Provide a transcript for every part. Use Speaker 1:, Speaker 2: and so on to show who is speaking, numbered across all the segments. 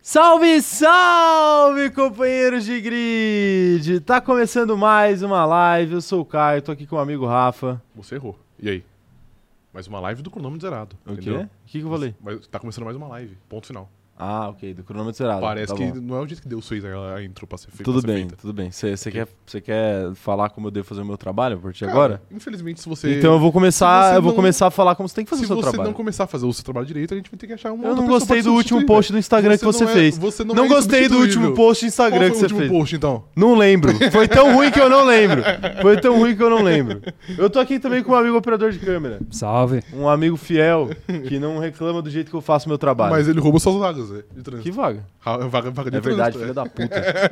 Speaker 1: Salve, salve, companheiros de grid! Tá começando mais uma live. Eu sou o Caio, tô aqui com o amigo Rafa.
Speaker 2: Você errou. E aí? Mais uma live do cronômetro zerado.
Speaker 1: O quê?
Speaker 2: entendeu?
Speaker 1: O que, que eu falei?
Speaker 2: Mas tá começando mais uma live. Ponto final.
Speaker 1: Ah, ok, do cronômetro zerado. Tá
Speaker 2: Parece que
Speaker 1: bom.
Speaker 2: não é o jeito que Deus fez a a intro pra ser feita.
Speaker 1: Tudo
Speaker 2: pra ser
Speaker 1: bem,
Speaker 2: feita.
Speaker 1: tudo bem. Você quer, cê quer falar como eu devo fazer o meu trabalho a partir de
Speaker 2: Cara,
Speaker 1: agora?
Speaker 2: Infelizmente, se você.
Speaker 1: então eu vou começar,
Speaker 2: você
Speaker 1: eu vou
Speaker 2: não-
Speaker 1: começar a falar como você tem que fazer
Speaker 2: se
Speaker 1: o seu
Speaker 2: você
Speaker 1: trabalho.
Speaker 2: não começar a fazer o seu trabalho direito, a gente vai ter que achar uma
Speaker 1: eu
Speaker 2: outra
Speaker 1: não
Speaker 2: pessoa
Speaker 1: gostei
Speaker 2: pra
Speaker 1: do
Speaker 2: te
Speaker 1: último
Speaker 2: substituir,
Speaker 1: post do Instagram
Speaker 2: velho.
Speaker 1: que você
Speaker 2: não é-
Speaker 1: fez.
Speaker 2: você não,
Speaker 1: não
Speaker 2: é
Speaker 1: gostei do último
Speaker 2: insubstituível.
Speaker 1: post do
Speaker 2: Qual
Speaker 1: Instagram
Speaker 2: foi
Speaker 1: que
Speaker 2: o
Speaker 1: você
Speaker 2: último
Speaker 1: fez.
Speaker 2: post, então?
Speaker 1: Não lembro. Foi tão ruim que eu não lembro. Foi tão ruim que eu não lembro. Eu tô aqui também com um amigo operador de câmera.
Speaker 3: Salve.
Speaker 1: Um amigo fiel que não reclama do jeito que eu faço meu trabalho.
Speaker 2: Mas ele roubou suas vagas né, de
Speaker 1: Que
Speaker 2: trânsito.
Speaker 1: vaga.
Speaker 2: Ra- Vaga, vaga de
Speaker 1: É verdade, filha
Speaker 2: trânsito, é.
Speaker 1: da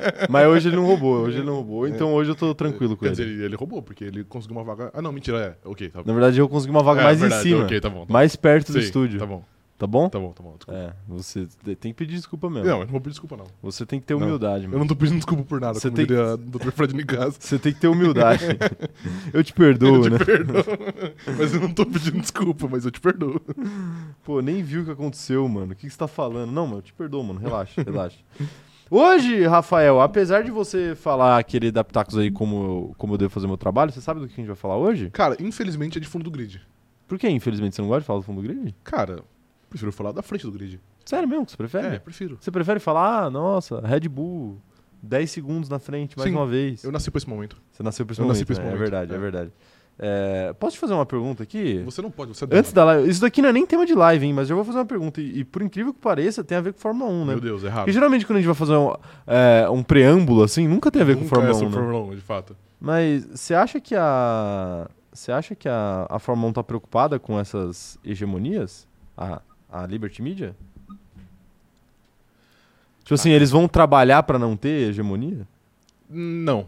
Speaker 1: puta. Mas hoje ele não roubou, hoje ele não roubou. Então hoje eu tô tranquilo com
Speaker 2: é. Quer dizer,
Speaker 1: ele.
Speaker 2: ele, ele roubou, porque ele conseguiu uma vaga. Ah, não, mentira, é. Ok, tá bom.
Speaker 1: Na verdade, eu consegui uma vaga
Speaker 2: É,
Speaker 1: mais
Speaker 2: verdade,
Speaker 1: em cima.
Speaker 2: Ok, tá bom. tá bom.
Speaker 1: Mais perto do
Speaker 2: Sim,
Speaker 1: estúdio.
Speaker 2: Tá
Speaker 1: Tá bom?
Speaker 2: bom, tá bom, tá bom. desculpa.
Speaker 1: É, você te- tem que pedir desculpa mesmo.
Speaker 2: Não, eu não vou pedir desculpa, não.
Speaker 1: Você tem que ter
Speaker 2: Não.
Speaker 1: humildade,
Speaker 2: Eu
Speaker 1: mano.
Speaker 2: não tô pedindo desculpa por nada,
Speaker 1: Você
Speaker 2: como
Speaker 1: tem-
Speaker 2: diria o Dr. Fred Nicasso.
Speaker 1: Você tem que ter humildade. eu te perdoo,
Speaker 2: Eu te
Speaker 1: né?
Speaker 2: perdoo. mas eu não tô pedindo desculpa, mas eu te perdoo.
Speaker 1: Pô, nem viu o que aconteceu, mano. O que que você tá falando? Não, mano, eu te perdoo, mano. Relaxa, relaxa. Hoje, Rafael, apesar de você falar aquele adaptacos aí como, como eu devo fazer meu trabalho, você sabe do que a gente vai falar hoje?
Speaker 2: Cara, infelizmente é de fundo do grid.
Speaker 1: Por que, infelizmente, você não gosta de falar do fundo do grid?
Speaker 2: Cara, prefiro falar da frente do grid.
Speaker 1: Sério mesmo que você
Speaker 2: É,
Speaker 1: prefere?
Speaker 2: prefiro.
Speaker 1: Você prefere falar, ah, nossa, Red Bull, 10 segundos na frente, mais
Speaker 2: Sim,
Speaker 1: uma vez.
Speaker 2: Eu nasci pra esse momento.
Speaker 1: Você nasceu pra esse
Speaker 2: eu
Speaker 1: momento,
Speaker 2: nasci pra esse
Speaker 1: né? É
Speaker 2: momento,
Speaker 1: verdade, é,
Speaker 2: é.
Speaker 1: verdade. É, posso te fazer uma pergunta aqui?
Speaker 2: Você não pode, você é dono.
Speaker 1: Antes da live, isso daqui não é nem tema de live, hein? Mas eu vou fazer uma pergunta. E, e por incrível que pareça, tem a ver com Fórmula 1, né?
Speaker 2: Meu Deus, é errado.
Speaker 1: Porque geralmente quando a gente vai fazer um, é, um preâmbulo assim, nunca tem a ver com
Speaker 2: Nunca é
Speaker 1: Fórmula 1.
Speaker 2: sobre
Speaker 1: né?
Speaker 2: Fórmula 1, de fato.
Speaker 1: Mas você acha que a. Você acha que a, a Fórmula 1 tá preocupada com essas hegemonias? A, a Liberty Media? Tipo assim,
Speaker 2: Ah.
Speaker 1: eles vão trabalhar pra não ter hegemonia?
Speaker 2: Não,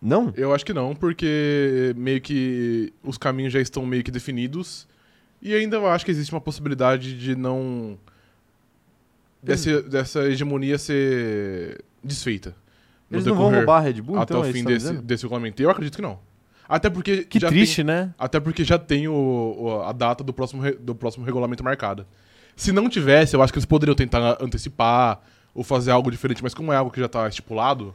Speaker 1: Não?
Speaker 2: eu acho que não, porque meio que os caminhos já estão meio que definidos. E ainda eu acho que existe uma possibilidade de não. dessa, dessa hegemonia ser desfeita. no
Speaker 1: Eles não vão
Speaker 2: decorrer.
Speaker 1: roubar a Red Bull,
Speaker 2: até
Speaker 1: então, é
Speaker 2: o
Speaker 1: isso
Speaker 2: fim
Speaker 1: que tá
Speaker 2: desse,
Speaker 1: dizendo?
Speaker 2: desse regulamento. Eu acredito que não. Até porque
Speaker 1: Que
Speaker 2: já
Speaker 1: triste,
Speaker 2: tem,
Speaker 1: né?
Speaker 2: até porque já tem o- o- a data do próximo, re- do próximo regulamento marcada. Se não tivesse, eu acho que eles poderiam tentar antecipar ou fazer algo diferente, mas como é algo que já tá estipulado,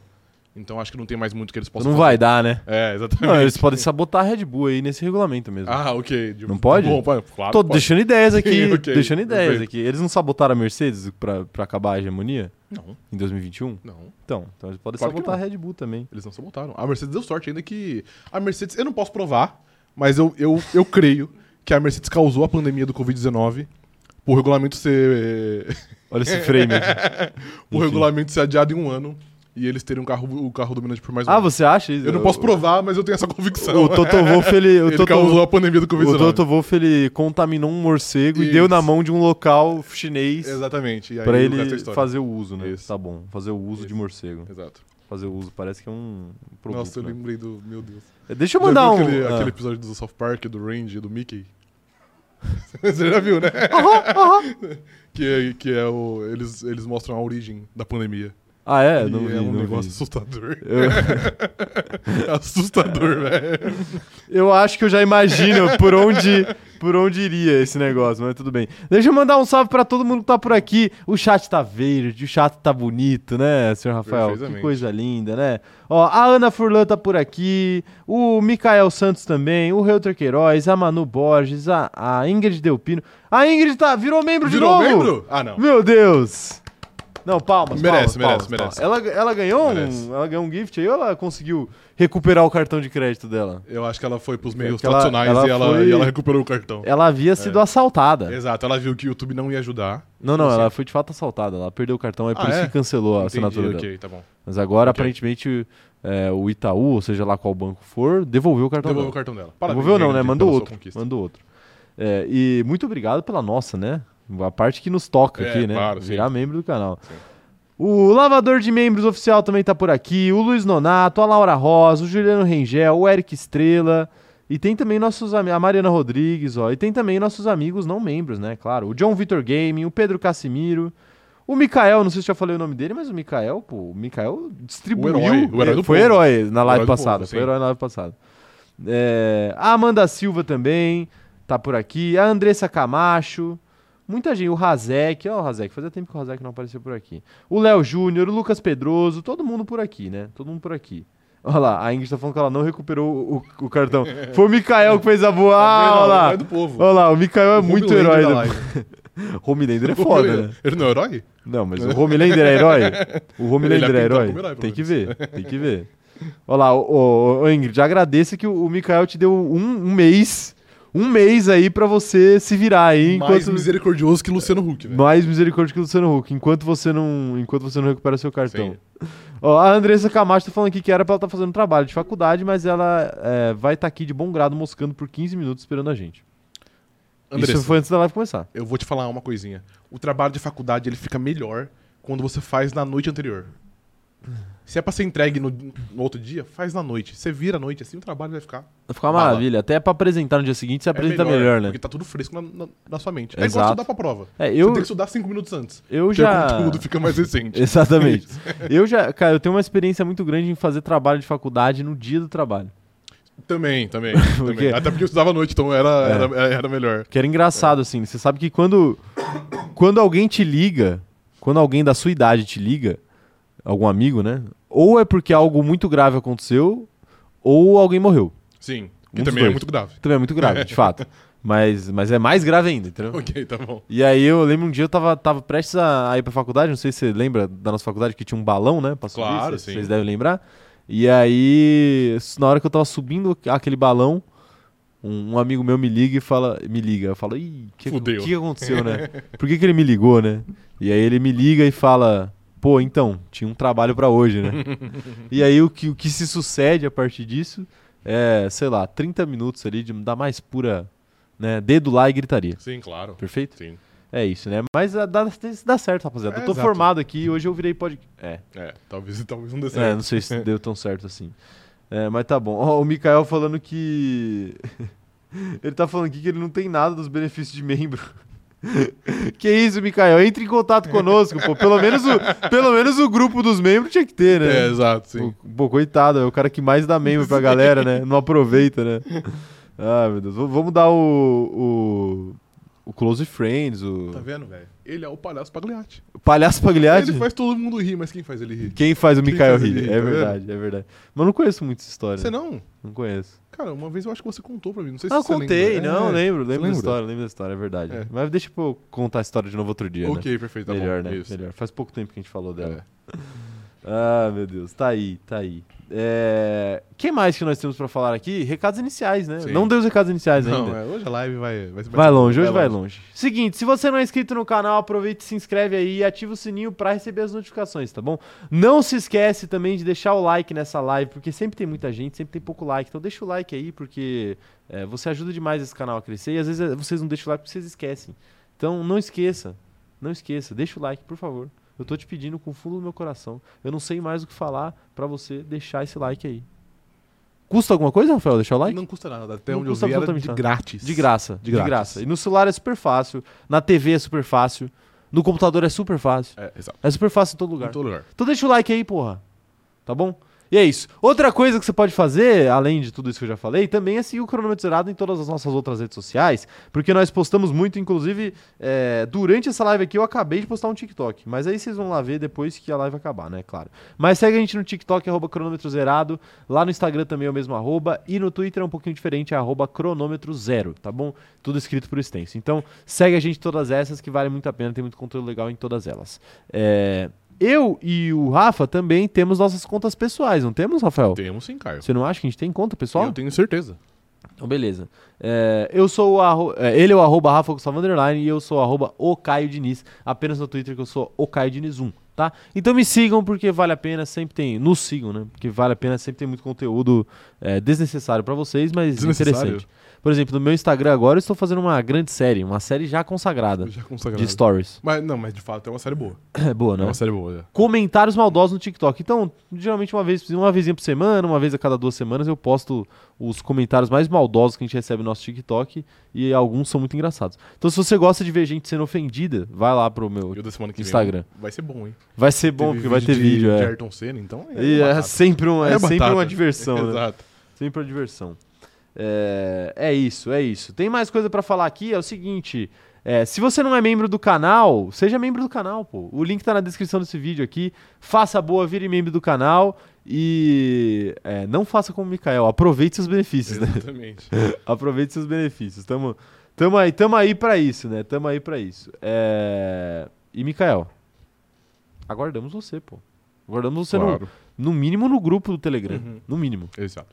Speaker 2: então acho que não tem mais muito que eles possam
Speaker 1: não vai
Speaker 2: fazer.
Speaker 1: dar, né?
Speaker 2: É, exatamente.
Speaker 1: Não, eles podem sabotar a Red Bull aí nesse regulamento mesmo.
Speaker 2: Ah, ok. De-
Speaker 1: Não pode?
Speaker 2: Bom, pode- claro,
Speaker 1: Tô
Speaker 2: pode.
Speaker 1: deixando ideias aqui,
Speaker 2: Sim, ok,
Speaker 1: deixando ideias
Speaker 2: perfeito.
Speaker 1: aqui. Eles não sabotaram a Mercedes pra, pra acabar a hegemonia
Speaker 2: Não,
Speaker 1: em 2021?
Speaker 2: não.
Speaker 1: Então, então eles podem
Speaker 2: um? Claro que
Speaker 1: sabotar a Red Bull também.
Speaker 2: Eles não sabotaram. A Mercedes deu sorte, ainda que. A Mercedes, eu não posso provar, mas eu, eu, eu creio que a Mercedes causou a pandemia do Covid-19 por regulamento ser.
Speaker 1: Olha esse frame aqui.
Speaker 2: o
Speaker 1: Enfim.
Speaker 2: regulamento ser adiado em um ano e eles terem um carro, o carro dominante por mais um
Speaker 1: Ah,
Speaker 2: ano.
Speaker 1: você acha isso?
Speaker 2: Eu não posso
Speaker 1: O-
Speaker 2: provar, mas eu tenho essa convicção.
Speaker 1: O Toto Wolff, ele, o
Speaker 2: Ele
Speaker 1: Toto,
Speaker 2: causou a pandemia do
Speaker 1: o Toto
Speaker 2: Covid-19.
Speaker 1: Wolff, ele contaminou um morcego e
Speaker 2: Isso.
Speaker 1: deu na mão de um local chinês
Speaker 2: Exatamente. E aí
Speaker 1: pra
Speaker 2: o
Speaker 1: ele
Speaker 2: resto é história.
Speaker 1: fazer o uso, né?
Speaker 2: Isso.
Speaker 1: Tá bom, fazer o uso de
Speaker 2: Isso.
Speaker 1: morcego.
Speaker 2: Exato.
Speaker 1: Fazer o uso, parece que é um produto.
Speaker 2: Nossa, eu
Speaker 1: né?
Speaker 2: lembrei do. Meu Deus.
Speaker 1: Deixa eu
Speaker 2: Já
Speaker 1: mandar
Speaker 2: viu
Speaker 1: um...
Speaker 2: Aquele,
Speaker 1: ah.
Speaker 2: aquele episódio do South Park, do Randy, do Mickey? Você já viu, né? que, é, que é o. Eles, eles mostram a origem da pandemia.
Speaker 1: Ah, é?
Speaker 2: E
Speaker 1: Não vi,
Speaker 2: é um
Speaker 1: não vi.
Speaker 2: negócio assustador.
Speaker 1: Eu,
Speaker 2: assustador, velho.
Speaker 1: eu acho que eu já imagino por onde, por onde iria esse negócio, mas tudo bem. Deixa eu mandar um salve pra todo mundo que tá por aqui. O chat tá verde, o chat tá bonito, né, senhor Rafael? Que
Speaker 2: Perfeitamente.
Speaker 1: coisa linda, né? Ó, a Ana Furlan tá por aqui, o Mikael Santos também, o Reuter Queiroz, a Manu Borges, a, a Ingrid Delpino. A Ingrid tá, virou membro
Speaker 2: Virou
Speaker 1: de novo?
Speaker 2: membro? Ah, não.
Speaker 1: Meu Deus! Não, palmas, palmas,
Speaker 2: Merece, merece,
Speaker 1: palmas,
Speaker 2: merece.
Speaker 1: palmas. Ela, ela ganhou
Speaker 2: Merece.
Speaker 1: um, ela ganhou um gift aí ou ela conseguiu recuperar o cartão de crédito dela?
Speaker 2: Eu acho que ela foi pros meios
Speaker 1: É que ela-
Speaker 2: tradicionais
Speaker 1: ela
Speaker 2: e, ela,
Speaker 1: foi-
Speaker 2: e ela recuperou o cartão.
Speaker 1: Ela havia
Speaker 2: É.
Speaker 1: sido assaltada.
Speaker 2: Exato, ela viu que o YouTube não ia ajudar.
Speaker 1: Não, não,
Speaker 2: Assim.
Speaker 1: ela foi de fato assaltada. Ela perdeu o cartão, é por
Speaker 2: Ah,
Speaker 1: isso
Speaker 2: é?
Speaker 1: que cancelou a
Speaker 2: Entendi,
Speaker 1: assinatura dela.
Speaker 2: ok, tá bom.
Speaker 1: Mas agora,
Speaker 2: Ok.
Speaker 1: aparentemente, é, o Itaú, ou seja lá qual banco for, devolveu o cartão
Speaker 2: Devolveu o
Speaker 1: dela.
Speaker 2: cartão dela.
Speaker 1: Devolveu não, né?
Speaker 2: Ingrid,
Speaker 1: Mandou
Speaker 2: pela sua
Speaker 1: outro.
Speaker 2: conquista.
Speaker 1: Mandou outro. É, e muito obrigado pela nossa, né? A parte que nos toca
Speaker 2: É,
Speaker 1: aqui, né?
Speaker 2: claro, sim.
Speaker 1: Virar membro do canal.
Speaker 2: Sim.
Speaker 1: O lavador de membros oficial também tá por aqui. O Luiz Nonato, a Laura Rosa, o Juliano Rengel, o Eric Estrela. E tem também nossos amigos, a Mariana Rodrigues, ó. E tem também nossos amigos não membros, né? Claro. O John Vitor Gaming, o Pedro Casimiro. O Mikael, não sei se eu já falei o nome dele, mas o Mikael, pô, o Mikael distribuiu. É,
Speaker 2: O herói, o herói do
Speaker 1: foi
Speaker 2: povo.
Speaker 1: herói na live
Speaker 2: herói do
Speaker 1: passada.
Speaker 2: povo,
Speaker 1: foi
Speaker 2: sim.
Speaker 1: herói na live passada. É, a Amanda Silva também tá por aqui. A Andressa Camacho. Muita gente, o Razek, ó, o Razek, fazia tempo que o Razek não apareceu por aqui. O Léo Júnior, o Lucas Pedroso, todo mundo por aqui, né? Todo mundo por aqui. Olha lá, a Ingrid tá falando que ela não recuperou o, o- o cartão. Foi o Mikael que fez a boa.
Speaker 2: Tá
Speaker 1: Ah,
Speaker 2: vendo?
Speaker 1: olha
Speaker 2: É
Speaker 1: lá.
Speaker 2: do povo.
Speaker 1: Olha lá, o Mikael é
Speaker 2: O
Speaker 1: muito
Speaker 2: Homelander
Speaker 1: herói.
Speaker 2: da
Speaker 1: do-
Speaker 2: live.
Speaker 1: Homelander é foda, né?
Speaker 2: Ele não é herói?
Speaker 1: Não, mas o Homelander é herói? O Homelander
Speaker 2: Ele
Speaker 1: é
Speaker 2: é pintado
Speaker 1: herói?
Speaker 2: como herói, pelo
Speaker 1: Tem que ver, tem que ver. Olha lá, ô, ô, ô, Ingrid, agradeça que o, o Mikael te deu um, um mês, um mês aí pra você se virar aí.
Speaker 2: Mais
Speaker 1: enquanto-
Speaker 2: misericordioso que Luciano Huck, velho.
Speaker 1: mais misericórdia que o Luciano Huck, enquanto você não, enquanto você não recupera seu cartão.
Speaker 2: Sim.
Speaker 1: Ó, a Andressa Camacho tá falando aqui que era pra ela estar fazendo trabalho de faculdade, mas ela é, vai estar aqui de bom grado moscando por 15 minutos esperando a gente.
Speaker 2: Andressa,
Speaker 1: Isso foi antes da live começar.
Speaker 2: eu vou te falar uma coisinha. O trabalho de faculdade, ele fica melhor quando você faz na noite anterior. Se é pra ser entregue no, no outro dia, faz na noite. Você vira à noite, assim o trabalho vai ficar.
Speaker 1: Ficou uma
Speaker 2: Bala.
Speaker 1: maravilha. Até pra apresentar no dia seguinte, você apresenta melhor, né?
Speaker 2: Porque tá tudo fresco na, na- na sua mente. É igual
Speaker 1: Exato.
Speaker 2: estudar pra prova.
Speaker 1: É,
Speaker 2: Você
Speaker 1: eu,
Speaker 2: tem que estudar cinco minutos antes.
Speaker 1: eu
Speaker 2: Porque
Speaker 1: já.
Speaker 2: o conteúdo É fica mais recente.
Speaker 1: Exatamente. eu já, cara, eu tenho uma experiência muito grande em fazer trabalho de faculdade no dia do trabalho.
Speaker 2: Também, também.
Speaker 1: Porque-
Speaker 2: também. Até porque eu estudava à noite, então era,
Speaker 1: É.
Speaker 2: era, era melhor.
Speaker 1: Que era engraçado, assim. Você sabe que quando, quando alguém te liga, quando alguém da sua idade te liga, algum amigo, né? Ou é porque algo muito grave aconteceu, ou alguém morreu.
Speaker 2: Sim.
Speaker 1: Um
Speaker 2: Que
Speaker 1: dos
Speaker 2: também é
Speaker 1: dois.
Speaker 2: muito grave.
Speaker 1: Também é muito grave, de fato. Mas, mas é mais grave ainda, entendeu?
Speaker 2: Ok, tá bom.
Speaker 1: E aí eu lembro um dia eu tava, tava prestes a, a ir pra faculdade, não sei se você lembra da nossa faculdade que tinha um balão, né? Pra subir,
Speaker 2: Claro,
Speaker 1: cê-
Speaker 2: sim.
Speaker 1: Vocês devem lembrar. E aí, s- na hora que eu tava subindo aquele balão, um, um amigo meu me liga e fala, me liga. Eu falo, ih, que, o que,
Speaker 2: Fudeu.
Speaker 1: que aconteceu, né? Por que, que ele me ligou, né? E aí ele me liga e fala, pô, então, tinha um trabalho pra hoje, né? e aí o que, o que se sucede a partir disso é, sei lá, 30 minutos ali de dar mais pura, né? Dedo lá e gritaria.
Speaker 2: Sim, claro.
Speaker 1: Perfeito?
Speaker 2: Sim.
Speaker 1: É isso, né? Mas ah, dá, dá certo, rapaziada.
Speaker 2: É,
Speaker 1: eu tô
Speaker 2: exato.
Speaker 1: formado aqui, hoje eu virei pod... É,
Speaker 2: É, talvez, talvez não dê
Speaker 1: é,
Speaker 2: certo.
Speaker 1: não sei se deu tão certo assim. É, mas tá bom. Ó, o Mikael falando que... ele tá falando aqui que ele não tem nada dos benefícios de membro. que isso, Mikael? Entre em contato conosco, pô. Pelo menos o, pelo menos o grupo dos membros tinha que ter,
Speaker 2: É,
Speaker 1: né?
Speaker 2: exato, sim.
Speaker 1: Pô, Pô, coitado, é o cara que mais dá meme pra galera, né? Não aproveita, né? Ah, meu Deus. V- vamos dar o... o... O Close Friends, o...
Speaker 2: Tá vendo, velho? Ele é o palhaço Pagliatti.
Speaker 1: Palhaço Pagliatti?
Speaker 2: Ele faz todo mundo rir, mas quem faz ele rir?
Speaker 1: Quem faz o
Speaker 2: Quem
Speaker 1: Mikael
Speaker 2: faz ele
Speaker 1: rir?
Speaker 2: rir,
Speaker 1: É
Speaker 2: tá vendo?
Speaker 1: verdade, é verdade. Mas eu não conheço muito essa história.
Speaker 2: Você não?
Speaker 1: Não conheço.
Speaker 2: Cara, uma vez eu acho que você contou pra mim. Não sei se
Speaker 1: Ah, eu
Speaker 2: você
Speaker 1: contei,
Speaker 2: lembra.
Speaker 1: não,
Speaker 2: É.
Speaker 1: lembro, lembro da
Speaker 2: lembra?
Speaker 1: história, lembro da história, é verdade.
Speaker 2: É.
Speaker 1: Mas deixa pra eu contar a história de novo outro dia, né?
Speaker 2: Ok, perfeito, tá
Speaker 1: Melhor,
Speaker 2: bom.
Speaker 1: né?
Speaker 2: Isso.
Speaker 1: Melhor. Faz pouco tempo que a gente falou dela.
Speaker 2: É.
Speaker 1: Ah, meu Deus, tá aí, tá aí. É... Quem mais que nós temos pra falar aqui? Recados iniciais, né?
Speaker 2: Sim.
Speaker 1: Não dei os recados iniciais ainda.
Speaker 2: Não, é, hoje a live vai... Vai,
Speaker 1: Vai longe, hoje vai longe. Seguinte, se você não é inscrito no canal, aproveita e se inscreve aí e ativa o sininho pra receber as notificações, tá bom? Não se esquece também de deixar o like nessa live, porque sempre tem muita gente, sempre tem pouco like. Então deixa o like aí, porque é, você ajuda demais esse canal a crescer e às vezes é, vocês não deixam o like porque vocês esquecem. Então não esqueça, não esqueça, deixa o like, por favor. Eu tô te pedindo com o fundo do meu coração. Eu não sei mais o que falar pra você deixar esse like aí. Custa alguma coisa, Rafael, deixar o like?
Speaker 2: Não custa nada, até
Speaker 1: Não
Speaker 2: onde eu
Speaker 1: custa
Speaker 2: vi era
Speaker 1: absolutamente
Speaker 2: de
Speaker 1: nada.
Speaker 2: grátis.
Speaker 1: De graça, de
Speaker 2: De
Speaker 1: graça.
Speaker 2: grátis.
Speaker 1: E no celular é super fácil, na TV é super fácil, no computador é super fácil.
Speaker 2: É, exato.
Speaker 1: É super fácil em todo
Speaker 2: Em
Speaker 1: lugar.
Speaker 2: todo lugar.
Speaker 1: Então deixa o like aí, porra. Tá bom? E é isso. Outra coisa que você pode fazer, além de tudo isso que eu já falei, também é seguir o cronômetro zerado em todas as nossas outras redes sociais, porque nós postamos muito, inclusive, é, durante essa live aqui eu acabei de postar um TikTok, mas aí vocês vão lá ver depois que a live acabar, né? Claro. Mas segue a gente no TikTok, arroba cronômetro zerado, lá no Instagram também é o mesmo arroba, e no Twitter é um pouquinho diferente, é arroba cronômetro zero, tá bom? Tudo escrito por extenso. Então segue a gente em todas essas que vale muito a pena, tem muito conteúdo legal em todas elas. É, eu e o Rafa também temos nossas contas pessoais, não temos, Rafael?
Speaker 2: Temos sim, Caio.
Speaker 1: Você não acha que a gente tem conta pessoal?
Speaker 2: Eu tenho certeza.
Speaker 1: Então, beleza. É, eu sou o arro... é, Ele é o arroba Rafa Gustavo Underline e eu sou o arroba o Caio Diniz. Apenas no Twitter que eu sou o Caio Diniz 1, tá? Então me sigam porque vale a pena, sempre tem. Nos sigam, né? Porque vale a pena, sempre tem muito conteúdo é, desnecessário pra vocês, mas
Speaker 2: Desnecessário?
Speaker 1: interessante. Por exemplo, no meu Instagram agora eu estou fazendo uma grande série, uma série já consagrada
Speaker 2: Já consagrado.
Speaker 1: de stories.
Speaker 2: Mas, não, mas de fato é uma série boa.
Speaker 1: É boa,
Speaker 2: É
Speaker 1: né?
Speaker 2: uma série boa, já.
Speaker 1: comentários maldosos no TikTok. Então, geralmente uma vez, uma vezinha por semana, uma vez a cada duas semanas eu posto os comentários mais maldosos que a gente recebe no nosso TikTok e alguns são muito engraçados. Então, se você gosta de ver gente sendo ofendida, vai lá pro meu.
Speaker 2: E o da semana que
Speaker 1: Instagram.
Speaker 2: vem vai ser bom, hein?
Speaker 1: Vai ser bom porque vai ter
Speaker 2: de,
Speaker 1: vídeo,
Speaker 2: de
Speaker 1: é.
Speaker 2: Ayrton Senna, então
Speaker 1: E é
Speaker 2: batata.
Speaker 1: sempre um, é
Speaker 2: É
Speaker 1: sempre
Speaker 2: batata.
Speaker 1: uma diversão, né?
Speaker 2: Exato.
Speaker 1: Sempre uma diversão. É, é isso, é isso. Tem mais coisa pra falar aqui, é o seguinte. é, se você não é membro do canal, seja membro do canal, pô. O link tá na descrição desse vídeo aqui. Faça boa, vire membro do canal e é, não faça como o Mikael. Aproveite seus benefícios, né?
Speaker 2: Exatamente.
Speaker 1: Aproveite seus benefícios. Tamo, tamo aí, tamo aí para isso, né? Tamo aí para isso. É, E Mikael, aguardamos você, pô. Aguardamos você
Speaker 2: claro.
Speaker 1: no, no mínimo no grupo do Telegram,
Speaker 2: Uhum.
Speaker 1: no mínimo.
Speaker 2: Exato.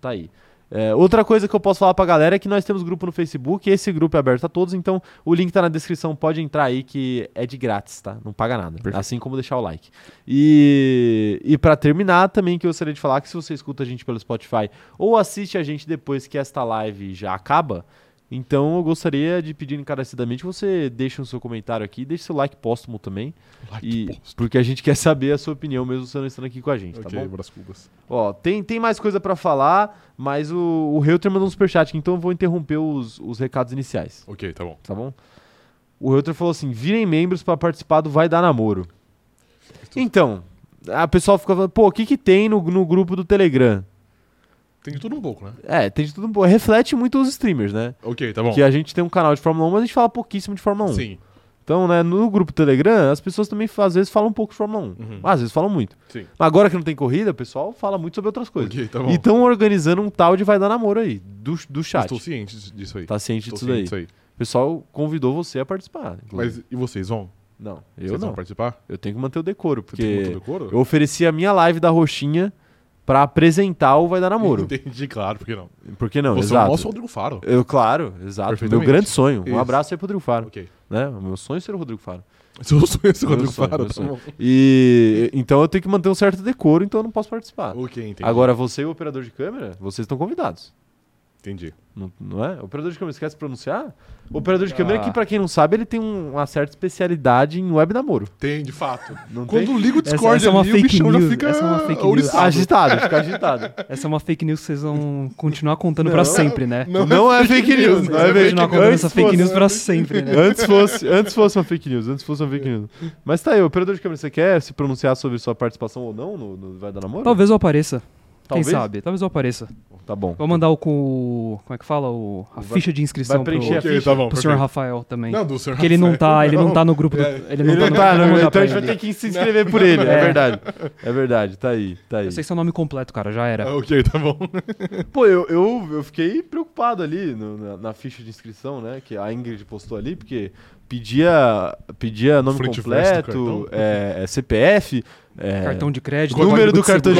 Speaker 1: Tá aí. É, outra coisa que eu posso falar pra galera é que nós temos grupo no Facebook, esse grupo é aberto a todos, então o link tá na descrição, pode entrar aí que é de grátis, tá? Não paga nada.
Speaker 2: Perfeito.
Speaker 1: Assim como deixar o like. E, e para terminar, também que eu gostaria de falar que se você escuta a gente pelo Spotify ou assiste a gente depois que esta live já acaba, então eu gostaria de pedir encarecidamente que você deixe o seu comentário aqui, deixe seu like póstumo também,
Speaker 2: Like,
Speaker 1: e,
Speaker 2: pô.
Speaker 1: porque a gente quer saber a sua opinião mesmo você não estando aqui com a gente, tá
Speaker 2: Ok,
Speaker 1: bom?
Speaker 2: Brás Cubas.
Speaker 1: Ó, tem, tem mais coisa pra falar, mas o, o Reuter mandou um superchat, aqui, então eu vou interromper os, os recados iniciais,
Speaker 2: Ok, tá bom.
Speaker 1: tá bom? O Reuter falou assim: virem membros pra participar do Vai Dar Namoro. Então, a pessoa fica falando, pô, o que, que tem no, no grupo do Telegram?
Speaker 2: Tem de tudo um pouco, né?
Speaker 1: É, tem de tudo um pouco. Reflete muito os streamers, né?
Speaker 2: Ok, tá bom.
Speaker 1: Que a gente tem um canal de Fórmula 1, mas a gente fala pouquíssimo de Fórmula 1.
Speaker 2: Sim,
Speaker 1: Então, né, no grupo do Telegram, as pessoas também às vezes falam um pouco de Fórmula 1.
Speaker 2: Uhum.
Speaker 1: Às vezes falam muito.
Speaker 2: sim.
Speaker 1: Mas agora que não tem corrida, o pessoal fala muito sobre outras coisas.
Speaker 2: Ok, tá bom.
Speaker 1: E estão organizando um tal de vai dar namoro aí, do, do chat.
Speaker 2: Estou ciente disso aí.
Speaker 1: Tá ciente
Speaker 2: Estou
Speaker 1: disso
Speaker 2: ciente
Speaker 1: daí.
Speaker 2: disso aí.
Speaker 1: O pessoal convidou você a participar.
Speaker 2: Mas
Speaker 1: inclusive.
Speaker 2: e vocês vão?
Speaker 1: Não, eu
Speaker 2: vocês
Speaker 1: não.
Speaker 2: vão participar?
Speaker 1: Eu tenho que manter o decoro,
Speaker 2: Você tem
Speaker 1: porque
Speaker 2: conta do coro?
Speaker 1: eu ofereci a minha live da Roxinha pra apresentar o Vai Dar Namoro.
Speaker 2: Entendi, claro, porque não.
Speaker 1: Por que não?
Speaker 2: Você é
Speaker 1: exato.
Speaker 2: o nosso Rodrigo Faro.
Speaker 1: Eu, claro, exato. Meu
Speaker 2: Perfeitamente.
Speaker 1: grande sonho. Um
Speaker 2: Isso.
Speaker 1: abraço aí pro Rodrigo Faro.
Speaker 2: Ok.
Speaker 1: Né? O meu sonho é ser o Rodrigo Faro.
Speaker 2: Seu sonho é ser o
Speaker 1: Meu
Speaker 2: Rodrigo
Speaker 1: sonho,
Speaker 2: Faro,
Speaker 1: meu
Speaker 2: tá
Speaker 1: sonho.
Speaker 2: bom.
Speaker 1: E então eu tenho que manter um certo decoro, então eu não posso participar.
Speaker 2: Ok, entendi.
Speaker 1: Agora, você e o operador de câmera, vocês estão convidados.
Speaker 2: Entendi.
Speaker 1: Não, não é? Operador de câmera, esquece de pronunciar? Operador de câmera é que, pra quem não sabe, ele tem um- uma certa especialidade em web namoro.
Speaker 2: Tem, de fato.
Speaker 1: Não
Speaker 2: Quando liga o
Speaker 3: Essa-
Speaker 2: Discord
Speaker 3: essa é uma
Speaker 2: ali, o
Speaker 3: fake
Speaker 2: bichão já
Speaker 3: news,
Speaker 2: fica
Speaker 3: essa é uma fake news.
Speaker 1: tem?
Speaker 2: ouriçado.
Speaker 1: Agitado, fica agitado.
Speaker 3: Essa é uma fake news que vocês vão continuar contando
Speaker 1: Não.
Speaker 3: pra sempre, né?
Speaker 1: Não, é fake news, não é fake
Speaker 3: Vocês vão continuar
Speaker 1: news.
Speaker 3: contando essa
Speaker 1: Antes
Speaker 3: fake news
Speaker 1: fosse,
Speaker 3: pra sempre, né?
Speaker 1: antes, fosse, antes fosse uma fake news, antes fosse uma fake news. Mas tá aí, operador de câmera, você quer se pronunciar sobre sua participação ou não no, no Vai Dar Namoro?
Speaker 3: Talvez eu apareça.
Speaker 1: Talvez?
Speaker 3: Quem sabe? Talvez eu apareça.
Speaker 1: Tá bom.
Speaker 3: Vou mandar o com. Como é que fala? O, a
Speaker 1: Vai-
Speaker 3: ficha de
Speaker 1: vai
Speaker 3: inscrição pro,
Speaker 1: preencher a
Speaker 2: Ok, tá bom.
Speaker 3: pro senhor
Speaker 2: perfeito.
Speaker 3: Rafael também.
Speaker 2: Não, do senhor
Speaker 3: Porque ele não tá, ele não tá no grupo do. Ele
Speaker 1: Ele não
Speaker 3: não tá no
Speaker 1: tá, não,
Speaker 3: grupo, vou mandar
Speaker 1: então
Speaker 3: pra
Speaker 1: a gente vai
Speaker 3: ele.
Speaker 1: ter que se inscrever por ele, é
Speaker 3: É.
Speaker 1: verdade. É verdade, tá aí, tá aí.
Speaker 3: Eu sei seu nome completo, cara, já era.
Speaker 2: Ok, tá bom.
Speaker 1: Pô, eu, eu, eu fiquei preocupado ali no- na, na ficha de inscrição, né? Que a Ingrid postou ali, porque pedia, pedia nome
Speaker 2: Frente e verso do
Speaker 1: completo,
Speaker 2: cartão.
Speaker 1: é, é CPF, é,
Speaker 3: Cartão de crédito.
Speaker 1: Número
Speaker 3: código
Speaker 1: do
Speaker 3: de
Speaker 1: cartão de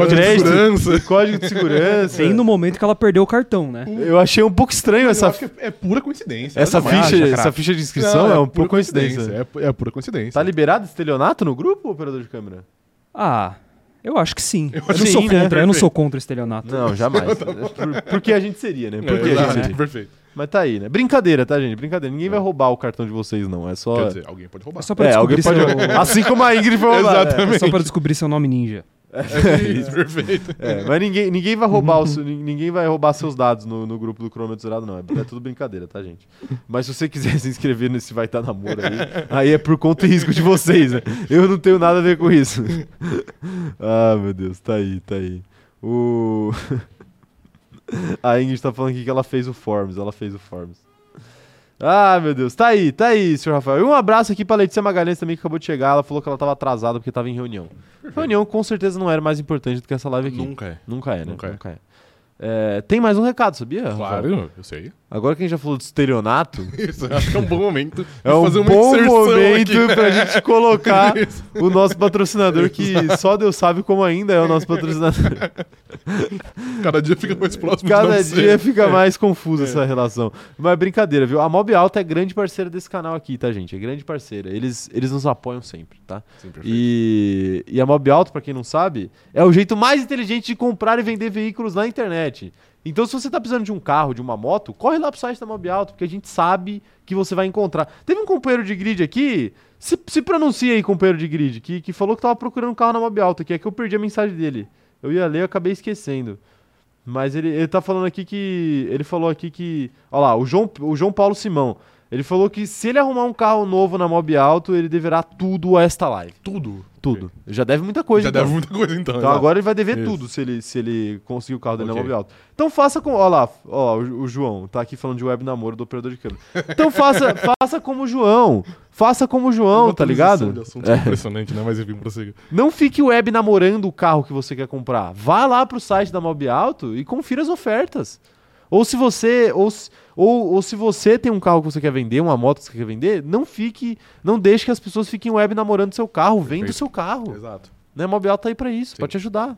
Speaker 2: Código
Speaker 3: segurança.
Speaker 1: crédito. É.
Speaker 2: segurança.
Speaker 1: código de segurança.
Speaker 3: Bem no momento que ela perdeu o cartão, né?
Speaker 1: Eu achei um pouco estranho
Speaker 2: Eu
Speaker 1: essa,
Speaker 2: acho que é pura coincidência.
Speaker 1: essa,
Speaker 2: nada mais.
Speaker 1: ficha,
Speaker 3: acha,
Speaker 1: essa
Speaker 3: craque.
Speaker 1: ficha de inscrição,
Speaker 2: Não,
Speaker 1: é um
Speaker 2: pura
Speaker 1: pouco coincidência.
Speaker 2: É, é pura coincidência.
Speaker 1: Tá liberado estelionato no grupo, operador de câmera?
Speaker 3: Ah, eu acho que sim. Eu,
Speaker 2: acho
Speaker 3: não
Speaker 2: que
Speaker 3: sou
Speaker 2: sim, né?
Speaker 3: contra, eu não sou contra o estelionato.
Speaker 1: Não, jamais. Por- Porque a gente seria, né?
Speaker 2: Tá É,
Speaker 1: Porque a
Speaker 2: verdade,
Speaker 1: gente seria.
Speaker 2: Perfeito.
Speaker 1: Mas tá aí, né? Brincadeira, tá, gente? Brincadeira. Ninguém vai roubar o cartão de vocês, não. É só.
Speaker 2: Quer dizer, alguém pode roubar.
Speaker 3: É só pra
Speaker 1: É, alguém
Speaker 3: descobrir
Speaker 1: pode.
Speaker 3: seu.
Speaker 1: Assim como a Ingrid foi roubada. né?
Speaker 3: É só pra descobrir seu nome ninja.
Speaker 2: É isso, perfeito.
Speaker 1: É, mas ninguém, ninguém vai roubar o seu- nin- ninguém vai roubar seus dados no, no grupo do cronômetro zerado, não. É, é tudo brincadeira, tá, gente? Mas se você quiser se inscrever nesse Vai Tá Namoro aí, aí é por conta e risco de vocês, né? Eu não tenho nada a ver com isso. ah, meu Deus, tá aí, tá aí. O... A Ingrid tá falando aqui que ela fez o Forms, ela fez o Forms. Ah, meu Deus, tá aí, tá aí, senhor Rafael. E um abraço aqui pra Letícia Magalhães também, que acabou de chegar. Ela falou que ela tava atrasada porque tava em reunião. Reunião com certeza não era mais importante do que essa live aqui.
Speaker 2: Nunca é.
Speaker 1: Nunca é, né? Nunca
Speaker 2: Nunca
Speaker 1: é.
Speaker 2: é.
Speaker 1: É, tem mais um recado, sabia? Rafael?
Speaker 2: Claro, eu sei.
Speaker 1: Agora que a gente já falou de estelionato,
Speaker 2: Isso, eu acho que é um bom momento. de
Speaker 1: é um
Speaker 2: fazer uma
Speaker 1: bom
Speaker 2: inserção
Speaker 1: momento
Speaker 2: aqui. né?
Speaker 1: pra gente colocar
Speaker 2: Isso.
Speaker 1: o nosso patrocinador, que só Deus sabe como ainda é o nosso patrocinador.
Speaker 2: Cada dia fica mais próximo de
Speaker 1: Cada
Speaker 2: não É.
Speaker 1: dia
Speaker 2: ser.
Speaker 1: fica mais confusa essa relação. Mas brincadeira, viu? A Mob Alta é grande parceira desse canal aqui, tá, gente? É grande parceira. Eles, eles nos apoiam sempre, tá?
Speaker 2: Sim, perfeito.
Speaker 1: E, e a Mob Alto, pra quem não sabe, é o jeito mais inteligente de comprar e vender veículos na internet. Então, se você tá precisando de um carro, de uma moto, corre lá pro site da Mob Alto, porque a gente sabe que você vai encontrar. Teve um companheiro de grid aqui, se, se pronuncia aí, companheiro de grid, que, que falou que tava procurando um carro na Mob Alto, que é que eu perdi a mensagem dele. Eu ia ler e acabei esquecendo. Mas ele, ele tá falando aqui que. Ele falou aqui que. Olha lá, o João, o João Paulo Simão. Ele falou que se ele arrumar um carro novo na Mob Alto, ele deverá tudo a esta live.
Speaker 2: Tudo.
Speaker 1: Tudo. Já deve muita coisa.
Speaker 2: Já
Speaker 1: então.
Speaker 2: deve muita coisa então.
Speaker 1: Então
Speaker 2: né?
Speaker 1: agora ele vai dever
Speaker 2: Isso.
Speaker 1: tudo se ele, se ele conseguir o carro dele
Speaker 2: Ok.
Speaker 1: na Mob Alto. Então faça com. Ó lá, ó, o, o João tá aqui falando de web namoro do operador de câmera. Então faça, faça como o João. Faça como o João,
Speaker 2: Uma
Speaker 1: tá
Speaker 2: transição
Speaker 1: ligado?
Speaker 2: de assunto Impressionante, né? Mas enfim, prossiga.
Speaker 1: Não fique web namorando o carro que você quer comprar. Vá lá pro site da Mob Alto e confira as ofertas. Ou se você ou, se- ou, ou se você tem um carro que você quer vender, uma moto que você quer vender, não fique, não deixe que as pessoas fiquem web namorando seu carro, venda o
Speaker 2: Perfeito.
Speaker 1: seu carro.
Speaker 2: Exato.
Speaker 1: Né? A Mob Alto tá aí pra isso,
Speaker 2: Sim.
Speaker 1: pra te ajudar.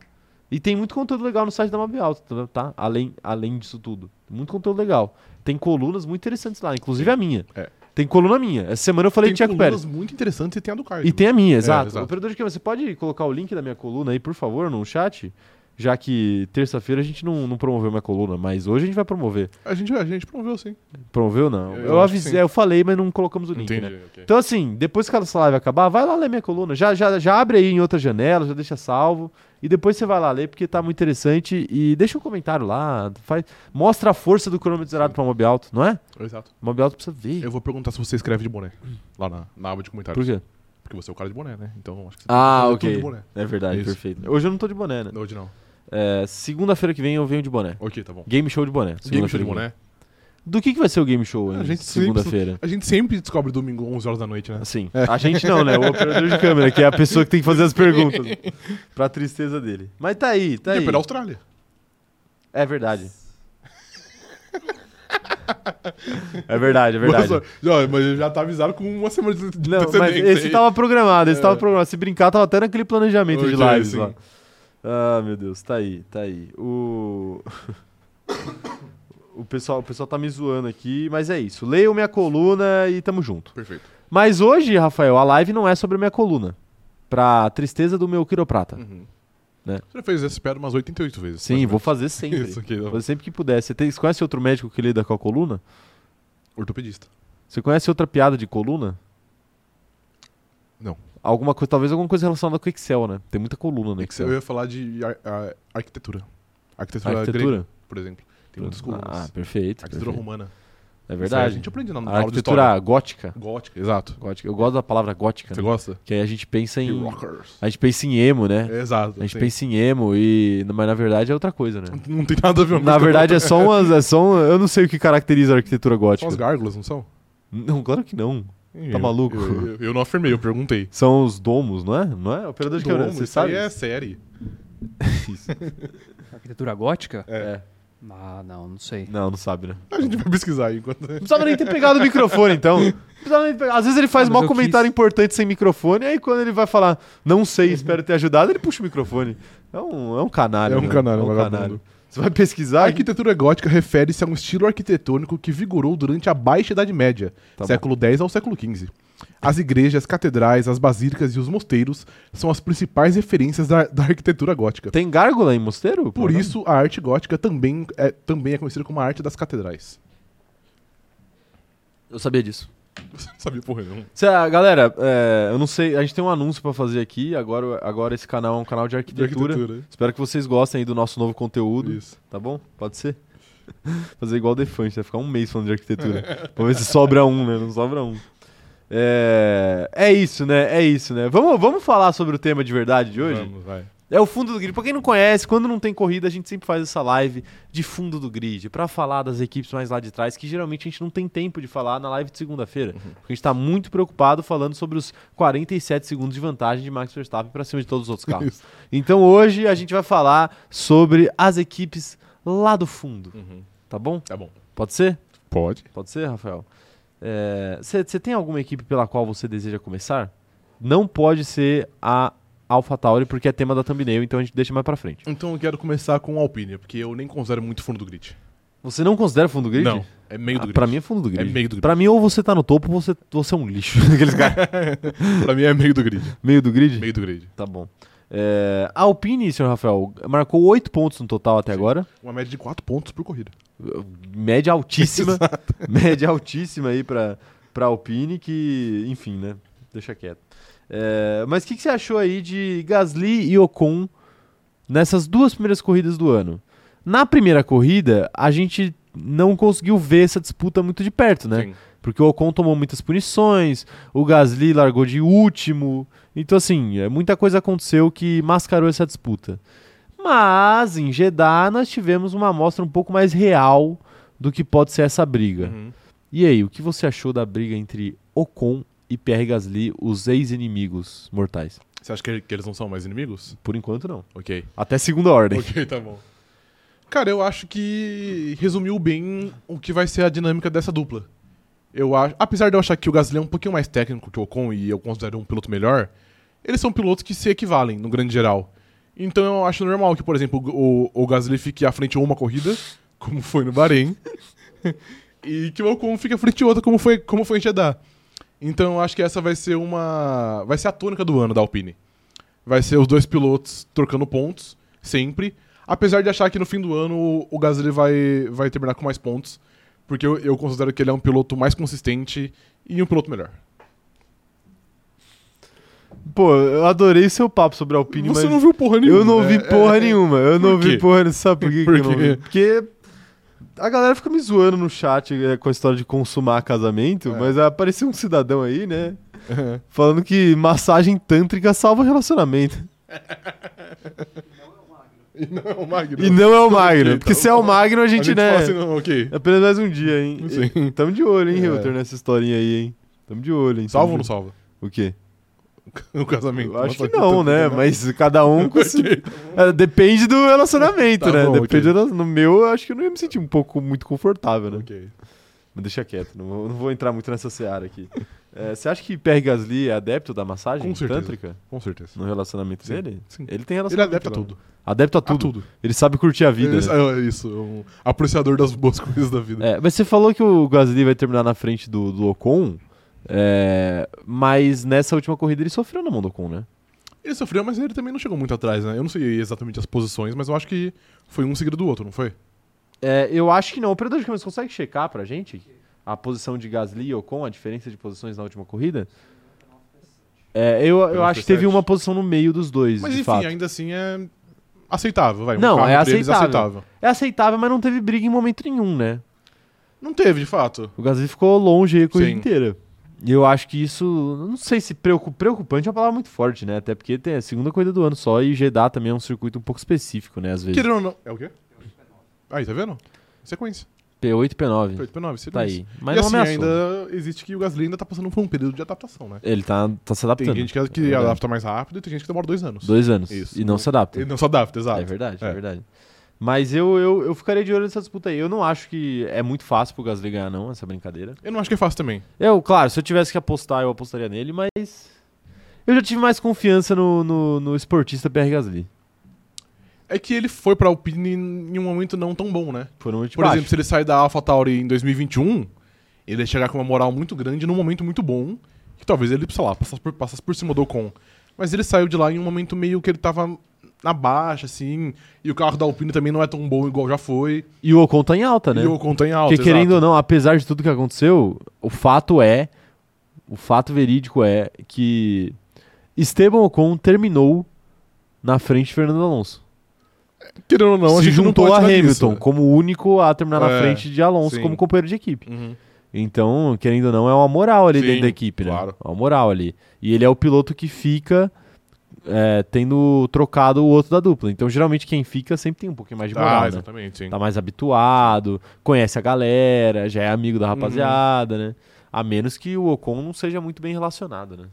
Speaker 1: E tem muito conteúdo legal no site da Mob Alto, tá? Além, além disso tudo. Muito conteúdo legal. Tem colunas muito interessantes lá, inclusive a minha.
Speaker 2: É.
Speaker 1: Tem coluna minha. Essa semana eu falei
Speaker 2: Tem
Speaker 1: de Tiago Pérez.
Speaker 2: colunas muito interessantes e tem a do né? Caio.
Speaker 1: E tem a minha, exato.
Speaker 2: exato.
Speaker 1: Operador de câmera, você pode colocar o link da minha coluna aí, por favor, no chat? Já que terça-feira a gente não, não promoveu minha coluna, mas hoje a gente vai promover.
Speaker 2: A gente, a gente promoveu sim.
Speaker 1: Promoveu, não.
Speaker 2: Eu
Speaker 1: Eu,
Speaker 2: acho que sim.
Speaker 1: avisei, eu falei, mas não colocamos o link, né?
Speaker 2: Entendi. ok.
Speaker 1: Então, assim, depois que essa live acabar, vai lá ler minha coluna. Já, já, já abre aí em outra janela, já deixa salvo. E depois você vai lá ler, porque tá muito interessante. E deixa um comentário lá. Faz, mostra a força do cronômetro zerado pra Mob Alto, não é?
Speaker 2: Exato.
Speaker 1: Mob Alto precisa ver.
Speaker 2: Eu vou perguntar se você escreve de boné. Lá na, na aba de
Speaker 1: Por
Speaker 2: comentários.
Speaker 1: quê?
Speaker 2: Porque você é o cara de boné, né? Então acho que você
Speaker 1: Ah,
Speaker 2: eu tô
Speaker 1: ok.
Speaker 2: de boné.
Speaker 1: É verdade,
Speaker 2: Isso.
Speaker 1: perfeito. Hoje eu não tô de boné, né?
Speaker 2: Não, Hoje não.
Speaker 1: É, segunda-feira que vem eu venho de boné.
Speaker 2: Ok, tá bom.
Speaker 1: Game show de boné.
Speaker 2: Game
Speaker 1: segunda-feira
Speaker 2: show de
Speaker 1: que vem.
Speaker 2: boné. Ah,
Speaker 1: Do que, que vai ser o game show
Speaker 2: A
Speaker 1: em
Speaker 2: gente sempre-
Speaker 1: segunda-feira?
Speaker 2: A gente sempre descobre domingo 11 horas da noite, né?
Speaker 1: Assim, a gente não, né? O operador de câmera, que é a pessoa que tem que fazer as perguntas. pra tristeza dele. Mas tá aí, tá aí.
Speaker 2: Ia pela Austrália.
Speaker 1: É verdade. é verdade, é verdade.
Speaker 2: Mas, ó, mas já tá avisado com uma semana de de
Speaker 1: Não, mas
Speaker 2: antecedência
Speaker 1: esse tá
Speaker 2: aí.
Speaker 1: tava programado, esse
Speaker 2: É.
Speaker 1: tava programado. Se brincar, tava até naquele planejamento
Speaker 2: Hoje
Speaker 1: de
Speaker 2: é,
Speaker 1: lives
Speaker 2: sim.
Speaker 1: lá. Ah, meu Deus, tá aí, tá aí. O. O pessoal, o pessoal tá me zoando aqui, mas é isso. Leiam minha coluna e tamo junto.
Speaker 2: Perfeito.
Speaker 1: Mas hoje, Rafael, a live não é sobre a minha coluna. Pra tristeza do meu quiroprata.
Speaker 2: Uhum.
Speaker 1: Né?
Speaker 2: Você já fez essa piada umas 88 vezes.
Speaker 1: Sim, vou
Speaker 2: mais
Speaker 1: fazer
Speaker 2: ou
Speaker 1: sempre.
Speaker 2: menos. Isso então. aqui,
Speaker 1: Vou
Speaker 2: ó.
Speaker 1: fazer sempre que puder. Você, tem- você conhece outro médico que lida com a coluna?
Speaker 2: Ortopedista.
Speaker 1: Você conhece outra piada de coluna?
Speaker 2: Não.
Speaker 1: Alguma coisa, talvez alguma coisa relacionada com Excel, né? Tem muita coluna no Excel.
Speaker 2: Eu ia falar de ar- a- arquitetura. Arquitetura,
Speaker 1: Arquitetura?
Speaker 2: grega, por exemplo. Tem muitas
Speaker 1: Ah,
Speaker 2: colunas.
Speaker 1: perfeito.
Speaker 2: arquitetura
Speaker 1: perfeito.
Speaker 2: romana.
Speaker 1: É
Speaker 2: Isso aí A
Speaker 1: verdade.
Speaker 2: gente aprende na na
Speaker 1: A
Speaker 2: aula de história.
Speaker 1: arquitetura gótica.
Speaker 2: Gótica, exato.
Speaker 1: gótica. Eu gosto da palavra gótica,
Speaker 2: Você
Speaker 1: né?
Speaker 2: gosta?
Speaker 1: que aí a gente pensa em
Speaker 2: Rockers.
Speaker 1: a gente pensa em emo, né?
Speaker 2: Exato.
Speaker 1: A gente
Speaker 2: É, sim.
Speaker 1: pensa em emo e mas na verdade é outra coisa, né?
Speaker 2: Não tem nada a ver com
Speaker 1: Na
Speaker 2: isso que eu
Speaker 1: verdade
Speaker 2: tô-
Speaker 1: é só umas, é só um- eu não sei o que caracteriza a arquitetura
Speaker 2: São as
Speaker 1: gótica.
Speaker 2: gárgulas, não são?
Speaker 1: Não, claro que não.
Speaker 2: Tá
Speaker 1: maluco?
Speaker 2: Eu, eu- eu não afirmei, eu perguntei.
Speaker 1: São os domos, não é? Não é? Operador de câmera,
Speaker 2: Domo,
Speaker 1: você
Speaker 2: isso
Speaker 1: sabe?
Speaker 2: aí é série.
Speaker 1: Isso.
Speaker 3: Arquitetura gótica?
Speaker 1: É.
Speaker 3: Ah, não, não sei.
Speaker 1: Não, não sabe, né?
Speaker 2: A gente vai pesquisar aí enquanto.
Speaker 1: Não precisava nem ter pegado o microfone, então. Não precisava nem ter pegado. Às vezes ele faz
Speaker 3: Ah, mas
Speaker 1: mau
Speaker 3: eu
Speaker 1: comentário
Speaker 3: quis.
Speaker 1: importante sem microfone, e aí quando ele vai falar, não sei, espero ter ajudado, ele puxa o microfone. É um, é um canário.
Speaker 2: É um
Speaker 1: né?
Speaker 2: canário,
Speaker 1: é um
Speaker 2: vagabundo.
Speaker 1: canário. Você vai
Speaker 2: A
Speaker 1: pesquisar?
Speaker 2: arquitetura gótica refere-se a um estilo arquitetônico que vigorou durante a Baixa Idade Média,
Speaker 1: Tá bom.
Speaker 2: século X ao século XV. As igrejas, catedrais, as basílicas e os mosteiros são as principais referências da, da arquitetura gótica.
Speaker 1: Tem gárgula em mosteiro?
Speaker 2: Por isso, a arte gótica também é, também é conhecida como a arte das catedrais.
Speaker 1: Eu sabia disso.
Speaker 2: Você não sabia porra é um nenhuma.
Speaker 1: ah, galera, é, eu não sei, a gente tem um anúncio pra fazer aqui, agora, agora esse canal é um canal de
Speaker 2: De
Speaker 1: arquitetura.
Speaker 2: arquitetura.
Speaker 1: Espero que vocês gostem aí do nosso novo conteúdo,
Speaker 2: Isso.
Speaker 1: tá bom? Pode ser? Fazer igual o Defante, vai ficar um mês falando de arquitetura. pra ver se sobra um, né? Não sobra um. É, é isso, né? É isso, né? Vamos, vamos falar sobre o tema de verdade de hoje?
Speaker 2: Vamos, vai.
Speaker 1: É o fundo do grid. Pra quem não conhece, quando não tem corrida, a gente sempre faz essa live de fundo do grid pra falar das equipes mais lá de trás, que geralmente a gente não tem tempo de falar na live de segunda-feira.
Speaker 2: Uhum.
Speaker 1: Porque a gente tá muito preocupado falando sobre os 47 segundos de vantagem de Max Verstappen pra cima de todos os outros carros.
Speaker 2: Isso.
Speaker 1: Então hoje a gente vai falar sobre as equipes lá do fundo,
Speaker 2: Uhum.
Speaker 1: tá bom?
Speaker 2: Tá bom.
Speaker 1: Pode ser?
Speaker 2: Pode.
Speaker 1: Pode ser, Rafael? Você tem alguma equipe pela qual você deseja começar? Não pode ser a AlphaTauri, porque é tema da thumbnail, então a gente deixa mais pra frente.
Speaker 2: Então eu quero começar com a Alpine, porque eu nem considero muito fundo do grid.
Speaker 1: Você não considera fundo do grid?
Speaker 2: Não, é meio do
Speaker 1: Ah,
Speaker 2: grid.
Speaker 1: pra mim é fundo do
Speaker 2: É
Speaker 1: grid.
Speaker 2: meio do grid.
Speaker 1: Pra mim, ou você tá no topo, ou você, você é um lixo. Aqueles caras.
Speaker 2: Pra mim é meio do grid.
Speaker 1: Meio do grid?
Speaker 2: Meio do grid.
Speaker 1: Tá bom. É, a Alpine, senhor Rafael, marcou 8 pontos no total até agora.
Speaker 2: Uma média de 4 pontos por corrida.
Speaker 1: Média altíssima. média altíssima aí pra, pra Alpine, que, enfim, né? Deixa quieto. É, mas o que, que você achou aí de Gasly e Ocon nessas duas primeiras corridas do ano? Na primeira corrida, a gente não conseguiu ver essa disputa muito de perto, né?
Speaker 2: Sim.
Speaker 1: Porque o Ocon tomou muitas punições, o Gasly largou de último. Então, assim, é, muita coisa aconteceu que mascarou essa disputa. Mas, em Jeddah, nós tivemos uma amostra um pouco mais real do que pode ser essa briga.
Speaker 2: Uhum.
Speaker 1: E aí, o que você achou da briga entre Ocon e Pierre Gasly, os ex-inimigos mortais?
Speaker 2: Você acha que, ele- que eles não são mais inimigos?
Speaker 1: Por enquanto, não.
Speaker 2: Ok.
Speaker 1: Até segunda ordem.
Speaker 2: Ok, tá bom. Cara, eu acho que resumiu bem o que vai ser a dinâmica dessa dupla. Eu acho, apesar de eu achar que o Gasly é um pouquinho mais técnico que o Ocon e eu considero um piloto melhor, eles são pilotos que se equivalem no grande geral. Então eu acho normal que, por exemplo, o, o Gasly fique à frente de uma corrida, como foi no Bahrein, e que o Ocon fique à frente de outra, como foi, como foi em Jeddah. Então eu acho que essa vai ser uma, vai ser a tônica do ano da Alpine. Vai ser os dois pilotos trocando pontos sempre. Apesar de achar que no fim do ano o- o Gasly vai, vai terminar com mais pontos. Porque eu, eu considero que ele é um piloto mais consistente e um piloto melhor.
Speaker 1: Pô, eu adorei seu papo sobre a Alpine,
Speaker 2: Você
Speaker 1: mas
Speaker 2: não viu porra nenhuma.
Speaker 1: eu não vi
Speaker 2: É,
Speaker 1: porra nenhuma. Eu não
Speaker 2: Por
Speaker 1: vi
Speaker 2: quê?
Speaker 1: porra nenhuma. Sabe por quê que
Speaker 2: Por
Speaker 1: eu não
Speaker 2: quê?
Speaker 1: vi? Porque a galera fica me zoando no chat eh, com a história de consumar casamento,
Speaker 2: É.
Speaker 1: mas apareceu um cidadão aí, né?
Speaker 2: é.
Speaker 1: Falando que massagem tântrica salva relacionamento.
Speaker 2: E não é o Magno.
Speaker 1: E não é o Magno.
Speaker 2: então,
Speaker 1: Porque se é o Magno, a gente, né?
Speaker 2: fala assim, não, ok.
Speaker 1: É apenas mais um dia, hein?
Speaker 2: Sim.
Speaker 1: E- Tamo de olho, hein,
Speaker 2: É.
Speaker 1: Reuter, nessa historinha aí, hein? Tamo de olho, hein?
Speaker 2: Salva
Speaker 1: Tamo
Speaker 2: ou não
Speaker 1: de-
Speaker 2: salva?
Speaker 1: O quê?
Speaker 2: O casamento. é
Speaker 1: Eu acho que
Speaker 2: Nossa,
Speaker 1: não,
Speaker 2: tanto-
Speaker 1: né? Mas cada um com seu- É, Depende do relacionamento,
Speaker 2: Tá
Speaker 1: né?
Speaker 2: bom,
Speaker 1: Depende
Speaker 2: ok.
Speaker 1: do- No meu, eu acho que eu não ia me sentir um pouco muito confortável, né?
Speaker 2: Ok.
Speaker 1: Mas deixa quieto, não vou, não vou entrar muito nessa seara aqui. É, você acha que Pierre Gasly é adepto da massagem
Speaker 2: Com certeza.
Speaker 1: tântrica
Speaker 2: Com certeza.
Speaker 1: no relacionamento
Speaker 2: Sim,
Speaker 1: dele?
Speaker 2: sim.
Speaker 1: Ele tem
Speaker 2: Ele é
Speaker 1: relacionamento.
Speaker 2: adepto a
Speaker 1: agora.
Speaker 2: tudo.
Speaker 1: Adepto a
Speaker 2: A
Speaker 1: tudo.
Speaker 2: tudo.
Speaker 1: Ele sabe curtir a vida.
Speaker 2: Ele-
Speaker 1: né?
Speaker 2: é isso, um apreciador das boas coisas da vida.
Speaker 1: É, mas você falou que o Gasly vai terminar na frente do, do Ocon, é, mas nessa última corrida ele sofreu na mão do Ocon, né?
Speaker 2: Ele sofreu, mas ele também não chegou muito atrás, né? Eu não sei exatamente as posições, mas eu acho que foi um seguido do outro, não foi?
Speaker 1: É, eu acho que não. O operador de câmeras consegue checar pra gente a posição de Gasly e Ocon, a diferença de posições na última corrida? É, eu, eu
Speaker 2: Pelo
Speaker 1: acho que teve
Speaker 2: F7.
Speaker 1: uma posição no meio dos dois,
Speaker 2: Mas
Speaker 1: de
Speaker 2: enfim,
Speaker 1: fato.
Speaker 2: ainda assim é aceitável, vai. um
Speaker 1: Não,
Speaker 2: carro
Speaker 1: é
Speaker 2: entre eles
Speaker 1: aceitável. É aceitável, mas não teve briga em momento nenhum, né?
Speaker 2: Não teve, de fato.
Speaker 1: O Gasly ficou longe aí a corrida
Speaker 2: Sim.
Speaker 1: inteira. E eu acho que isso, não sei se preocu- preocupante é uma palavra muito forte, né? Até porque tem a segunda corrida do ano só e Jeddah também é um circuito um pouco específico, né? Às vezes.
Speaker 2: Querendo ou não. É o quê? Aí, tá vendo? Sequência.
Speaker 1: P8 e P9.
Speaker 2: P8, P9, sequência.
Speaker 1: Tá aí. Mas
Speaker 2: Mas e
Speaker 1: não
Speaker 2: assim,
Speaker 1: ameaçou.
Speaker 2: ainda existe que o Gasly ainda tá passando por um período de adaptação, né?
Speaker 1: Ele tá, tá se
Speaker 2: Tem
Speaker 1: adaptando.
Speaker 2: gente que, que
Speaker 1: verdade.
Speaker 2: adapta mais rápido e tem gente que demora dois anos.
Speaker 1: Dois anos.
Speaker 2: Isso.
Speaker 1: E não se adapta.
Speaker 2: Ele não se adapta, exato.
Speaker 1: É verdade, é,
Speaker 2: É.
Speaker 1: verdade. Mas eu, eu, eu ficaria de olho nessa disputa aí. Eu não acho que é muito fácil pro Gasly ganhar, não, essa brincadeira.
Speaker 2: Eu não acho que é fácil também.
Speaker 1: Eu, claro, se eu tivesse que apostar, eu apostaria nele, mas. Eu já tive mais confiança no, no, no esportista Pierre Gasly.
Speaker 2: É que ele foi pra Alpine em um momento não tão bom, né?
Speaker 1: Por, um monte de
Speaker 2: Por
Speaker 1: baixo.
Speaker 2: exemplo, se ele sair da AlphaTauri em 2021, ele ia chegar com uma moral muito grande num momento muito bom, que talvez ele, sei lá, passasse por, passasse por cima do Ocon. Mas ele saiu de lá em um momento meio que ele tava na baixa, assim, e o carro da Alpine também não é tão bom igual já foi,
Speaker 1: E o Ocon tá em alta, né?
Speaker 2: e o Ocon tá em alta,
Speaker 1: Porque querendo ou
Speaker 2: exato.
Speaker 1: não, apesar de tudo que aconteceu, o fato é, o fato verídico é que Esteban Ocon terminou na frente de Fernando Alonso.
Speaker 2: Querendo ou não, a
Speaker 1: se
Speaker 2: gente não
Speaker 1: juntou
Speaker 2: pode
Speaker 1: a
Speaker 2: tirar
Speaker 1: Hamilton
Speaker 2: disso, né?
Speaker 1: como o único a terminar na
Speaker 2: É,
Speaker 1: frente de Alonso
Speaker 2: sim.
Speaker 1: como companheiro de equipe.
Speaker 2: Uhum.
Speaker 1: Então, querendo ou não, é uma moral ali
Speaker 2: Sim,
Speaker 1: dentro da equipe, né?
Speaker 2: claro.
Speaker 1: É uma moral ali. E ele é o piloto que fica é, tendo trocado o outro da dupla. Então, geralmente, quem fica sempre tem um pouquinho mais de moral,
Speaker 2: Ah,
Speaker 1: né?
Speaker 2: exatamente, sim.
Speaker 1: Tá mais habituado, conhece a galera, já é amigo
Speaker 2: Uhum.
Speaker 1: da rapaziada, né? A menos que o Ocon não seja muito bem relacionado, né?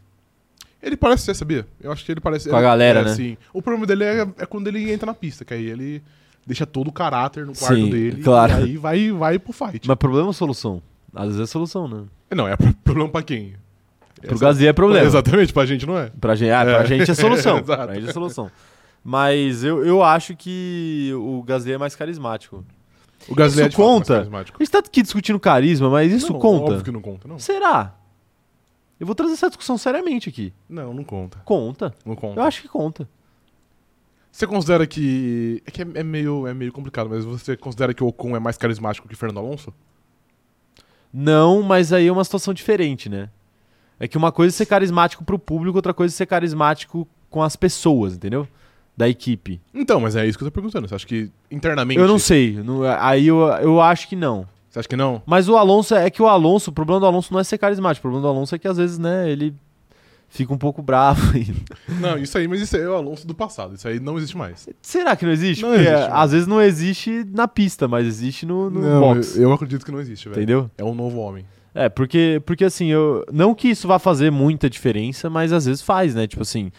Speaker 2: Ele parece ser, sabia? Eu acho que ele parece...
Speaker 1: Com a galera,
Speaker 2: é,
Speaker 1: né?
Speaker 2: Sim. O problema dele é, é quando ele entra na pista, que aí ele deixa todo o caráter no quarto
Speaker 1: Sim,
Speaker 2: dele,
Speaker 1: claro.
Speaker 2: e aí vai, vai pro fight. né?
Speaker 1: Mas problema ou solução? Às vezes é solução, né?
Speaker 2: Não, é pro- problema pra quem?
Speaker 1: Pro Gasly é problema.
Speaker 2: Exatamente, pra gente não é.
Speaker 1: Pra gente, ah, pra gente é solução. pra
Speaker 2: Exato.
Speaker 1: gente é solução. Mas eu, eu acho que o Gasly é mais carismático.
Speaker 2: O Gasly
Speaker 1: Isso
Speaker 2: é de fato mais
Speaker 1: conta?
Speaker 2: carismático.
Speaker 1: A gente tá aqui discutindo carisma, mas isso
Speaker 2: Não,
Speaker 1: conta?
Speaker 2: Óbvio que não conta, não.
Speaker 1: Será? Eu vou trazer essa discussão seriamente aqui.
Speaker 2: Não, não conta.
Speaker 1: Conta.
Speaker 2: Não conta.
Speaker 1: Eu acho que conta.
Speaker 2: Você considera que. É que é, é meio, é meio complicado, mas você considera que o Ocon é mais carismático que o Fernando Alonso?
Speaker 1: Não, mas aí é uma situação diferente, né? É que uma coisa é ser carismático pro público, outra coisa é ser carismático com as pessoas, entendeu? Da equipe.
Speaker 2: Então, mas é isso que eu tô perguntando. Você acha que internamente.
Speaker 1: Eu não sei. não- aí eu, eu acho que não.
Speaker 2: Você Você acha que não?
Speaker 1: Mas o Alonso é que o Alonso, o problema do Alonso não é ser carismático, o problema do Alonso é que às vezes, né, ele fica um pouco bravo. e-
Speaker 2: Não, isso aí, mas isso aí é o Alonso do passado. Isso aí não existe mais.
Speaker 1: Será que não existe?
Speaker 2: Não
Speaker 1: Porque
Speaker 2: existe,
Speaker 1: é,
Speaker 2: né?
Speaker 1: às vezes não existe na pista, mas existe no, no box.
Speaker 2: eu, eu acredito que não existe, velho.
Speaker 1: Entendeu?
Speaker 2: É um novo homem.
Speaker 1: É, porque, porque assim, eu. Não que isso vá fazer muita diferença, mas às vezes faz, né? Tipo assim,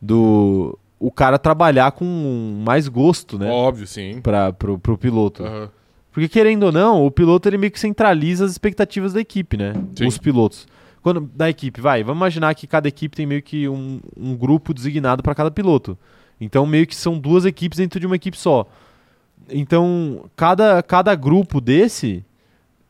Speaker 1: do. O cara trabalhar com mais gosto, né?
Speaker 2: Óbvio, sim.
Speaker 1: Pra, pro, pro piloto.
Speaker 2: Aham.
Speaker 1: Porque querendo ou não, o piloto ele meio que centraliza as expectativas da equipe, né?
Speaker 2: Sim.
Speaker 1: Os pilotos. Quando, da equipe, vai, vamos imaginar que cada equipe tem meio que um, um grupo designado para cada piloto. Então meio que são duas equipes dentro de uma equipe só. Então cada, cada grupo desse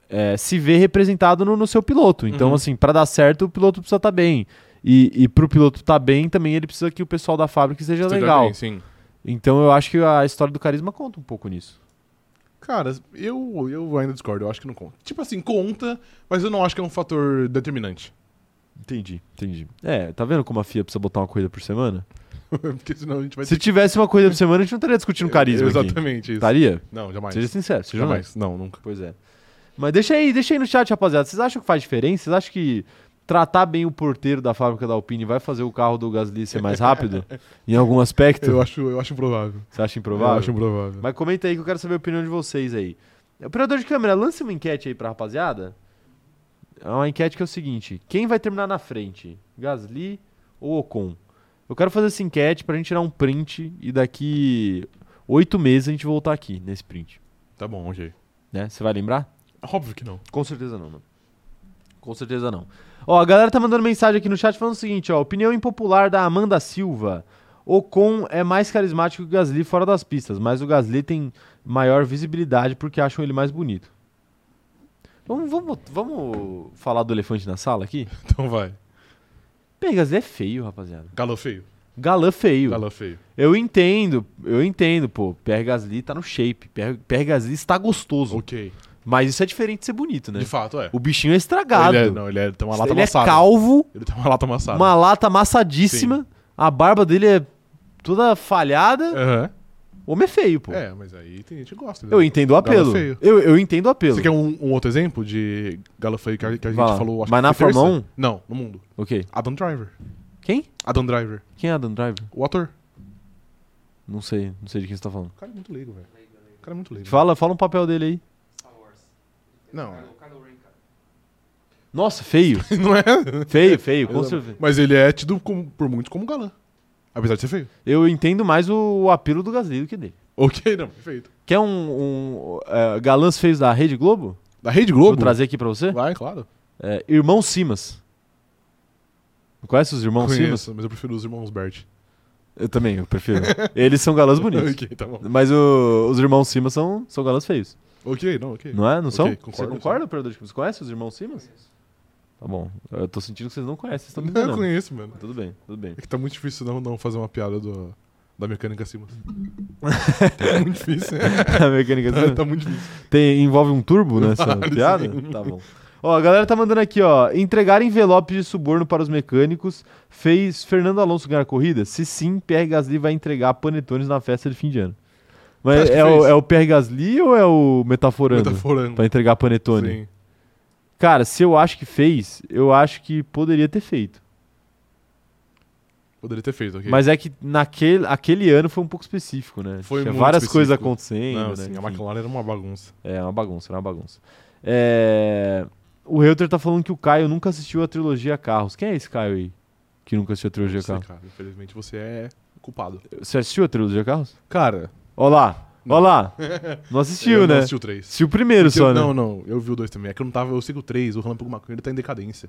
Speaker 1: é, se vê representado no, no seu piloto. Então
Speaker 2: Uhum.
Speaker 1: assim, para dar certo o piloto precisa estar bem. E, e para o piloto estar bem também ele precisa que o pessoal da fábrica seja
Speaker 2: Esteja
Speaker 1: é legal.
Speaker 2: bem, sim.
Speaker 1: Então eu acho que a história do carisma conta um pouco nisso.
Speaker 2: Cara, eu, eu ainda discordo, eu acho que não conta. Tipo assim, conta, mas eu não acho que é um fator determinante.
Speaker 1: Entendi, entendi. É, tá vendo como a FIA precisa botar uma corrida por semana?
Speaker 2: Porque senão a gente vai
Speaker 1: Se tivesse uma corrida por semana, a gente não estaria discutindo um carisma aqui.
Speaker 2: É, Exatamente isso.
Speaker 1: Estaria?
Speaker 2: Não, jamais.
Speaker 1: Seja sincero, seja honesto.
Speaker 2: jamais. Não, nunca.
Speaker 1: Pois é. Mas deixa aí, deixa aí no chat, rapaziada. Vocês acham que faz diferença? Vocês acham que tratar bem o porteiro da fábrica da Alpine vai fazer o carro do Gasly ser mais rápido? em algum aspecto?
Speaker 2: Eu acho, eu acho improvável.
Speaker 1: Você acha
Speaker 2: Eu
Speaker 1: improvável?
Speaker 2: acho improvável.
Speaker 1: Mas comenta aí que eu quero saber a opinião de vocês aí. Operador de câmera, lance uma enquete aí pra rapaziada. É uma enquete que é o seguinte: quem vai terminar na frente? Gasly ou Ocon? Eu quero fazer essa enquete pra gente tirar um print e daqui oito meses a gente voltar aqui nesse print.
Speaker 2: Tá bom, ok.
Speaker 1: Né? Você vai lembrar?
Speaker 2: Ah, Óbvio que não.
Speaker 1: Com certeza não, mano. Com certeza não. Ó, a galera tá mandando mensagem aqui no chat falando o seguinte, ó. Opinião impopular da Amanda Silva. Ocon é mais carismático que o Gasly fora das pistas, mas o Gasly tem maior visibilidade porque acham ele mais bonito. Vamos, vamos, vamos falar do elefante na sala aqui?
Speaker 2: Então vai.
Speaker 1: Pô, Gasly é feio, rapaziada.
Speaker 2: Galo feio.
Speaker 1: Galã feio.
Speaker 2: Galo feio.
Speaker 1: Eu entendo, eu entendo, pô. Pierre Gasly tá no shape. Pierre, Pierre Gasly está gostoso.
Speaker 2: Ok.
Speaker 1: Mas isso é diferente de ser bonito, né?
Speaker 2: De fato, é.
Speaker 1: O bichinho é estragado.
Speaker 2: Ele é, não, ele é, tem uma lata
Speaker 1: ele é
Speaker 2: amassada.
Speaker 1: calvo,
Speaker 2: Ele tem uma lata amassada.
Speaker 1: uma lata amassadíssima, a barba dele é toda falhada.
Speaker 2: Aham.
Speaker 1: O homem é feio, pô.
Speaker 2: É, mas aí tem gente que gosta.
Speaker 1: Eu entendo o
Speaker 2: Galo
Speaker 1: apelo.
Speaker 2: feio.
Speaker 1: Eu, eu entendo o apelo.
Speaker 2: Você quer um, um outro exemplo de galo feio que a, que a gente
Speaker 1: Vai lá.
Speaker 2: falou? Acho
Speaker 1: Mas
Speaker 2: que
Speaker 1: na
Speaker 2: foi
Speaker 1: Fórmula
Speaker 2: terça? Não, no mundo.
Speaker 1: Ok.
Speaker 2: Adam Driver.
Speaker 1: Quem?
Speaker 2: Adam Driver.
Speaker 1: Quem é Adam Driver?
Speaker 2: O ator.
Speaker 1: Não sei, não sei de quem você tá falando.
Speaker 2: O cara é muito leigo, velho. O cara é muito leigo.
Speaker 1: Fala, fala um papel dele aí.
Speaker 2: Não.
Speaker 1: Nossa, feio.
Speaker 2: Não é?
Speaker 1: Feio, feio. com certeza.
Speaker 2: Mas ele é tido como- por muitos como galã. Apesar de ser feio.
Speaker 1: Eu entendo mais o, o apelo do Gasly do que dele.
Speaker 2: Ok, não, perfeito.
Speaker 1: Quer um, um é, galãs feios da Rede Globo?
Speaker 2: Da Rede
Speaker 1: Vou
Speaker 2: Globo?
Speaker 1: trazer aqui pra você.
Speaker 2: Vai, claro.
Speaker 1: É, Irmão Simas. Conhece os irmãos Simas?
Speaker 2: Conheço, mas eu prefiro os irmãos Bert.
Speaker 1: Eu também, eu prefiro. Eles são galãs bonitos.
Speaker 2: ok, tá bom.
Speaker 1: Mas o- os irmãos Simas são, são galãs feios.
Speaker 2: Ok, não, ok.
Speaker 1: Não é? Não são?
Speaker 2: Ok,
Speaker 1: Você
Speaker 2: concordo,
Speaker 1: concorda, operador? de câmera? Você conhece os irmãos Simas? Tá bom. Eu tô sentindo que vocês não conhecem, vocês estão me
Speaker 2: Não, eu
Speaker 1: enganando.
Speaker 2: conheço, mano.
Speaker 1: Tudo bem, tudo bem.
Speaker 2: É que tá muito difícil não, não fazer uma piada do, da mecânica Simas. tá muito difícil.
Speaker 1: A mecânica
Speaker 2: tá,
Speaker 1: Simas
Speaker 2: tá assim. muito difícil.
Speaker 1: tem, envolve um turbo nessa
Speaker 2: Claro,
Speaker 1: piada?
Speaker 2: sim.
Speaker 1: Tá bom. Ó, a galera tá mandando aqui, ó. Entregar envelope de suborno para os mecânicos fez Fernando Alonso ganhar a corrida? Se sim, Pierre Gasly vai entregar panetones na festa de fim de ano. Mas
Speaker 2: Acho que
Speaker 1: é
Speaker 2: fez.
Speaker 1: o, é o Pierre Gasly ou é o Metaforando?
Speaker 2: Metaforando.
Speaker 1: Pra entregar panetone?
Speaker 2: Sim.
Speaker 1: Cara, se eu acho que fez, eu acho que poderia ter feito.
Speaker 2: Poderia ter feito, ok.
Speaker 1: Mas é que naquele aquele ano foi um pouco específico, né?
Speaker 2: Foi
Speaker 1: Tinha
Speaker 2: muito
Speaker 1: várias
Speaker 2: específico.
Speaker 1: coisas acontecendo,
Speaker 2: não,
Speaker 1: né?
Speaker 2: assim, a
Speaker 1: Enfim,
Speaker 2: McLaren era uma bagunça.
Speaker 1: É uma bagunça, era uma bagunça. É, O Reuter tá falando que o Caio nunca assistiu a trilogia Carros. Quem é esse Caio aí? Que nunca assistiu a trilogia
Speaker 2: Você,
Speaker 1: Carros.
Speaker 2: cara, infelizmente você é culpado.
Speaker 1: Você assistiu a trilogia Carros?
Speaker 2: Cara,
Speaker 1: Ó lá, ó lá. Não assistiu,
Speaker 2: eu
Speaker 1: né?
Speaker 2: não
Speaker 1: Assistiu.
Speaker 2: assisti o 3.
Speaker 1: o primeiro
Speaker 2: Porque
Speaker 1: só,
Speaker 2: eu-
Speaker 1: né?
Speaker 2: Não, não, eu vi o 2 também. É que eu não tava, eu sigo o 3, o Relâmpago McQueen tá em decadência.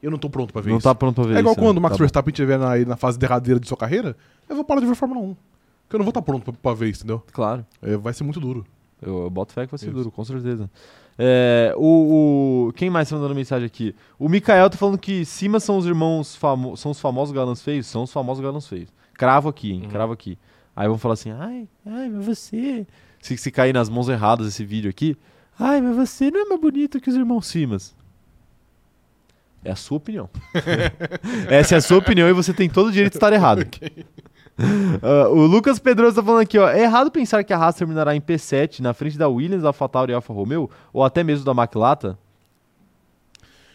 Speaker 2: Eu não tô pronto pra ver
Speaker 1: Não
Speaker 2: isso.
Speaker 1: tá pronto pra ver
Speaker 2: é igual
Speaker 1: isso, né?
Speaker 2: quando o Max
Speaker 1: Tá bom.
Speaker 2: Verstappen estiver na, aí na fase derradeira de sua carreira, eu vou parar de ver Fórmula 1. Porque eu não vou estar pronto pra, pra ver isso, entendeu?
Speaker 1: Claro.
Speaker 2: É, vai ser muito duro.
Speaker 1: Eu, eu boto fé que vai ser
Speaker 2: Isso.
Speaker 1: duro, com certeza. É, o, o- quem mais tá mandando mensagem aqui? O Mikael tá falando que Simas são os irmãos, famo, são os famosos galãs feios? São os famosos galãs feios. Cravo aqui, hein?
Speaker 2: Uhum.
Speaker 1: Cravo aqui. Aí vão falar assim, ai, ai, mas você... Se, se cair nas mãos erradas esse vídeo aqui, ai, mas você não é mais bonito que os irmãos Simas. É a sua opinião. Essa é a sua opinião e você tem todo o direito de estar errado. Ah, o Lucas Pedroso tá falando aqui, ó. É errado pensar que a Haas terminará em P7 na frente da Williams, da AlphaTauri e Alfa Romeo, ou até mesmo da McLata?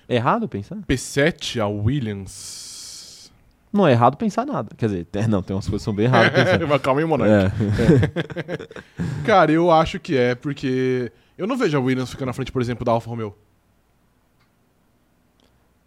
Speaker 1: É errado pensar?
Speaker 2: P7, a Williams.
Speaker 1: Não é errado pensar nada. Quer dizer, é, não, tem umas coisas que são bem erradas. pensar.
Speaker 2: Mas Calma aí, Monark.
Speaker 1: É.
Speaker 2: Cara, eu acho que é, porque eu não vejo a Williams ficando na frente, por exemplo, da Alfa Romeo.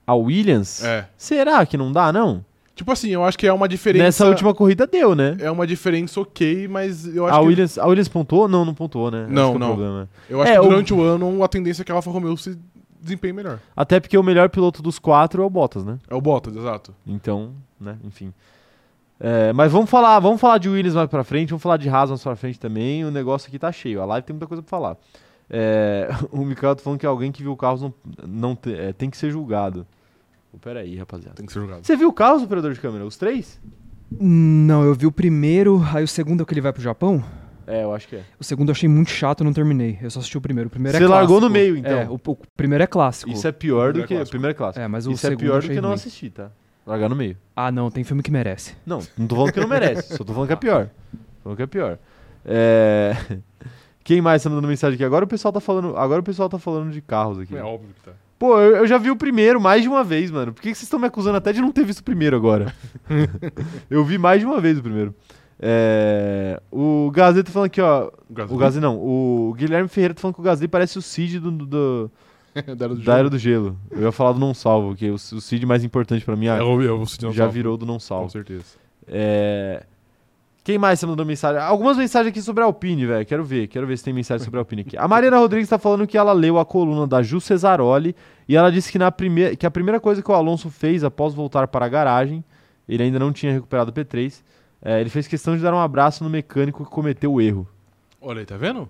Speaker 1: A Williams?
Speaker 2: É.
Speaker 1: Será que não dá, não?
Speaker 2: Tipo assim, eu acho que é uma diferença.
Speaker 1: Nessa última corrida deu, né?
Speaker 2: É uma diferença ok, mas eu acho
Speaker 1: A
Speaker 2: que.
Speaker 1: Williams, a Williams pontuou? Não, não pontuou, né? Esse
Speaker 2: Não,
Speaker 1: que é o
Speaker 2: não.
Speaker 1: problema.
Speaker 2: Eu acho
Speaker 1: É,
Speaker 2: que
Speaker 1: o-
Speaker 2: durante o... ano a tendência é que a Alfa Romeo se desempenhe melhor.
Speaker 1: Até porque o melhor piloto dos quatro é o Bottas, né?
Speaker 2: É o Bottas, exato.
Speaker 1: Então, né, enfim. É, mas vamos falar, vamos falar de Williams mais pra frente, vamos falar de Haas mais pra frente também. O negócio aqui tá cheio. A live tem muita coisa pra falar. É, o Mikael tá falando que alguém que viu o carro não, não te- é, tem que ser julgado. Pô, Pera aí, rapaziada.
Speaker 2: Tem que ser jogado.
Speaker 1: Você viu o carro, operador de câmera? Os três?
Speaker 3: Não, eu vi o primeiro, aí o segundo é o que ele vai pro Japão.
Speaker 1: É, eu acho que é.
Speaker 3: O segundo eu achei muito chato, eu não terminei. Eu só assisti o primeiro. O primeiro
Speaker 1: Você
Speaker 3: é clássico.
Speaker 1: largou no meio, então.
Speaker 3: É, o, o primeiro é clássico.
Speaker 1: Isso é pior do
Speaker 2: Primeira
Speaker 1: que
Speaker 2: classe.
Speaker 1: primeira classe.
Speaker 3: É, mas o
Speaker 1: Isso é
Speaker 3: segundo eu
Speaker 1: pior do
Speaker 3: achei
Speaker 1: que não
Speaker 3: ruim.
Speaker 1: assistir, tá? Largar no meio.
Speaker 3: Ah, não, tem filme que merece.
Speaker 1: Não, não tô falando que não merece, só tô falando que é pior. Tô falando que é pior. É, Quem mais tá mandando mensagem aqui? Agora o pessoal tá falando, agora o pessoal tá falando de carros aqui.
Speaker 2: É óbvio que tá.
Speaker 1: Pô, eu, eu já vi o primeiro mais de uma vez, mano. Por que que vocês estão me acusando até de não ter visto o primeiro agora? eu vi mais de uma vez o primeiro. É, O Gazeta tá falando aqui, ó. O Gasly não, o Guilherme Ferreira tá falando que o Gasly parece o Cid do, do-
Speaker 2: da era do
Speaker 1: da Era
Speaker 2: jogo.
Speaker 1: do Gelo. Eu ia falar do Não Salvo, que é o, o Cid mais importante pra mim
Speaker 2: É,
Speaker 1: ah,
Speaker 2: eu, eu vou sentir um
Speaker 1: já
Speaker 2: salve,
Speaker 1: virou do Não Salvo.
Speaker 2: Com certeza.
Speaker 1: É... Quem mais tá mandando mensagem? Algumas mensagens aqui sobre a Alpine, velho. Quero ver, quero ver se tem mensagem sobre a Alpine aqui. A Mariana Rodrigues tá falando que ela leu a coluna da Ju Cesaroli e ela disse que, na prime... que a primeira coisa que o Alonso fez após voltar para a garagem, ele ainda não tinha recuperado o P3, é, ele fez questão de dar um abraço no mecânico que cometeu o erro.
Speaker 2: Olha aí, tá vendo?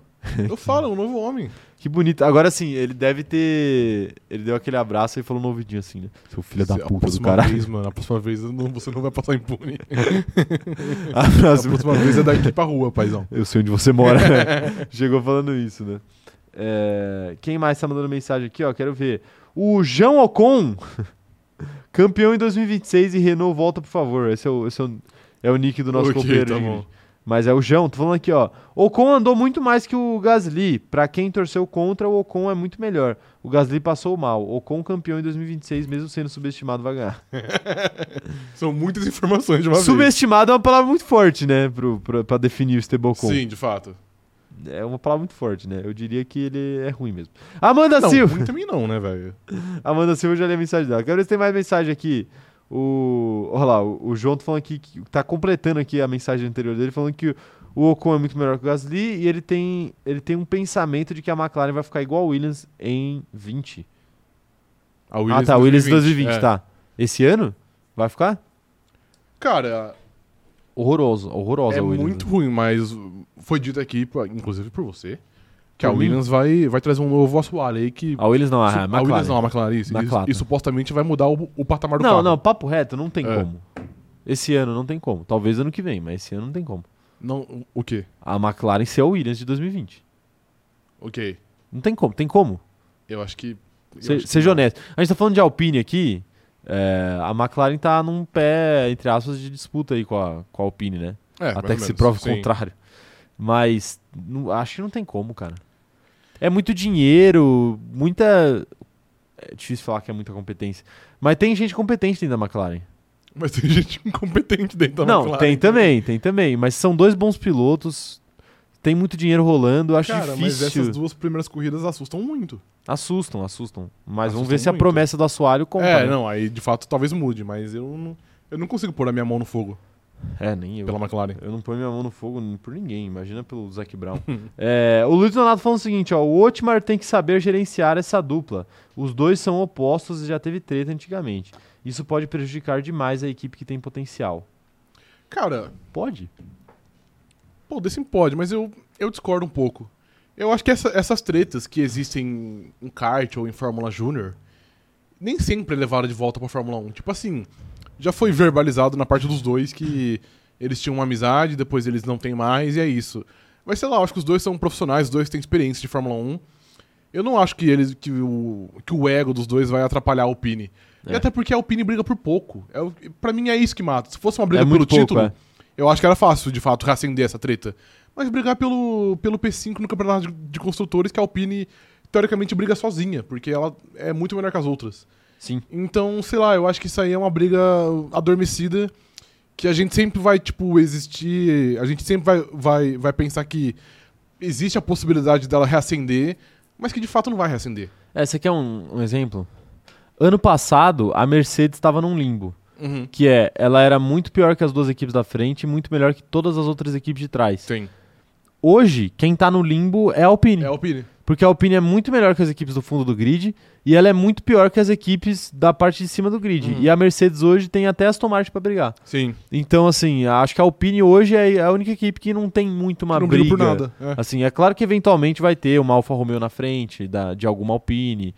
Speaker 2: Eu falo, é um novo homem.
Speaker 1: Que bonito. Agora sim, ele deve ter. Ele deu aquele abraço e falou no ouvidinho assim, né? Seu filho da
Speaker 2: Se- a
Speaker 1: puta do
Speaker 2: próxima
Speaker 1: caralho.
Speaker 2: Vez, mano, a próxima vez eu não- você não vai passar impune.
Speaker 1: A
Speaker 2: A
Speaker 1: próxima-
Speaker 2: próxima vez é daqui pra rua, paizão.
Speaker 1: Eu sei onde você mora. Chegou falando isso, né? É, quem mais tá mandando mensagem aqui, ó? Quero ver. O João Ocon, campeão em 2026 e Renault volta, por favor. Esse é o, esse é o, é o nick do nosso
Speaker 2: Ok,
Speaker 1: companheiro.
Speaker 2: tá
Speaker 1: de
Speaker 2: bom.
Speaker 1: grid. Mas é o João, tô falando aqui, ó. Ocon andou muito mais que o Gasly. Pra quem torceu contra, o Ocon é muito melhor. O Gasly passou mal. Ocon campeão em 2026, mesmo sendo subestimado, vai ganhar.
Speaker 2: São muitas informações de uma vez.
Speaker 1: Subestimado é uma palavra muito forte, né? Pro, pro, pra definir o Stebocon.
Speaker 2: Sim, de fato.
Speaker 1: É uma palavra muito forte, né? Eu diria que ele é ruim mesmo. Amanda
Speaker 2: não,
Speaker 1: Silva.
Speaker 2: ruim também não, né, velho?
Speaker 1: Amanda Silva eu já li a mensagem dela. Quero ver se tem mais mensagem aqui. O. Olha lá, o, o João tá falando aqui. Que, tá completando aqui a mensagem anterior dele, falando que o Ocon é muito melhor que o Gasly e ele tem, ele tem um pensamento de que a McLaren vai ficar igual a Williams em 20.
Speaker 2: A Williams
Speaker 1: ah, tá. Williams em 2020,
Speaker 2: é.
Speaker 1: tá. Esse ano? Vai ficar?
Speaker 2: Cara,
Speaker 1: Horroroso, horrorosa
Speaker 2: é
Speaker 1: a Williams.
Speaker 2: muito
Speaker 1: né?
Speaker 2: ruim, mas foi dito aqui, pô, inclusive por você, que a
Speaker 1: Por mim?
Speaker 2: Williams vai, vai trazer um novo assoalho aí que.
Speaker 1: A Williams não, a,
Speaker 2: su-
Speaker 1: a
Speaker 2: a
Speaker 1: McLaren.
Speaker 2: Williams não, a McLaren. isso. E-
Speaker 1: McLaren.
Speaker 2: E, supostamente vai mudar o, o patamar do
Speaker 1: Não,
Speaker 2: carro.
Speaker 1: não, papo reto, não tem
Speaker 2: É.
Speaker 1: como. Esse ano não tem como. Talvez ano que vem, mas esse ano não tem como.
Speaker 2: não. o- O quê?
Speaker 1: A McLaren ser a Williams de 2020.
Speaker 2: Ok.
Speaker 1: Não tem como, tem como.
Speaker 2: Eu acho que. eu
Speaker 1: Se-
Speaker 2: acho que
Speaker 1: seja
Speaker 2: não.
Speaker 1: honesto. A gente tá falando de Alpine aqui. é, a McLaren tá num pé, entre aspas, de disputa aí com a, com a Alpine, né?
Speaker 2: É, mais
Speaker 1: Até
Speaker 2: ou
Speaker 1: que se
Speaker 2: menos,
Speaker 1: prove o
Speaker 2: sim.
Speaker 1: contrário. Mas não- acho que não tem como, cara. É muito dinheiro, muita. É difícil falar que é muita competência. Mas tem gente competente dentro da McLaren.
Speaker 2: Mas tem gente incompetente dentro da
Speaker 1: não,
Speaker 2: McLaren.
Speaker 1: tem também, tem também. Mas são dois bons pilotos. Tem muito dinheiro rolando, acho
Speaker 2: Cara,
Speaker 1: difícil.
Speaker 2: mas essas duas primeiras corridas assustam muito.
Speaker 1: Assustam, assustam. Mas vamos
Speaker 2: Assustam
Speaker 1: ver se a
Speaker 2: muito.
Speaker 1: promessa do assoalho compra.
Speaker 2: é,
Speaker 1: né?
Speaker 2: não, aí de fato talvez mude, mas eu não, eu não consigo pôr a minha mão no fogo
Speaker 1: É, nem eu.
Speaker 2: pela McLaren.
Speaker 1: Eu não ponho minha mão no fogo n- por ninguém, imagina pelo Zac Brown. É, o Luiz Donato falando o seguinte, ó, o Otmar tem que saber gerenciar essa dupla. Os dois são opostos e já teve treta antigamente. Isso pode prejudicar demais a equipe que tem potencial.
Speaker 2: Cara,
Speaker 1: Pode?
Speaker 2: Pô, desse pode, mas eu, eu discordo um pouco. Eu acho que essa- essas tretas que existem em kart ou em Fórmula Júnior nem sempre é levada de volta pra Fórmula 1. Tipo assim, já foi verbalizado na parte dos dois que eles tinham uma amizade, depois eles não têm mais, e é isso. Mas sei lá, eu acho que os dois são profissionais, os dois têm experiência de Fórmula 1. Eu não acho que eles que o, que o ego dos dois vai atrapalhar a Alpine. E
Speaker 1: É.
Speaker 2: até porque a Alpine briga por pouco. É, o- pra mim é isso que mata. Se fosse uma briga
Speaker 1: é
Speaker 2: pelo
Speaker 1: muito pouco,
Speaker 2: título,
Speaker 1: é.
Speaker 2: Eu acho que era fácil, de fato, reacender essa treta. Mas brigar pelo, pelo P5 no campeonato de, de construtores, que a Alpine, teoricamente, briga sozinha, porque ela é muito melhor que as outras.
Speaker 1: Sim.
Speaker 2: Então, sei lá, eu acho que isso aí é uma briga adormecida que a gente sempre vai, tipo, existir. A gente sempre vai, vai, vai pensar que existe a possibilidade dela reacender, mas que de fato não vai reacender.
Speaker 1: É, você quer um, um exemplo? Ano passado, a Mercedes estava num limbo.
Speaker 2: Uhum.
Speaker 1: Que é, ela era muito pior que as duas equipes da frente e muito melhor que todas as outras equipes de trás.
Speaker 2: Sim.
Speaker 1: Hoje, quem tá no limbo é a Alpine.
Speaker 2: É a Alpine.
Speaker 1: Porque a Alpine é muito melhor que as equipes do fundo do grid e ela é muito pior que as equipes da parte de cima do grid.
Speaker 2: Uhum.
Speaker 1: E a Mercedes hoje tem até a Aston Martin pra brigar.
Speaker 2: Sim.
Speaker 1: Então, assim, acho que a Alpine hoje é a única equipe que não tem muito uma
Speaker 2: não
Speaker 1: briga.
Speaker 2: briga por nada. É.
Speaker 1: Assim, é claro que eventualmente vai ter uma Alfa Romeo na frente da, de alguma Alpine.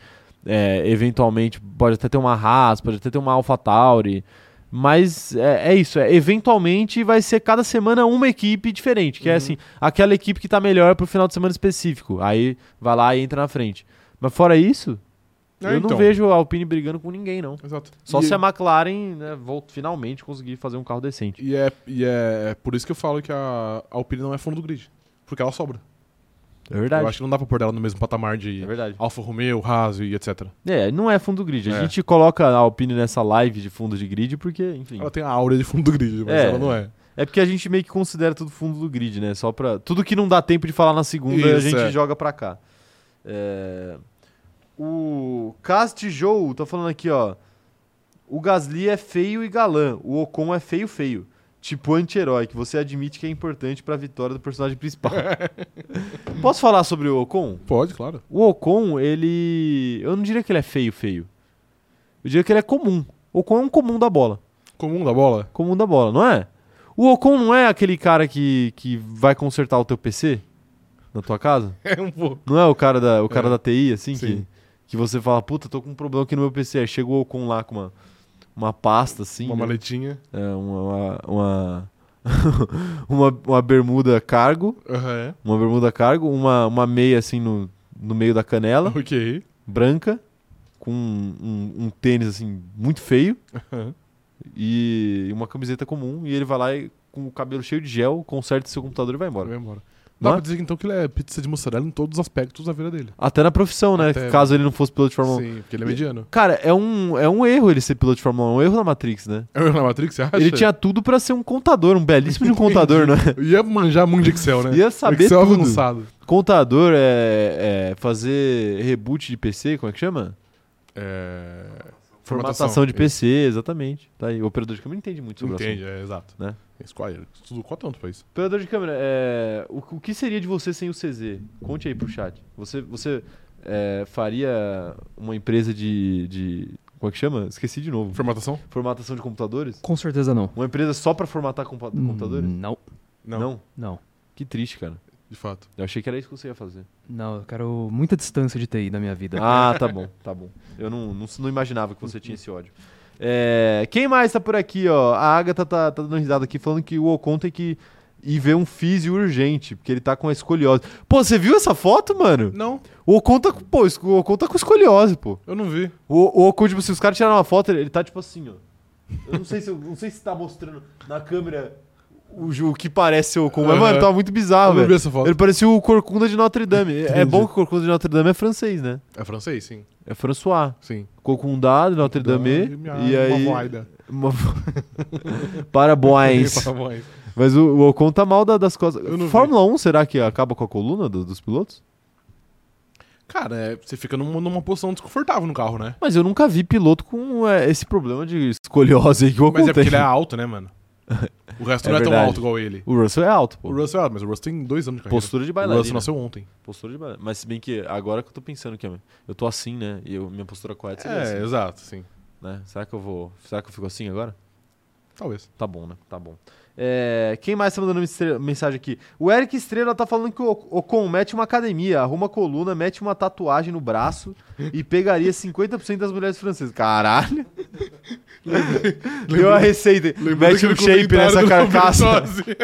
Speaker 1: É, eventualmente pode até ter uma Haas, pode até ter uma Alfa Tauri. Mas é, é isso, é, eventualmente vai ser cada semana uma equipe diferente, que é
Speaker 2: Uhum.
Speaker 1: assim, aquela equipe que tá melhor pro final de semana específico. Aí vai lá e entra na frente. Mas fora isso,
Speaker 2: É,
Speaker 1: eu não
Speaker 2: então.
Speaker 1: vejo a Alpine brigando com ninguém, não.
Speaker 2: Exato.
Speaker 1: Só
Speaker 2: E-
Speaker 1: se a McLaren né, vol- finalmente conseguir fazer um carro decente.
Speaker 2: E é, e é por isso que eu falo que a Alpine não é fundo do grid. Porque ela sobra.
Speaker 1: É verdade.
Speaker 2: Eu acho que não dá pra pôr ela no mesmo patamar de
Speaker 1: É verdade.
Speaker 2: Alfa Romeo, Haas e etc.
Speaker 1: É, não é fundo grid. A
Speaker 2: É.
Speaker 1: gente coloca a Alpine nessa live de fundo de grid porque, enfim.
Speaker 2: Ela tem a aura de fundo do grid, mas
Speaker 1: É.
Speaker 2: ela não é.
Speaker 1: É porque a gente meio que considera tudo fundo do grid, né? Só pra. Tudo que não dá tempo de falar na segunda, a
Speaker 2: Isso,
Speaker 1: gente
Speaker 2: é.
Speaker 1: joga pra cá. É, O Castijou tá falando aqui, ó. O Gasly é feio e galã. O Ocon é feio, feio. Tipo anti-herói, que você admite que é importante pra vitória do personagem principal. Posso falar sobre o Ocon?
Speaker 2: Pode, claro.
Speaker 1: O Ocon, ele. Eu não diria que ele é feio, feio. Eu diria que ele é comum. O Ocon é um comum da bola.
Speaker 2: Comum da bola?
Speaker 1: Comum da bola, não é? O Ocon não é aquele cara que, que vai consertar o teu PC na tua casa?
Speaker 2: É um pouco.
Speaker 1: Não é o cara da, o cara
Speaker 2: É.
Speaker 1: da TI, assim, que,
Speaker 2: Sim.
Speaker 1: que você fala, puta, tô com um problema aqui no meu PC. Aí chega o Ocon lá com uma, uma pasta, assim.
Speaker 2: Uma
Speaker 1: né?
Speaker 2: maletinha.
Speaker 1: É, uma, uma, uma, uma, uma bermuda cargo.
Speaker 2: Aham. é.
Speaker 1: Uma bermuda cargo, uma, uma meia assim no, no meio da canela
Speaker 2: Ok.
Speaker 1: branca, com um, um- um tênis assim muito feio
Speaker 2: Aham.
Speaker 1: e uma camiseta comum. E ele vai lá e, com o cabelo cheio de gel, conserta seu computador e vai embora.
Speaker 2: Vai embora. Dá
Speaker 1: Não é?
Speaker 2: pra dizer então que ele é pizza de mussarela em todos os aspectos da vida dele.
Speaker 1: Até na profissão, né?
Speaker 2: Até-
Speaker 1: Caso ele não fosse piloto de Fórmula 1.
Speaker 2: Sim, porque ele é mediano.
Speaker 1: Cara, é um, é um erro ele ser piloto de Fórmula 1, é um erro da Matrix, né?
Speaker 2: É o Elon Matrix, você acha?
Speaker 1: Ele tinha tudo pra ser um contador, um belíssimo de um contador, né?
Speaker 2: Ia manjar muito de Excel, né?
Speaker 1: Ia saber
Speaker 2: Excel
Speaker 1: tudo.
Speaker 2: avançado.
Speaker 1: Contador é, é fazer reboot de PC, como é que chama?
Speaker 2: É...
Speaker 1: Formatação de PC, exatamente. Tá aí. O operador de câmera entende muito sobre o assunto.
Speaker 2: Entende, é exato.
Speaker 1: Né?
Speaker 2: Squire, estudou quatro anos pra isso.
Speaker 1: Operador de câmera, é, o, o que seria de você sem o CZ? Conte aí pro chat. Você, você é, faria uma empresa de, de. Como é que chama? Esqueci de novo.
Speaker 2: Formatação?
Speaker 1: Formatação de computadores?
Speaker 3: Com certeza não. Hum,
Speaker 1: Uma empresa só pra formatar compa- computadores?
Speaker 3: Não, não.
Speaker 1: Que triste, cara.
Speaker 2: De fato.
Speaker 1: Eu achei que era isso que você ia fazer.
Speaker 3: Não, eu quero muita distância de TI da minha vida.
Speaker 1: Ah, tá bom, tá bom. Eu não, não, não imaginava que você tinha esse ódio. É, quem mais tá por aqui, ó? A Agatha tá, tá dando risada aqui, falando que o Ocon tem que ir ver um físio urgente, porque ele tá com a escoliose. Pô, você viu essa foto, mano?
Speaker 2: Não,
Speaker 1: O Ocon tá com, pô, o Ocon tá com escoliose, pô.
Speaker 2: eu não vi.
Speaker 1: O, o Ocon, tipo, se os caras tiraram uma foto, ele, ele tá tipo assim, ó. Eu não sei se eu- não sei se tá mostrando na câmera o, ju- o que parece ser o Ocon, mas,
Speaker 2: Aham.
Speaker 1: mano, tava muito
Speaker 2: eu
Speaker 1: bizarro,
Speaker 2: não vi
Speaker 1: Ah, velho.
Speaker 2: essa foto.
Speaker 1: Ele parecia o Corcunda de Notre Dame. É- É
Speaker 2: Entendi.
Speaker 1: bom que o Corcunda de Notre Dame é francês, né?
Speaker 2: É francês, sim.
Speaker 1: É François.
Speaker 2: Sim.
Speaker 1: Corcunda de Notre Dame. e aí.
Speaker 2: Uma voida.
Speaker 1: Uma... Para boys.
Speaker 2: Para voz.
Speaker 1: Mas o, o Ocon tá mal da- das costas.
Speaker 2: Eu não vi.
Speaker 1: Fórmula 1, será que acaba com a coluna do- dos pilotos?
Speaker 2: Cara, é, você fica numa, numa posição desconfortável no carro, né?
Speaker 1: Mas eu nunca vi piloto com é, esse problema de escoliose aí que o Ocon
Speaker 2: Mas é
Speaker 1: tem.
Speaker 2: porque ele é alto, né, mano? O resto
Speaker 1: É
Speaker 2: não é tão
Speaker 1: verdade.
Speaker 2: alto igual ele.
Speaker 1: O Russell é alto, pô.
Speaker 2: O Russell é alto, mas o Russell tem dois anos de carreira.
Speaker 1: Postura de
Speaker 2: o Russell é
Speaker 1: bailarina.
Speaker 2: nasceu ontem.
Speaker 1: Postura de bailarina. Mas se bem que agora que eu tô pensando que eu- eu tô assim, né? E eu- minha postura correta seria
Speaker 2: É,
Speaker 1: assim,
Speaker 2: exato, sim.
Speaker 1: né? Será que eu vou... Será que eu fico assim agora?
Speaker 2: Talvez.
Speaker 1: Tá bom, né? Tá bom. É, quem mais tá mandando mistre- mensagem aqui? O Eric Estrela tá falando que o Ocon mete uma academia, arruma a coluna, mete uma tatuagem no braço e pegaria 50% das mulheres francesas. Caralho! Deu a receita.
Speaker 2: Lembrando
Speaker 1: mete um
Speaker 2: daquele
Speaker 1: shape nessa
Speaker 2: comentário do
Speaker 1: carcaça.
Speaker 2: Vitorzi.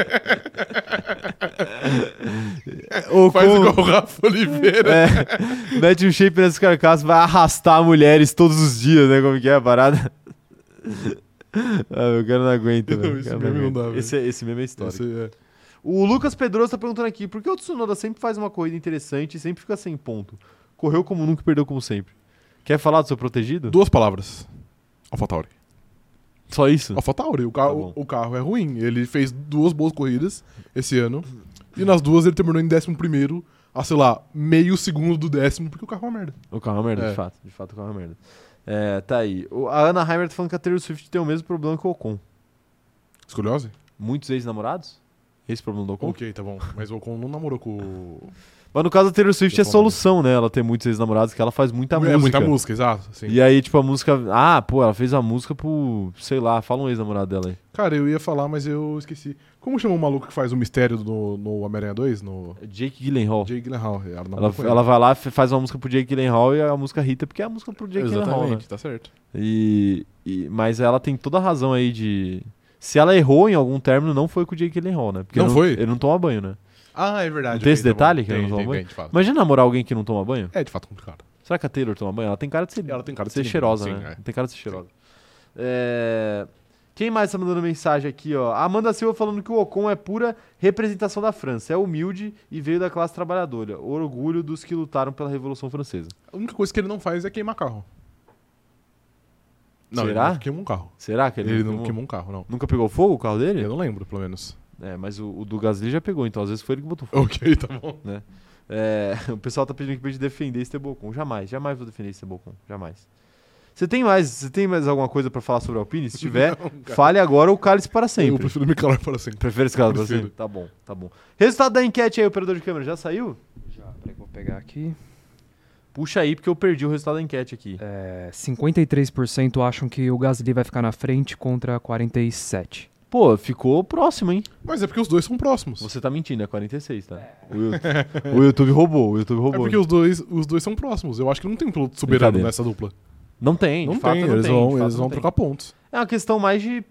Speaker 2: Faz
Speaker 1: Ocon,
Speaker 2: igual o Rafa Oliveira.
Speaker 1: é, mete um shape nessa carcaça, vai arrastar mulheres todos os dias, né? Como que é a parada? Ah, meu cara não aguenta, velho.
Speaker 2: Não,
Speaker 1: O
Speaker 2: Então, esse
Speaker 1: cara
Speaker 2: meme não
Speaker 1: aguenta.
Speaker 2: dá, velho.
Speaker 1: Esse, é- esse meme é histórico.
Speaker 2: Esse, é.
Speaker 1: O Lucas Pedroso tá perguntando aqui, por que o Tsunoda sempre faz uma corrida interessante e sempre fica sem ponto? Correu como nunca e perdeu como sempre. Quer falar do seu protegido?
Speaker 2: Duas palavras. AlphaTauri.
Speaker 1: Só isso?
Speaker 2: AlphaTauri, o
Speaker 1: Tá bom.
Speaker 2: carro, o carro é ruim. Ele fez duas boas corridas esse ano. E nas duas ele terminou em décimo primeiro, a sei lá, meio segundo do décimo, porque o carro é uma merda.
Speaker 1: O carro é uma merda,
Speaker 2: É.
Speaker 1: de fato. De fato, o carro é uma merda. É, tá aí. O- a Ana Heimer tá falando que a Taylor Swift tem o mesmo problema que o Ocon.
Speaker 2: Escolhose?
Speaker 1: Muitos ex-namorados? Esse é problema do Ocon?
Speaker 2: Ok, tá bom. Mas o Ocon não namorou com o.
Speaker 1: Mas no caso da Taylor Swift
Speaker 2: Eu
Speaker 1: é
Speaker 2: tô
Speaker 1: solução, né? Ela tem muitos ex-namorados que ela faz muita
Speaker 2: é,
Speaker 1: música.
Speaker 2: muita música, exato. Sim.
Speaker 1: E aí, tipo, a música. Ah, pô, ela fez a música pro. Sei lá, fala um ex-namorado dela aí.
Speaker 2: Cara, eu ia falar, mas eu esqueci. Como chama o maluco que faz o mistério no, no Homem-Aranha 2? No
Speaker 1: Jake Gyllenhaal.
Speaker 2: Jake Gyllenhaal. Ela, namorou
Speaker 1: Ela,
Speaker 2: com
Speaker 1: ela vai lá, f- faz uma música pro Jake Gyllenhaal e a música Rita, porque é a música pro
Speaker 2: ele.
Speaker 1: Jake Gyllenhaal, né?
Speaker 2: Exatamente, tá certo.
Speaker 1: E, e- mas ela tem toda a razão aí de. Se ela errou em algum término, não foi com o Jake Gyllenhaal, né? Porque
Speaker 2: Não
Speaker 1: ele
Speaker 2: foi?
Speaker 1: Ele não toma banho, né?
Speaker 2: Ah, é verdade.
Speaker 1: Não tem
Speaker 2: ok,
Speaker 1: esse
Speaker 2: tá bom.
Speaker 1: detalhe que
Speaker 2: Tem,
Speaker 1: ela não
Speaker 2: tem,
Speaker 1: tomou
Speaker 2: tem, de fato.
Speaker 1: Imagina namorar alguém que não toma banho?
Speaker 2: É de fato complicado.
Speaker 1: Será que a Taylor toma banho? Ela tem cara de ser,
Speaker 2: Ela tem cara de
Speaker 1: ser
Speaker 2: ser
Speaker 1: cheirosa,
Speaker 2: limpa,
Speaker 1: né?
Speaker 2: sim, é.
Speaker 1: Tem cara de ser cheirosa. É, Quem mais tá mandando mensagem aqui, ó? A Amanda Silva falando que o Ocon é pura representação da França. É humilde e veio da classe trabalhadora. Orgulho dos que lutaram pela Revolução Francesa.
Speaker 2: A única coisa que ele não faz é queimar carro. Não,
Speaker 1: Será?
Speaker 2: ele não queima um carro.
Speaker 1: Será que ele,
Speaker 2: Ele, não
Speaker 1: queimou?
Speaker 2: queimou? um carro, não.
Speaker 1: Nunca pegou fogo o carro
Speaker 2: Eu
Speaker 1: dele?
Speaker 2: não lembro, pelo menos.
Speaker 1: É, mas o, o do Gasly já pegou, então às vezes foi ele que botou fogo.
Speaker 2: Ok, tá bom.
Speaker 1: É, o pessoal tá pedindo que pra gente defender esse Tebocon. Jamais, jamais vou defender esse Tebocon. Jamais. Você tem mais, você tem mais alguma coisa pra falar sobre a Alpine? Se tiver,
Speaker 2: Não, cara.
Speaker 1: fale agora ou cale-se para
Speaker 2: Eu
Speaker 1: sempre.
Speaker 2: prefiro me calar para sempre.
Speaker 1: Prefere esse cara pra
Speaker 2: Prefiro.
Speaker 1: sempre? Tá bom, tá bom. Resultado da enquete aí, operador de câmera, já saiu?
Speaker 3: Já, peraí, que eu vou pegar aqui.
Speaker 1: Puxa aí, porque eu perdi o resultado da enquete aqui.
Speaker 3: É, 53% acham que o Gasly vai ficar na frente contra 47%.
Speaker 1: Pô, ficou próximo, hein?
Speaker 2: Mas é porque os dois são próximos.
Speaker 1: Você tá mentindo, é 46, tá? O, Yu- o YouTube roubou, o YouTube
Speaker 2: É
Speaker 1: roubou. né?
Speaker 2: porque os dois, os dois são próximos. Eu acho que não tem um piloto soberano
Speaker 1: Brincadeira.
Speaker 2: nessa dupla.
Speaker 1: Não tem,
Speaker 2: não
Speaker 1: de fato
Speaker 2: tem,
Speaker 1: não
Speaker 2: eles
Speaker 1: tem. de
Speaker 2: vão,
Speaker 1: fato
Speaker 2: eles
Speaker 1: não
Speaker 2: vão
Speaker 1: tem.
Speaker 2: trocar pontos.
Speaker 1: É uma questão mais de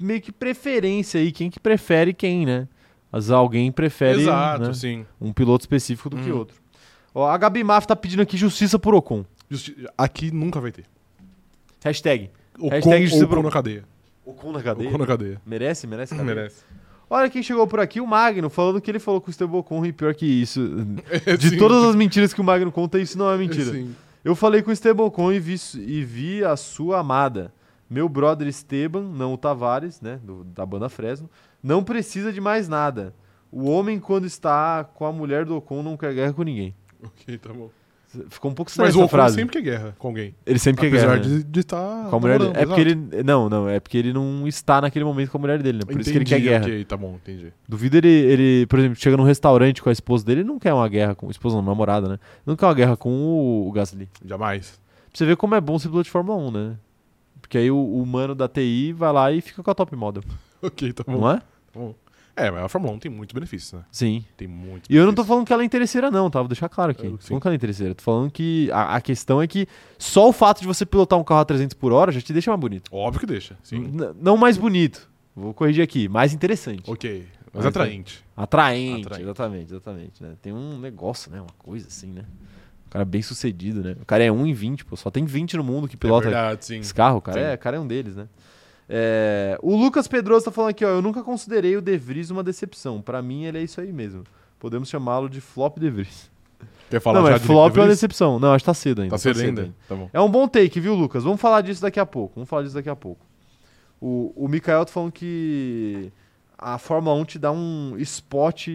Speaker 1: meio que preferência aí, quem que prefere quem, né? Mas alguém prefere
Speaker 2: Exato,
Speaker 1: né,
Speaker 2: sim.
Speaker 1: um piloto específico do que
Speaker 2: Hum.
Speaker 1: outro. Ó, a Gabi Maf tá pedindo aqui justiça por Ocon.
Speaker 2: Justi- Aqui nunca vai ter.
Speaker 1: Hashtag.
Speaker 2: O
Speaker 1: Hashtag
Speaker 2: com,
Speaker 1: justiça
Speaker 2: ou com
Speaker 1: pro-
Speaker 2: na cadeia.
Speaker 1: Ocon na
Speaker 2: Ou com na cadeia.
Speaker 1: Merece, merece, cadeia?
Speaker 2: Merece.
Speaker 1: Olha quem chegou por aqui, o Magno, falando que ele falou com o Esteban Ocon e pior que isso. De
Speaker 2: Sim,
Speaker 1: todas as mentiras que o Magno conta, isso não é mentira.
Speaker 2: sim.
Speaker 1: Eu falei com o Esteban Ocon e vi, e vi a sua amada. Meu brother Esteban, não o Tavares, né? do- da banda Fresno, não precisa de mais nada. O homem, quando está com a mulher do Ocon, não quer guerra com ninguém.
Speaker 2: Ok, tá bom.
Speaker 1: Ficou um pouco estranho
Speaker 2: Mas o
Speaker 1: essa
Speaker 2: Ocon
Speaker 1: frase.
Speaker 2: sempre quer guerra com alguém.
Speaker 1: Ele sempre quer guerra.
Speaker 2: apesar
Speaker 1: né?
Speaker 2: de, de estar...
Speaker 1: Com a mulher dele.
Speaker 2: namorando,
Speaker 1: É porque
Speaker 2: exato.
Speaker 1: ele. Não, não. É porque ele não está naquele momento com a mulher dele, né? Por isso que ele
Speaker 2: Entendi,
Speaker 1: quer guerra.
Speaker 2: Ok, tá bom, entendi.
Speaker 1: Duvido ele, ele, por exemplo, chega num restaurante com a esposa dele, ele não quer uma guerra com. Esposa não, namorada, né? Não quer uma guerra com o, o Gasly.
Speaker 2: Jamais.
Speaker 1: Pra você ver como é bom ser piloto de Fórmula 1, né? Porque aí o, o mano da TI vai lá e fica com a top model,
Speaker 2: Ok, tá bom.
Speaker 1: não é?
Speaker 2: É, mas a Fórmula 1 tem muitos benefícios, né?
Speaker 1: Sim.
Speaker 2: Tem muitos
Speaker 1: E eu não tô
Speaker 2: benefícios.
Speaker 1: falando que ela é interesseira, não, tá? Vou deixar claro aqui.
Speaker 2: Eu-
Speaker 1: Não tô
Speaker 2: sim.
Speaker 1: falando que ela é interesseira. Tô falando que a, a questão é que só o fato de você pilotar um carro a 300 por hora já te deixa mais bonito.
Speaker 2: Óbvio que deixa, sim.
Speaker 1: N- não mais bonito. Vou corrigir aqui. Mais interessante.
Speaker 2: Ok, mas
Speaker 1: Mas é
Speaker 2: atraente.
Speaker 1: Atraente,
Speaker 2: Atraente.
Speaker 1: exatamente, exatamente. né? Tem um negócio, né? Uma coisa assim, né? O cara é bem sucedido, né? O cara é 1 em 20, pô. Só tem 20 no mundo que
Speaker 2: é
Speaker 1: pilota
Speaker 2: verdade, sim.
Speaker 1: esse carro. O cara,
Speaker 2: Sim.
Speaker 1: é, o cara é um deles, né? É, o Lucas Pedroso tá falando aqui, ó. Eu nunca considerei o De Vries uma decepção. Pra mim, ele é isso aí mesmo. Podemos chamá-lo de flop De Vries.
Speaker 2: Quer falar
Speaker 1: não,
Speaker 2: já
Speaker 1: é
Speaker 2: de
Speaker 1: flop
Speaker 2: Nick
Speaker 1: ou
Speaker 2: de
Speaker 1: uma
Speaker 2: Vries?
Speaker 1: decepção? Não, acho que tá cedo ainda.
Speaker 2: Tá cedo ainda? Tá bom.
Speaker 1: É um bom take, viu, Lucas? Vamos falar disso daqui a pouco. Vamos falar disso daqui a pouco. O, o Mikael tá falando que a Fórmula 1 te dá um spot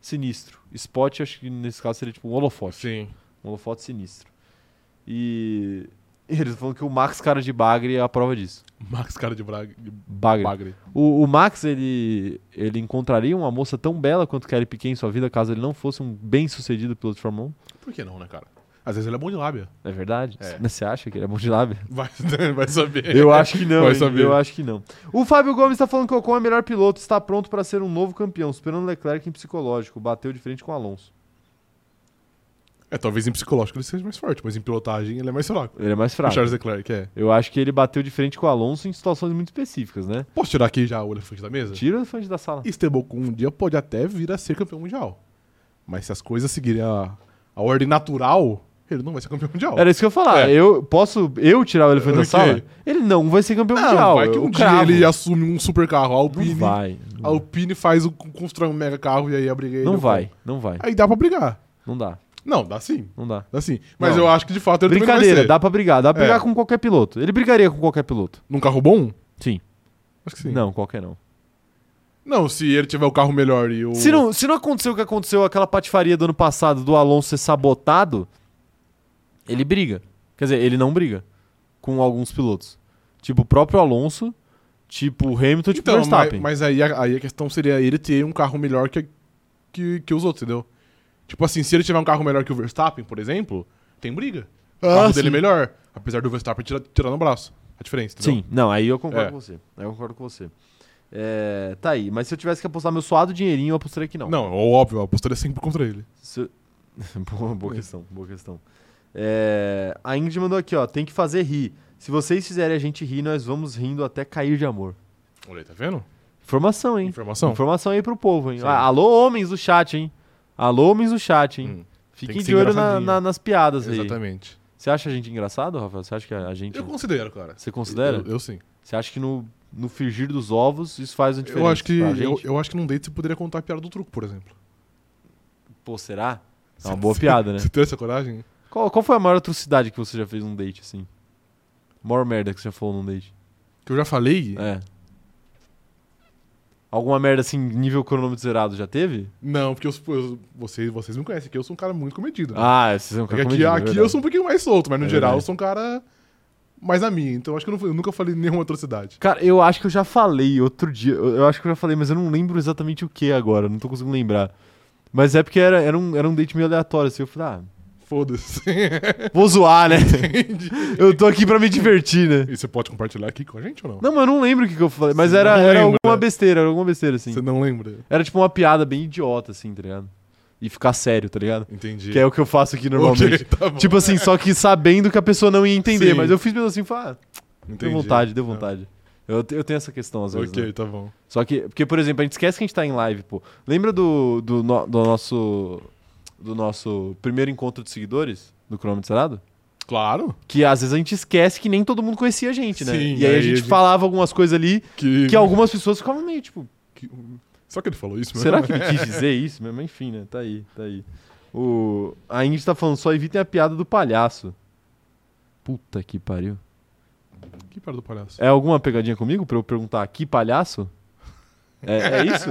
Speaker 1: sinistro. Spot, acho que nesse caso seria tipo um holofote.
Speaker 2: Sim.
Speaker 1: Um holofote sinistro. E e eles estão falando que o Max Cara de Bagre é a prova disso.
Speaker 2: Max, cara de Braga. de
Speaker 1: Bagre.
Speaker 2: Bagre.
Speaker 1: O, o Max, ele, ele encontraria uma moça tão bela quanto Kelly Piquet em sua vida caso ele não fosse um bem-sucedido piloto de Fórmula
Speaker 2: Por que não, né, cara? Às vezes ele é bom de lábia.
Speaker 1: 1? É verdade?
Speaker 2: É.
Speaker 1: Você acha que ele é bom de lábia?
Speaker 2: Vai, vai saber.
Speaker 1: Eu acho que não.
Speaker 2: Vai
Speaker 1: hein?
Speaker 2: saber.
Speaker 1: Eu acho que não. O Fábio Gomes tá falando que o Ocon é o melhor piloto, está pronto para ser um novo campeão, superando o Leclerc em psicológico. Bateu de frente com o Alonso.
Speaker 2: É, talvez em psicológico ele seja mais forte, mas em pilotagem ele é mais fraco.
Speaker 1: Ele é mais
Speaker 2: O
Speaker 1: fraco.
Speaker 2: Charles Leclerc é.
Speaker 1: Eu acho que ele bateu de frente com o Alonso em situações muito específicas, né?
Speaker 2: Posso tirar aqui já o elefante da mesa?
Speaker 1: Tira o elefante da sala.
Speaker 2: Estebocon um dia pode até vir a ser campeão mundial. Mas se as coisas seguirem a, a ordem natural, ele não vai ser campeão mundial.
Speaker 1: Era isso que eu ia falar.
Speaker 2: É.
Speaker 1: Eu posso eu tirar o elefante
Speaker 2: Eu
Speaker 1: da sala?
Speaker 2: tirei.
Speaker 1: Ele não vai ser campeão
Speaker 2: não,
Speaker 1: mundial.
Speaker 2: vai que um
Speaker 1: eu
Speaker 2: dia
Speaker 1: cravo.
Speaker 2: ele assume um super carro, a Alpine.
Speaker 1: Não vai.
Speaker 2: A Alpine faz o, constrói um mega carro e aí a briga aí
Speaker 1: Não
Speaker 2: deu
Speaker 1: vai, não vai.
Speaker 2: bom. Aí dá pra brigar.
Speaker 1: Não dá,
Speaker 2: Não, dá sim.
Speaker 1: não dá.
Speaker 2: Dá sim. Mas
Speaker 1: Não.
Speaker 2: eu acho que de fato ele também não vai
Speaker 1: Brincadeira,
Speaker 2: ser.
Speaker 1: dá pra brigar. Dá pra brigar
Speaker 2: É.
Speaker 1: com qualquer piloto. Ele brigaria com qualquer piloto.
Speaker 2: Num carro bom?
Speaker 1: Sim.
Speaker 2: Acho que sim.
Speaker 1: Não, qualquer não.
Speaker 2: Não, se ele tiver o carro melhor e o.
Speaker 1: Se não, se não aconteceu o que aconteceu aquela patifaria do ano passado do Alonso ser sabotado, ele briga. Quer dizer, ele não briga com alguns pilotos. Tipo o próprio Alonso, tipo o Hamilton, tipo o
Speaker 2: Então, mas,
Speaker 1: Verstappen.
Speaker 2: mas aí, a, aí a questão seria ele ter um carro melhor que, que, que os outros, entendeu? Tipo assim, se ele tiver um carro melhor que o Verstappen, por exemplo, tem briga.
Speaker 1: Ah,
Speaker 2: O carro dele é melhor, apesar do Verstappen tirar, tirar no braço. A diferença, entendeu?
Speaker 1: Sim, não, aí eu concordo
Speaker 2: É.
Speaker 1: com você. Aí eu concordo com você. É, tá aí, mas se eu tivesse que apostar meu suado dinheirinho, eu apostaria que não.
Speaker 2: Não, ó, óbvio, eu apostaria sempre contra ele.
Speaker 1: Se eu- boa, boa questão, boa questão. É, a Ingrid mandou aqui, ó, tem que fazer rir. Se vocês fizerem a gente rir, nós vamos rindo até cair de amor.
Speaker 2: Olha aí, tá vendo?
Speaker 1: Informação, hein?
Speaker 2: Informação.
Speaker 1: Informação aí pro povo, hein?
Speaker 2: Sim.
Speaker 1: Ah, alô, homens do chat, hein? Alô, homens do chat, hein?
Speaker 2: Hum,
Speaker 1: Fiquem
Speaker 2: tem que
Speaker 1: de
Speaker 2: ser
Speaker 1: olho na-
Speaker 2: engraçadinho.
Speaker 1: na- nas piadas aí.
Speaker 2: exatamente.
Speaker 1: Você acha a gente engraçado, Rafael? Você acha que a gente.
Speaker 2: Eu considero, cara.
Speaker 1: Você considera?
Speaker 2: Eu, eu sim.
Speaker 1: Você acha que no, no frigir dos ovos isso faz uma diferença?
Speaker 2: Eu acho, que,
Speaker 1: É pra gente?
Speaker 2: eu, eu acho que num date você poderia contar a piada do truco, por exemplo.
Speaker 1: Pô, será? É uma
Speaker 2: Você-
Speaker 1: boa
Speaker 2: você-
Speaker 1: piada, né?
Speaker 2: Você teve essa coragem?
Speaker 1: Qual, qual foi a maior atrocidade que você já fez num date, assim? Maior merda que você já falou num date?
Speaker 2: Que eu já falei?
Speaker 1: É. Alguma merda assim, nível cronômetro zerado já teve?
Speaker 2: Não, porque eu, eu- vocês, vocês me conhecem aqui, eu sou um cara muito comedido. né?
Speaker 1: Ah, vocês não
Speaker 2: É que aqui aqui eu sou um pouquinho mais solto, mas no
Speaker 1: É
Speaker 2: geral eu
Speaker 1: verdade.
Speaker 2: sou um cara mais a minha. Então acho que eu, não- eu nunca falei nenhuma atrocidade.
Speaker 1: Cara, eu acho que eu já falei outro dia. Eu, eu acho que eu já falei, mas eu não lembro exatamente o que agora. Não tô conseguindo lembrar. Mas é porque era, era, um, era um date meio aleatório, assim. Eu falei,
Speaker 2: Foda-se.
Speaker 1: ah, vou zoar, né?
Speaker 2: Entendi.
Speaker 1: eu tô aqui pra me divertir, né?
Speaker 2: e você pode compartilhar aqui com a gente ou não?
Speaker 1: Não, mas eu não lembro o que, que eu falei. Mas
Speaker 2: Você
Speaker 1: era,
Speaker 2: não
Speaker 1: era
Speaker 2: lembra.
Speaker 1: alguma besteira, era alguma besteira, assim.
Speaker 2: Você não lembra?
Speaker 1: Era tipo uma piada bem idiota, assim, tá ligado? E ficar sério, tá ligado?
Speaker 2: Entendi.
Speaker 1: Que é o que eu faço aqui normalmente.
Speaker 2: Ok, tá bom.
Speaker 1: Tipo assim, só que sabendo que a pessoa não ia entender.
Speaker 2: Sim.
Speaker 1: Mas eu fiz mesmo assim, falei, ah, deu
Speaker 2: Entendi. Tá.
Speaker 1: vontade, deu vontade. Eu, te- eu tenho essa questão às vezes.
Speaker 2: Ok,
Speaker 1: né?
Speaker 2: tá bom.
Speaker 1: Só que, porque, por exemplo, a gente esquece que a gente tá em live, pô. Lembra do, do, no- do nosso do nosso primeiro encontro de seguidores do Cronômetro Cerrado?
Speaker 2: Claro.
Speaker 1: Que às vezes a gente esquece que nem todo mundo conhecia a gente, né?
Speaker 2: Sim,
Speaker 1: e aí, a
Speaker 2: aí
Speaker 1: gente
Speaker 2: a gente-
Speaker 1: falava algumas coisas ali
Speaker 2: Que,
Speaker 1: que é algumas pessoas ficavam meio tipo,
Speaker 2: que- Só que ele falou isso mesmo?
Speaker 1: será que ele quis dizer isso mesmo? Enfim, né? Tá aí, tá aí. O... A Indy tá falando só evitem a piada do palhaço. Puta que pariu.
Speaker 2: Que piada do palhaço.
Speaker 1: É alguma pegadinha comigo pra eu perguntar que palhaço? É, é isso?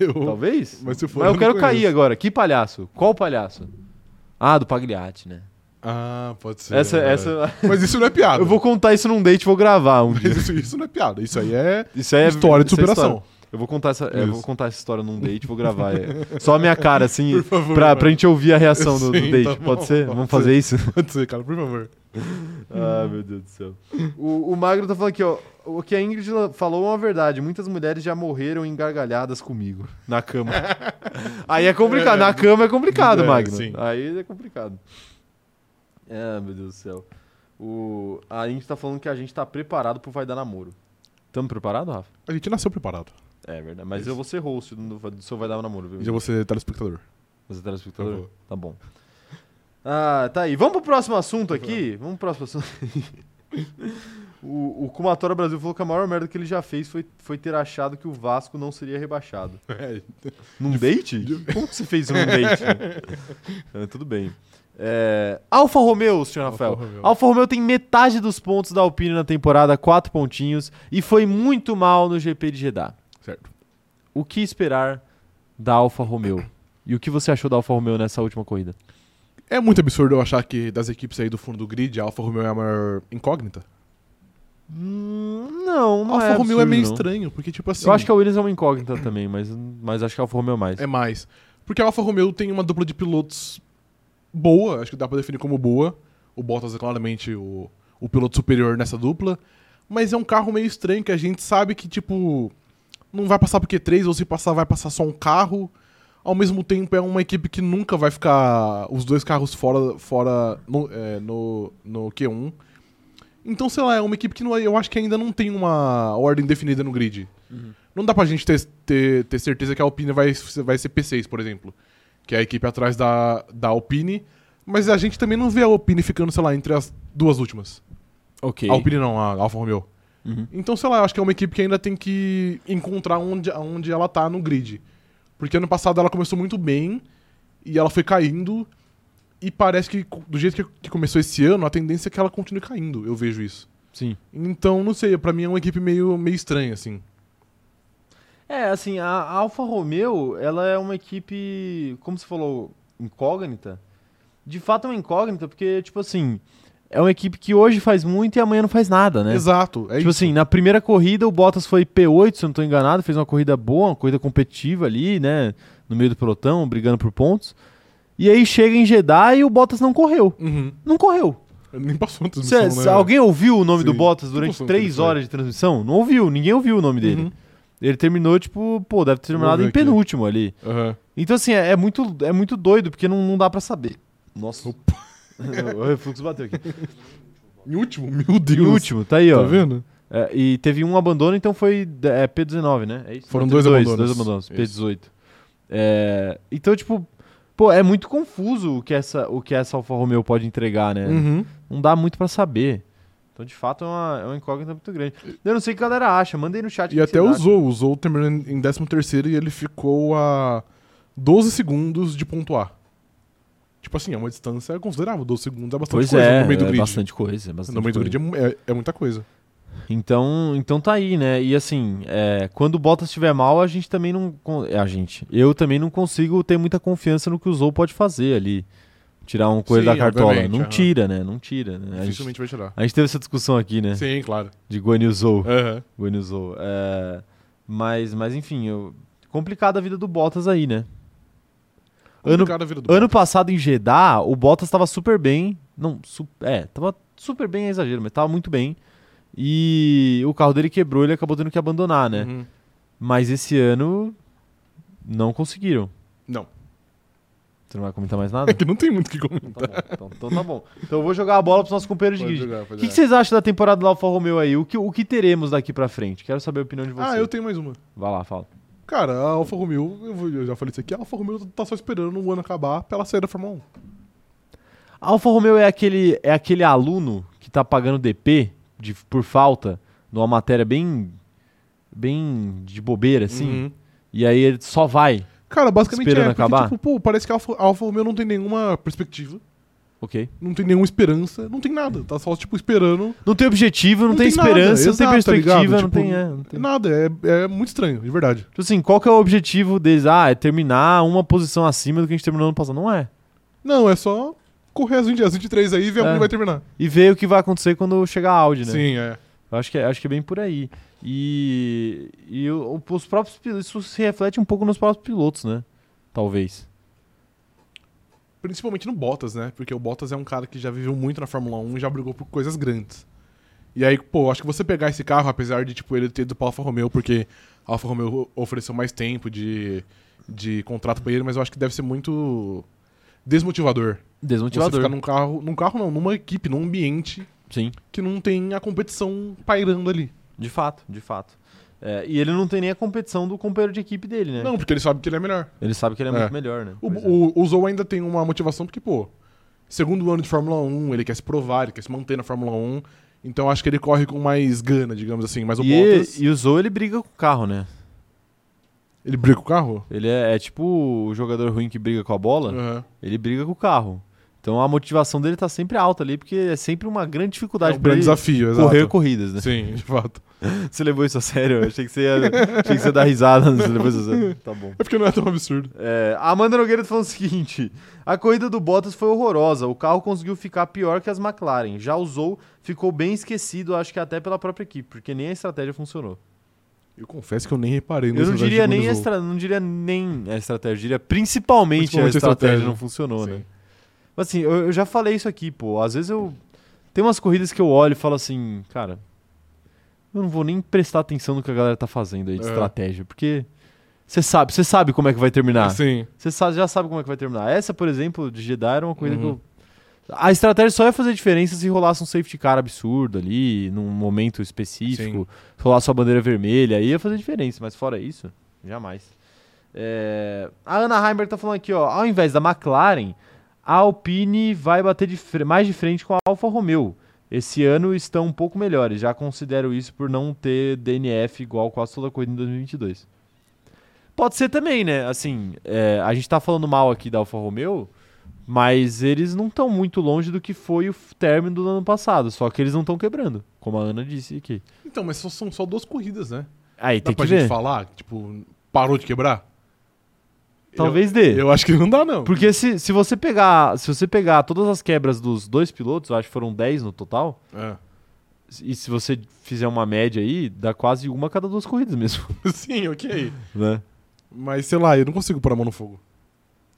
Speaker 2: Eu...
Speaker 1: Talvez?
Speaker 2: Mas se for,
Speaker 1: Mas eu
Speaker 2: não
Speaker 1: quero
Speaker 2: conheço.
Speaker 1: cair agora. Que palhaço? Qual palhaço? Ah, do Pagliatti, né?
Speaker 2: Ah, pode ser.
Speaker 1: Essa,
Speaker 2: é.
Speaker 1: essa...
Speaker 2: Mas isso não é piada.
Speaker 1: Eu vou contar isso num date e vou gravar um dia.
Speaker 2: Mas isso, isso não é piada. Isso aí é
Speaker 1: Isso aí é
Speaker 2: história de
Speaker 1: isso é
Speaker 2: superação.
Speaker 1: história. Eu vou contar essa, é, eu vou
Speaker 2: Isso.
Speaker 1: contar essa história num date, e vou gravar. é. Só a minha cara, assim,
Speaker 2: Por favor.
Speaker 1: pra,
Speaker 2: mano.
Speaker 1: pra gente ouvir a reação do, do
Speaker 2: Sim,
Speaker 1: date.
Speaker 2: tá
Speaker 1: pode
Speaker 2: bom,
Speaker 1: ser?
Speaker 2: pode
Speaker 1: Vamos
Speaker 2: ser.
Speaker 1: fazer isso?
Speaker 2: Pode ser, cara, por favor.
Speaker 1: Ah, meu Deus do céu. O, o Magro tá falando aqui, ó. O que a Ingrid la- falou é uma verdade. Muitas mulheres já morreram em gargalhadas comigo, na cama. Aí é complicado.
Speaker 2: É,
Speaker 1: na cama é complicado,
Speaker 2: é,
Speaker 1: Magno.
Speaker 2: sim.
Speaker 1: Aí é complicado. Ah, meu Deus do céu. O, a Ingrid tá falando que a gente tá preparado pro Vai Dar Namoro. Tamo preparado, Rafa?
Speaker 2: A gente nasceu preparado.
Speaker 1: É verdade. Mas
Speaker 2: Isso.
Speaker 1: eu vou ser host do, do seu Vai Dar Namoro, viu?
Speaker 2: Já você telespectador.
Speaker 1: Você é
Speaker 2: Por
Speaker 1: telespectador?
Speaker 2: favor.
Speaker 1: Tá bom. Ah, tá aí. Vamos pro próximo assunto aqui? Vamos pro próximo assunto. o, o Kumatora Brasil falou que a maior merda que ele já fez foi, foi ter achado que o Vasco não seria rebaixado.
Speaker 2: É,
Speaker 1: Num date? Como que você fez isso num date? Ah, tudo bem. É, Alfa Romeo, senhor Rafael.
Speaker 2: Alfa Romeo.
Speaker 1: Alfa Romeo tem metade dos pontos da Alpine na temporada, quatro pontinhos, e foi muito mal no GP de Jeddah.
Speaker 2: certo.
Speaker 1: O que esperar da Alfa Romeo? E o que você achou da Alfa Romeo nessa última corrida?
Speaker 2: É muito absurdo eu achar que das equipes aí do fundo do grid, a Alfa Romeo é a maior incógnita.
Speaker 1: Hum, Não,
Speaker 2: A
Speaker 1: não
Speaker 2: Alfa
Speaker 1: é
Speaker 2: Romeo é
Speaker 1: absurdo,
Speaker 2: meio
Speaker 1: não.
Speaker 2: estranho, porque tipo assim.
Speaker 1: Eu acho que a Williams é uma incógnita também, mas, mas acho que a Alfa Romeo é mais.
Speaker 2: é mais. Porque a Alfa Romeo tem uma dupla de pilotos boa, acho que dá pra definir como boa. O Bottas é claramente o, o piloto superior nessa dupla. Mas é um carro meio estranho que a gente sabe que, tipo, não vai passar pro Q3, ou se passar, vai passar só um carro. Ao mesmo tempo, é uma equipe que nunca vai ficar os dois carros fora, fora no, é, no, no Q1. Então, sei lá, é uma equipe que não é- eu acho que ainda não tem uma ordem definida no grid. Não dá pra gente ter, ter, ter certeza que a Alpine vai, vai ser P6, por exemplo. Que é a equipe atrás da, da Alpine. Mas a gente também não vê a Alpine ficando, sei lá, entre as duas últimas.
Speaker 4: Ok.
Speaker 2: A Alpine não, a Alfa Romeo.
Speaker 4: Uhum.
Speaker 2: Então, sei lá, eu acho que é uma equipe que ainda tem que encontrar onde, onde ela tá no grid. Porque ano passado ela começou muito bem e ela foi caindo. E parece que, co- do jeito que, que começou esse ano, a tendência é que ela continue caindo, eu vejo isso.
Speaker 1: Sim.
Speaker 2: Então, não sei, pra mim é uma equipe meio, meio estranha, assim.
Speaker 1: É, assim, a a Alfa Romeo, ela é uma equipe, como você falou, incógnita. De fato é uma incógnita, porque, tipo assim, é uma equipe que hoje faz muito e amanhã não faz nada, né?
Speaker 2: Exato, é
Speaker 1: tipo
Speaker 2: isso.
Speaker 1: assim, na primeira corrida o Bottas foi P8, se eu não tô enganado, fez uma corrida boa, uma corrida competitiva ali, né? No meio do pelotão, brigando por pontos. E aí chega em Jeddah e o Bottas não correu.
Speaker 2: Uhum.
Speaker 1: Não correu.
Speaker 2: Nem passou a
Speaker 1: Cê-
Speaker 2: transmissão,
Speaker 1: cê-
Speaker 2: né?
Speaker 1: Alguém ouviu o nome do
Speaker 2: Sim.
Speaker 1: Bottas durante
Speaker 2: Tudo
Speaker 1: três
Speaker 2: foi.
Speaker 1: horas de transmissão? Não ouviu, ninguém ouviu o nome dele.
Speaker 2: Uhum.
Speaker 1: Ele terminou, tipo, pô, deve ter terminado
Speaker 2: ver
Speaker 1: em
Speaker 2: aqui.
Speaker 1: penúltimo ali.
Speaker 2: Aham.
Speaker 1: Então, assim, é, é muito, é muito doido, porque não, não dá pra saber. Nossa. o refluxo bateu aqui.
Speaker 2: Em último? Meu
Speaker 1: E
Speaker 2: Deus.
Speaker 1: o último, tá aí, ó.
Speaker 2: Tá vendo?
Speaker 1: É, e teve um abandono, então foi de- é, P19, né? É isso?
Speaker 2: Foram
Speaker 1: Não, teve
Speaker 2: dois abandonos.
Speaker 1: Dois abandonos,
Speaker 2: Isso.
Speaker 1: P18. É, então, tipo, pô, é muito confuso o que essa, o que essa Alfa Romeo pode entregar, né?
Speaker 2: Uhum.
Speaker 1: não dá muito pra saber. Então, de fato, é uma, é uma incógnita muito grande. Eu não sei o que a galera acha, mandei no chat. o
Speaker 2: E
Speaker 1: que
Speaker 2: até
Speaker 1: vocês
Speaker 2: o
Speaker 1: acham.
Speaker 2: Zou. O Zou terminou em- em 13º e ele ficou a 12 segundos de pontuar. Tipo assim, é uma distância considerável. 12 segundos é bastante
Speaker 1: Pois
Speaker 2: coisa
Speaker 1: é,
Speaker 2: no meio do
Speaker 1: é
Speaker 2: grid.
Speaker 1: bastante coisa. é bastante
Speaker 2: no meio do
Speaker 1: coisa.
Speaker 2: grid é, mu- é- é muita coisa.
Speaker 1: Então, então tá aí, né? E assim, é, quando o Bottas estiver mal, a gente também não. con- é, A gente. Eu também não consigo ter muita confiança no que o Zou pode fazer ali. Tirar um coelho
Speaker 2: Sim,
Speaker 1: da cartola.
Speaker 2: obviamente,
Speaker 1: Não
Speaker 2: aham.
Speaker 1: tira, né? Não tira. Né? A, gente,
Speaker 2: Dificilmente vai tirar.
Speaker 1: a gente teve essa discussão aqui, né?
Speaker 2: Sim, claro.
Speaker 1: De Guan Yu Zou.
Speaker 2: Aham.
Speaker 1: Guan Yu Zou. É, mas, mas enfim, eu... complicada a vida do Bottas aí, né? Ano,
Speaker 2: Complicada a vida do
Speaker 1: Ano passado em Jeddah, o Bottas estava super bem. Não, su- é, tava super bem é exagero, mas tava muito bem. E o carro dele quebrou, ele acabou tendo que abandonar, né?
Speaker 2: Uhum.
Speaker 1: Mas esse ano não conseguiram.
Speaker 2: Não.
Speaker 1: Você não vai comentar mais
Speaker 2: É
Speaker 1: nada?
Speaker 2: que não tem muito o que comentar.
Speaker 1: Tá bom, então, então tá bom. Então eu vou jogar a bola pros nossos companheiros de
Speaker 2: Pode
Speaker 1: grid.
Speaker 2: jogar,
Speaker 1: O
Speaker 2: pode
Speaker 1: que, que
Speaker 2: jogar.
Speaker 1: vocês acham da temporada da Alfa Romeo aí? O que, o que teremos daqui pra frente? Quero saber a opinião de vocês.
Speaker 2: Ah, eu tenho mais uma.
Speaker 1: Vai lá, fala.
Speaker 2: Cara, a Alfa Romeo, eu, vou- eu já falei isso aqui, a Alfa Romeo tá só esperando o ano acabar pra ela sair da Fórmula 1.
Speaker 1: A Alfa Romeo é aquele, é aquele aluno que tá pagando DP de, por falta numa matéria bem bem de bobeira, assim.
Speaker 2: Uhum.
Speaker 1: E aí ele só vai.
Speaker 2: Cara, basicamente
Speaker 1: Esperando
Speaker 2: é, porque,
Speaker 1: acabar?
Speaker 2: tipo, pô, parece que a Alfa, a Alfa Romeo não tem nenhuma perspectiva.
Speaker 1: Ok.
Speaker 2: não tem nenhuma esperança, não tem nada. Tá só, tipo, esperando.
Speaker 1: Não tem objetivo, não,
Speaker 2: Não
Speaker 1: tem,
Speaker 2: tem nada,
Speaker 1: esperança, não tem
Speaker 2: exato, tá
Speaker 1: perspectiva,
Speaker 2: ligado?
Speaker 1: não
Speaker 2: Tipo,
Speaker 1: tem. É, não tem-
Speaker 2: Nada, é, é muito estranho, de verdade.
Speaker 1: Tipo assim, qual que é o objetivo deles? Ah, é terminar uma posição acima do que a gente terminou no ano passado. Não é.
Speaker 2: Não, é só correr as, 20, as 23 aí e ver
Speaker 1: É.
Speaker 2: onde vai terminar.
Speaker 1: E ver o que vai acontecer quando chegar a Audi, né?
Speaker 2: Sim, é.
Speaker 1: Eu acho que, é- acho que é bem por aí. E, e o- os próprios pilotos, isso se reflete um pouco nos próprios pilotos, né? Talvez.
Speaker 2: Principalmente no Bottas, né? Porque o Bottas é um cara que já viveu muito na Fórmula 1 e já brigou por coisas grandes. E aí, pô, acho que você pegar esse carro, apesar de, tipo, ele ter ido pra Alfa Romeo, porque a Alfa Romeo ofereceu mais tempo de, de contrato pra ele, mas eu acho que deve ser muito desmotivador. Você
Speaker 1: Desmotivador.
Speaker 2: ficar num carro, num carro não, numa equipe, num ambiente
Speaker 1: Sim,
Speaker 2: que não tem a competição pairando ali.
Speaker 1: de fato, de fato. É, e ele não tem nem a competição do companheiro de equipe dele, né?
Speaker 2: Não, porque ele sabe que ele é melhor.
Speaker 1: Ele sabe que ele é,
Speaker 2: É.
Speaker 1: muito melhor, né?
Speaker 2: O,
Speaker 1: Pois é.
Speaker 2: o, o Zou ainda tem uma motivação, porque, pô, segundo ano de Fórmula 1, ele quer se provar, ele quer se manter na Fórmula 1. Então acho que ele corre com mais gana, digamos assim. Mas o
Speaker 1: e,
Speaker 2: Bottas,
Speaker 1: e o Zou, ele briga com o carro, né?
Speaker 2: ele briga com o carro?
Speaker 1: Ele é, é tipo o jogador ruim que briga com a bola,
Speaker 2: Aham.
Speaker 1: ele briga com o carro. Então a motivação dele tá sempre alta ali, porque é sempre uma grande
Speaker 2: É
Speaker 1: dificuldade
Speaker 2: um
Speaker 1: pra
Speaker 2: grande
Speaker 1: ele
Speaker 2: desafio, exato.
Speaker 1: tá correr corridas, né?
Speaker 2: Sim, de fato.
Speaker 1: Você levou isso a sério? Eu achei que você ia, achei que você ia dar risada. Você levou isso a sério. Tá bom.
Speaker 2: É porque não é tão absurdo.
Speaker 1: É, a Amanda Nogueira tá falando o seguinte: a corrida do Bottas foi horrorosa. O carro conseguiw ficar pior que as McLaren. Já usou, ficou bem esquecido, acho que até pela própria equipe, porque nem a estratégia funcionou.
Speaker 2: Eu confesso que eu nem reparei.
Speaker 1: Eu não diria nem a
Speaker 2: extra.
Speaker 1: estra... não diria nem a estratégia, eu diria principalmente,
Speaker 2: Principalmente
Speaker 1: a
Speaker 2: a
Speaker 1: estratégia,
Speaker 2: estratégia.
Speaker 1: não funcionou,
Speaker 2: Sim.
Speaker 1: né? Mas assim, eu, eu já falei isso aqui, pô. Às vezes eu tem umas corridas que eu olho e falo assim, cara, eu não vou nem prestar atenção no que a galera tá fazendo aí de
Speaker 2: É.
Speaker 1: estratégia, porque você sabe, você sabe como é que vai terminar.
Speaker 2: Sim.
Speaker 1: Você sa- já sabe como é que vai terminar. Essa, por exemplo, de Jedi era uma coisa que
Speaker 2: Uhum.
Speaker 1: eu... A estratégia só ia fazer diferença se rolasse um safety car absurdo ali, num momento específico, se rolasse uma bandeira vermelha, aí ia fazer diferença, mas fora isso, jamais. É, A Ana Heimberg tá falando aqui, ó, ao invés da McLaren, A Alpine vai bater de fre- mais de frente com a Alfa Romeo. Esse ano estão um pouco melhores, já considero isso por não ter DNF igual quase toda corrida em 2022. Pode ser também, né? Assim, é, a gente tá falando mal aqui da Alfa Romeo, mas eles não estão muito longe do que foi o f- término do ano passado, só que eles não estão quebrando, como a Ana disse aqui.
Speaker 2: Então, mas só- são só duas corridas, né?
Speaker 1: Aí
Speaker 2: Dá
Speaker 1: tem
Speaker 2: pra
Speaker 1: que
Speaker 2: gente
Speaker 1: ver.
Speaker 2: falar, tipo, parou de quebrar?
Speaker 1: Talvez
Speaker 2: Eu,
Speaker 1: dê.
Speaker 2: eu acho que não dá, não.
Speaker 1: Porque se, se você pegar, se você pegar todas as quebras dos dois pilotos, eu acho que foram 10 no total,
Speaker 2: É.
Speaker 1: E se você fizer uma média aí, dá quase uma a cada duas corridas mesmo,
Speaker 2: Sim, ok.
Speaker 1: né?
Speaker 2: Mas sei lá, eu não consigo pôr a mão no fogo.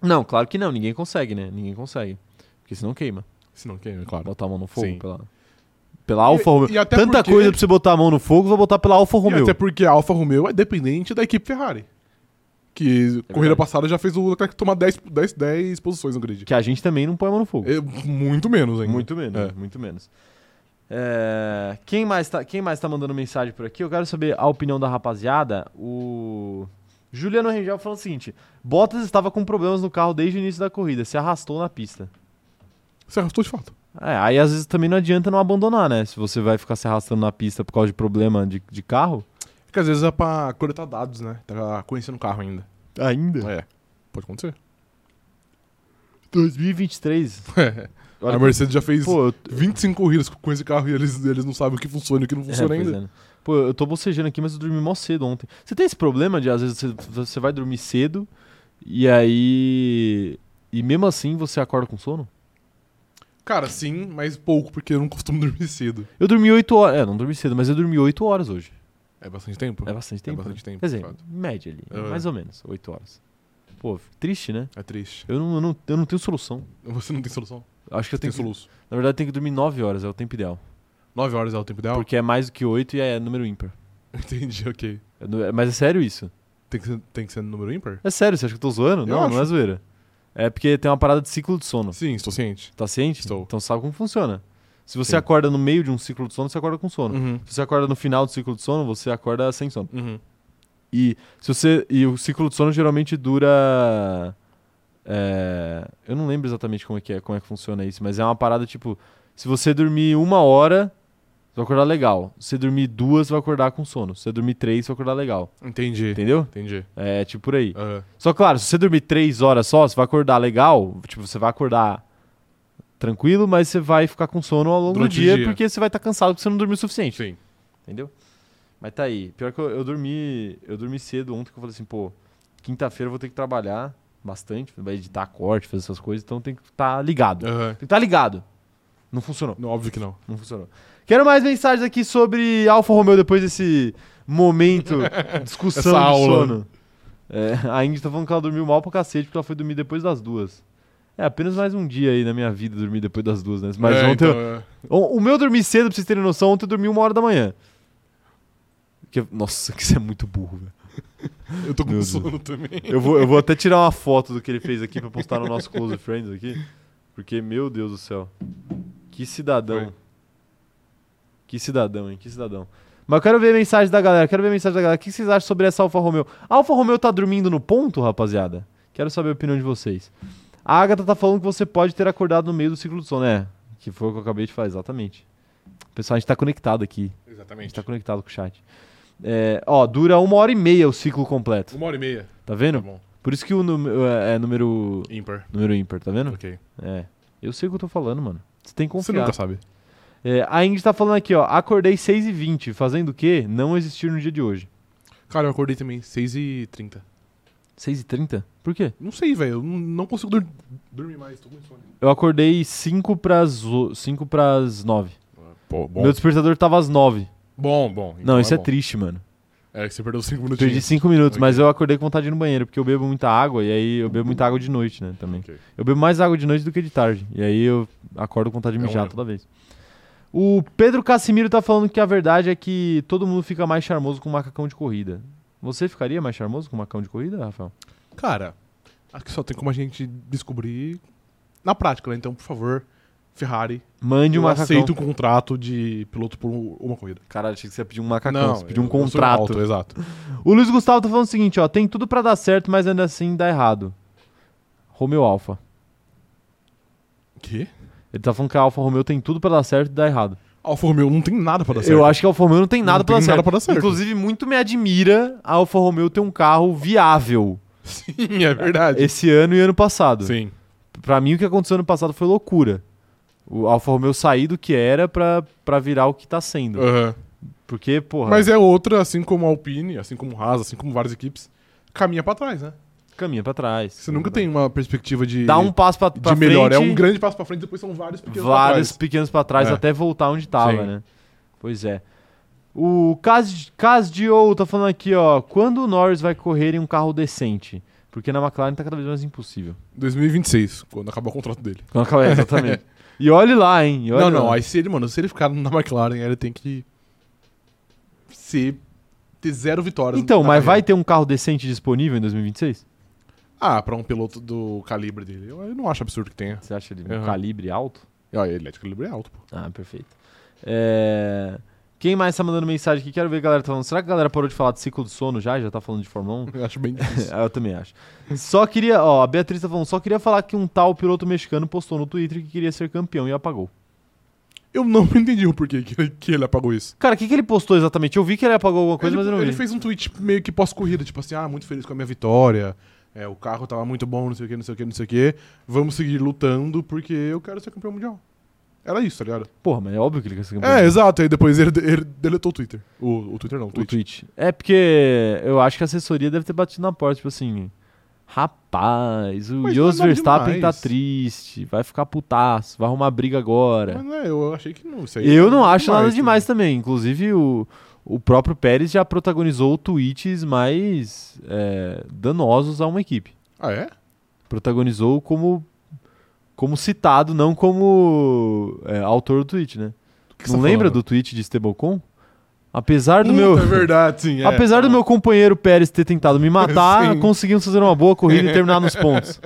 Speaker 1: Não, claro que não, ninguém consegue, né? Ninguém consegue. Porque senão queima.
Speaker 2: Se não queima, é claro.
Speaker 1: Botar a mão no fogo
Speaker 2: Sim.
Speaker 1: pela, pela Alfa Romeo.
Speaker 2: e até
Speaker 1: Tanta
Speaker 2: porque-
Speaker 1: coisa pra você botar a mão no fogo, vai botar pela Alfa
Speaker 2: E
Speaker 1: Romeo.
Speaker 2: até porque a Alfa Romeo é dependente da equipe Ferrari. Que corrida
Speaker 1: verdade.
Speaker 2: passada já fez o Leclerc tomar 10, 10, 10 posições no grid.
Speaker 1: Que a gente também não põe a mão no fogo.
Speaker 2: É, muito menos ainda.
Speaker 1: Muito menos,
Speaker 2: É.
Speaker 1: muito menos. É, Quem, mais tá, quem mais tá mandando mensagem por aqui? Eu quero saber a opinião da rapaziada. O Juliano Rengel falou o seguinte: Bottas estava com problemas no carro desde o início da corrida, se arrastou na pista.
Speaker 2: Você arrastou de fato.
Speaker 1: É, aí às vezes também não adianta não abandonar, né? Se você vai ficar se arrastando na pista por causa de problema de, de carro.
Speaker 2: Porque às vezes é pra coletar dados, né? Tá conhecendo o carro ainda.
Speaker 1: Ainda.
Speaker 2: É. Pode acontecer.
Speaker 1: 2023. Olha
Speaker 2: É. a
Speaker 1: que-
Speaker 2: Mercedes já fez
Speaker 1: Pô, eu,
Speaker 2: 25 corridas com esse carro e eles, eles não sabem o que funciona e o que não
Speaker 1: é,
Speaker 2: funciona
Speaker 1: pois
Speaker 2: ainda.
Speaker 1: é, né? Pô, eu tô bocejando aqui, mas eu dormi mó cedo ontem. Você tem esse problema de às vezes você, você vai dormir cedo e aí. E mesmo assim você acorda com sono?
Speaker 2: Cara, sim, mas pouco, porque eu não costumo dormir cedo.
Speaker 1: Eu dormi 8 horas. É, não dormi cedo, mas eu dormi 8 horas hoje.
Speaker 2: É bastante tempo?
Speaker 1: É bastante tempo.
Speaker 2: bastante tempo,
Speaker 1: Quer dizer,
Speaker 2: de fato.
Speaker 1: média ali.
Speaker 2: É.
Speaker 1: Mais ou menos, 8 horas. Pô, triste, né?
Speaker 2: É triste.
Speaker 1: Eu não, eu, não, eu não tenho solução.
Speaker 2: Você não tem solução?
Speaker 1: Acho que eu
Speaker 2: Você tem
Speaker 1: tenho que
Speaker 2: soluço.
Speaker 1: Na verdade, tem que dormir 9 horas, é o tempo ideal.
Speaker 2: 9 horas é o tempo ideal?
Speaker 1: Porque é mais do que 8 e é número ímpar.
Speaker 2: Entendi, ok.
Speaker 1: É no- é- Mas é sério isso?
Speaker 2: Tem que ser, tem que ser no número ímpar?
Speaker 1: É sério, você acha que eu tô zoando?
Speaker 2: Eu
Speaker 1: não, não é
Speaker 2: acho.
Speaker 1: zoeira. É porque tem uma parada de ciclo de sono.
Speaker 2: Sim, estou ciente.
Speaker 1: Tá ciente?
Speaker 2: Estou.
Speaker 1: Então sabe como funciona. Se você
Speaker 2: Sim.
Speaker 1: acorda no meio de um ciclo de sono, você acorda com sono.
Speaker 2: Uhum.
Speaker 1: Se você acorda no final do ciclo de sono, você acorda sem sono.
Speaker 2: Uhum.
Speaker 1: E se você e o ciclo de sono geralmente dura é, eu não lembro exatamente como é que é, como é que funciona isso, mas é uma parada tipo, se você dormir uma hora, você vai acordar legal. Se você dormir duas, você vai acordar com sono. Se você dormir três, você vai acordar legal.
Speaker 2: Entendi.
Speaker 1: Entendeu?
Speaker 2: Entendi.
Speaker 1: É tipo por aí.
Speaker 2: Aham.
Speaker 1: Só claro, se você dormir três horas só, você vai acordar legal. Tipo, você vai acordar tranquilo, mas você vai ficar com sono ao longo
Speaker 2: Durante
Speaker 1: do
Speaker 2: o
Speaker 1: dia,
Speaker 2: dia.
Speaker 1: porque você vai estar cansado porque você não dormiu o suficiente.
Speaker 2: Sim.
Speaker 1: Entendeu? Mas tá aí. Pior que eu, eu dormi. Eu dormi cedo ontem que eu falei assim, pô, quinta-feira eu vou ter que trabalhar bastante, vai editar corte, fazer essas coisas, então tem que estar ligado. Tem
Speaker 2: Aham.
Speaker 1: que estar ligado. Não funcionou,
Speaker 2: Não, Óbvio que não.
Speaker 1: não funcionou. Quero mais mensagens aqui sobre Alfa Romeo depois desse momento discussão
Speaker 2: Essa
Speaker 1: de
Speaker 2: aula.
Speaker 1: sono. É, a Ingrid tá falando que ela dormiu mal pra cacete porque ela foi dormir depois das duas. É apenas mais um dia aí na minha vida dormir depois das duas, né? Mas
Speaker 2: É,
Speaker 1: ontem, eu-
Speaker 2: então, é.
Speaker 1: o, o meu dormir cedo, pra vocês terem noção, ontem eu dormi uma hora da manhã. Que eu- nossa, que você é muito burro, velho.
Speaker 2: é, eu tô com
Speaker 1: Meu Deus.
Speaker 2: sono também.
Speaker 1: Eu vou, eu vou até tirar uma foto do que ele fez aqui pra postar no nosso Close Friends aqui. Porque, meu Deus do céu. Que cidadão.
Speaker 2: Foi.
Speaker 1: Que cidadão, hein? Que cidadão. Mas eu quero ver a mensagem da galera. Quero ver a mensagem da galera. O que vocês acham sobre essa Alfa Romeo? A Alfa Romeo tá dormindo no ponto, rapaziada? Quero saber a opinião de vocês. A Agatha tá falando que você pode ter acordado no meio do ciclo do sono. É, que foi o que eu acabei de falar, exatamente. Pessoal, a gente tá conectado aqui. A gente
Speaker 2: Exatamente.
Speaker 1: tá conectado com o chat. É, ó, dura uma hora e meia o ciclo completo.
Speaker 2: Uma hora e meia.
Speaker 1: Tá
Speaker 2: Tá
Speaker 1: vendo?
Speaker 2: bom.
Speaker 1: Por isso que o número é, é número,
Speaker 2: Ímpar.
Speaker 1: número ímpar, tá vendo?
Speaker 2: Ok.
Speaker 1: É. Eu sei o que eu tô falando, mano. Você tem que
Speaker 2: Você
Speaker 1: confiar.
Speaker 2: nunca sabe.
Speaker 1: É, a Ingrid tá falando aqui, ó. Acordei 6h20, fazendo o quê? Não existir no dia de hoje.
Speaker 2: Cara, eu acordei também 6h30.
Speaker 1: 6h30? Por quê?
Speaker 2: Não sei, velho. Eu não- não consigo dur- dormir mais. Tô com sono.
Speaker 1: Eu acordei 5 pras, o- cinco pras 9.
Speaker 2: Pô, bom.
Speaker 1: Meu despertador tava às 9.
Speaker 2: Bom, bom. Então
Speaker 1: Não, isso é,
Speaker 2: bom.
Speaker 1: triste, mano.
Speaker 2: É que você perdeu 5
Speaker 1: Perdi
Speaker 2: minutinhos.
Speaker 1: 5 minutos,
Speaker 2: Ok.
Speaker 1: mas eu acordei com vontade de ir no banheiro, porque eu bebo muita água e aí eu bebo muita água de noite, né? Também.
Speaker 2: Ok.
Speaker 1: Eu bebo mais água de noite do que de tarde. E aí eu acordo com vontade de
Speaker 2: É um
Speaker 1: mijar
Speaker 2: erro.
Speaker 1: toda vez. O Pedro Casimiro tá falando que a verdade é que todo mundo fica mais charmoso com um macacão de corrida. Você ficaria mais charmoso com um macacão de corrida, Rafael?
Speaker 2: Cara, acho que só tem como a gente descobrir na prática, né? Então, por favor, Ferrari,
Speaker 1: Mande um
Speaker 2: eu
Speaker 1: macacão.
Speaker 2: aceito um contrato de piloto por um- uma corrida.
Speaker 1: Caralho, achei que você ia pedir um macacão, você pediu um
Speaker 2: eu- eu sou
Speaker 1: contrato.
Speaker 2: alto, né? exato.
Speaker 1: O Luiz Gustavo tá falando o seguinte, ó, tem tudo pra dar certo, mas ainda assim dá errado. Romeu Alfa.
Speaker 2: Que?
Speaker 1: Ele tá falando que a Alfa Romeo tem tudo pra dar certo e dar errado.
Speaker 2: Alfa Romeo não tem nada pra dar Tá certo.
Speaker 1: Eu acho que a Alfa Romeo não tem nada,
Speaker 2: Não
Speaker 1: pra,
Speaker 2: tem
Speaker 1: dar
Speaker 2: nada pra dar certo.
Speaker 1: Inclusive, muito me admira a Alfa Romeo ter um carro viável
Speaker 2: Sim, é verdade.
Speaker 1: esse ano e ano passado.
Speaker 2: Sim.
Speaker 1: Pra mim, o que aconteceu ano passado foi loucura. O Alfa Romeo sair do que era pra, pra virar o que tá sendo.
Speaker 2: Aham.
Speaker 1: Porque, porra,
Speaker 2: É. Mas é outra, assim como a Alpine, assim como o Haas, assim como várias equipes, caminha pra trás, né?
Speaker 1: caminha pra trás.
Speaker 2: Você nunca tem uma perspectiva de,
Speaker 1: Dá um passo pra, pra
Speaker 2: de melhor.
Speaker 1: frente,
Speaker 2: É um grande passo pra frente, depois são vários pequenos
Speaker 1: vários
Speaker 2: pra trás.
Speaker 1: pequenos pra trás
Speaker 2: É.
Speaker 1: até voltar onde tava,
Speaker 2: Sim.
Speaker 1: né? Pois é. O Cas Cas Dio tá falando aqui, ó. Quando o Norris vai correr em um carro decente? Porque na McLaren tá cada vez mais impossível.
Speaker 2: 2026, quando acabar o contrato dele.
Speaker 1: Quando acabar- é, exatamente. e olhe lá, hein? e olhe
Speaker 2: não, não,
Speaker 1: lá.
Speaker 2: aí se ele, mano, se ele ficar na McLaren, aí ele tem que ser, ter zero vitórias.
Speaker 1: Então,
Speaker 2: na
Speaker 1: mas vai
Speaker 2: carreira.
Speaker 1: ter um carro decente disponível em 2026?
Speaker 2: Ah, pra um piloto do calibre dele, eu eu não acho absurdo que tenha.
Speaker 1: Você acha ele um
Speaker 2: Aham.
Speaker 1: calibre alto?
Speaker 2: E, ó, ele é de calibre alto, pô.
Speaker 1: Ah, perfeito. É, Quem mais tá mandando mensagem aqui? Quero ver a galera tá falando. Será que a galera parou de falar de ciclo do sono já? Já tá falando de Fórmula 1?
Speaker 2: Eu acho bem difícil.
Speaker 1: Ah, Eu também acho. Só queria, ó, a Beatriz tá falando, só queria falar que um tal piloto mexicano postou no Twitter que queria ser campeão e apagou.
Speaker 2: eu não entendi o porquê que ele, que ele apagou isso.
Speaker 1: Cara, o que, que ele postou exatamente? Eu vi que ele apagou alguma coisa,
Speaker 2: ele,
Speaker 1: mas eu não
Speaker 2: ele
Speaker 1: vi.
Speaker 2: fez um tweet meio que pós-corrida, tipo assim, ah, muito feliz com a minha vitória, é, o carro tava muito bom, não sei o que, não sei o que, não sei o que, vamos seguir lutando porque eu quero ser campeão mundial. Era isso, tá ligado?
Speaker 1: Porra, mas é óbvio que ele quer ser campeão.
Speaker 2: É, exato, aí depois ele, ele deletou o Twitter. O, o Twitter não, o
Speaker 1: o
Speaker 2: tweet.
Speaker 1: tweet. É porque eu acho que a assessoria deve ter batido na porta, tipo assim, rapaz, o
Speaker 2: Mas
Speaker 1: Jos
Speaker 2: não é nada
Speaker 1: Verstappen
Speaker 2: demais.
Speaker 1: tá triste, vai ficar putaço, vai arrumar briga agora.
Speaker 2: Mas não é, eu achei que não. Isso aí
Speaker 1: Eu
Speaker 2: é
Speaker 1: não acho nada
Speaker 2: né?
Speaker 1: demais também. Inclusive, o, o próprio Pérez já protagonizou tweets mais é, danosos a uma equipe.
Speaker 2: Ah, é?
Speaker 1: protagonizou como como citado, não como é, autor do tweet, né?
Speaker 2: O que você
Speaker 1: não
Speaker 2: tá
Speaker 1: lembra
Speaker 2: falando?
Speaker 1: do tweet de Stablecoin? Apesar do
Speaker 2: Puta,
Speaker 1: meu
Speaker 2: É verdade, sim. é.
Speaker 1: apesar do meu companheiro Pérez ter tentado me matar,
Speaker 2: Sim.
Speaker 1: conseguimos fazer uma boa corrida e terminar nos pontos.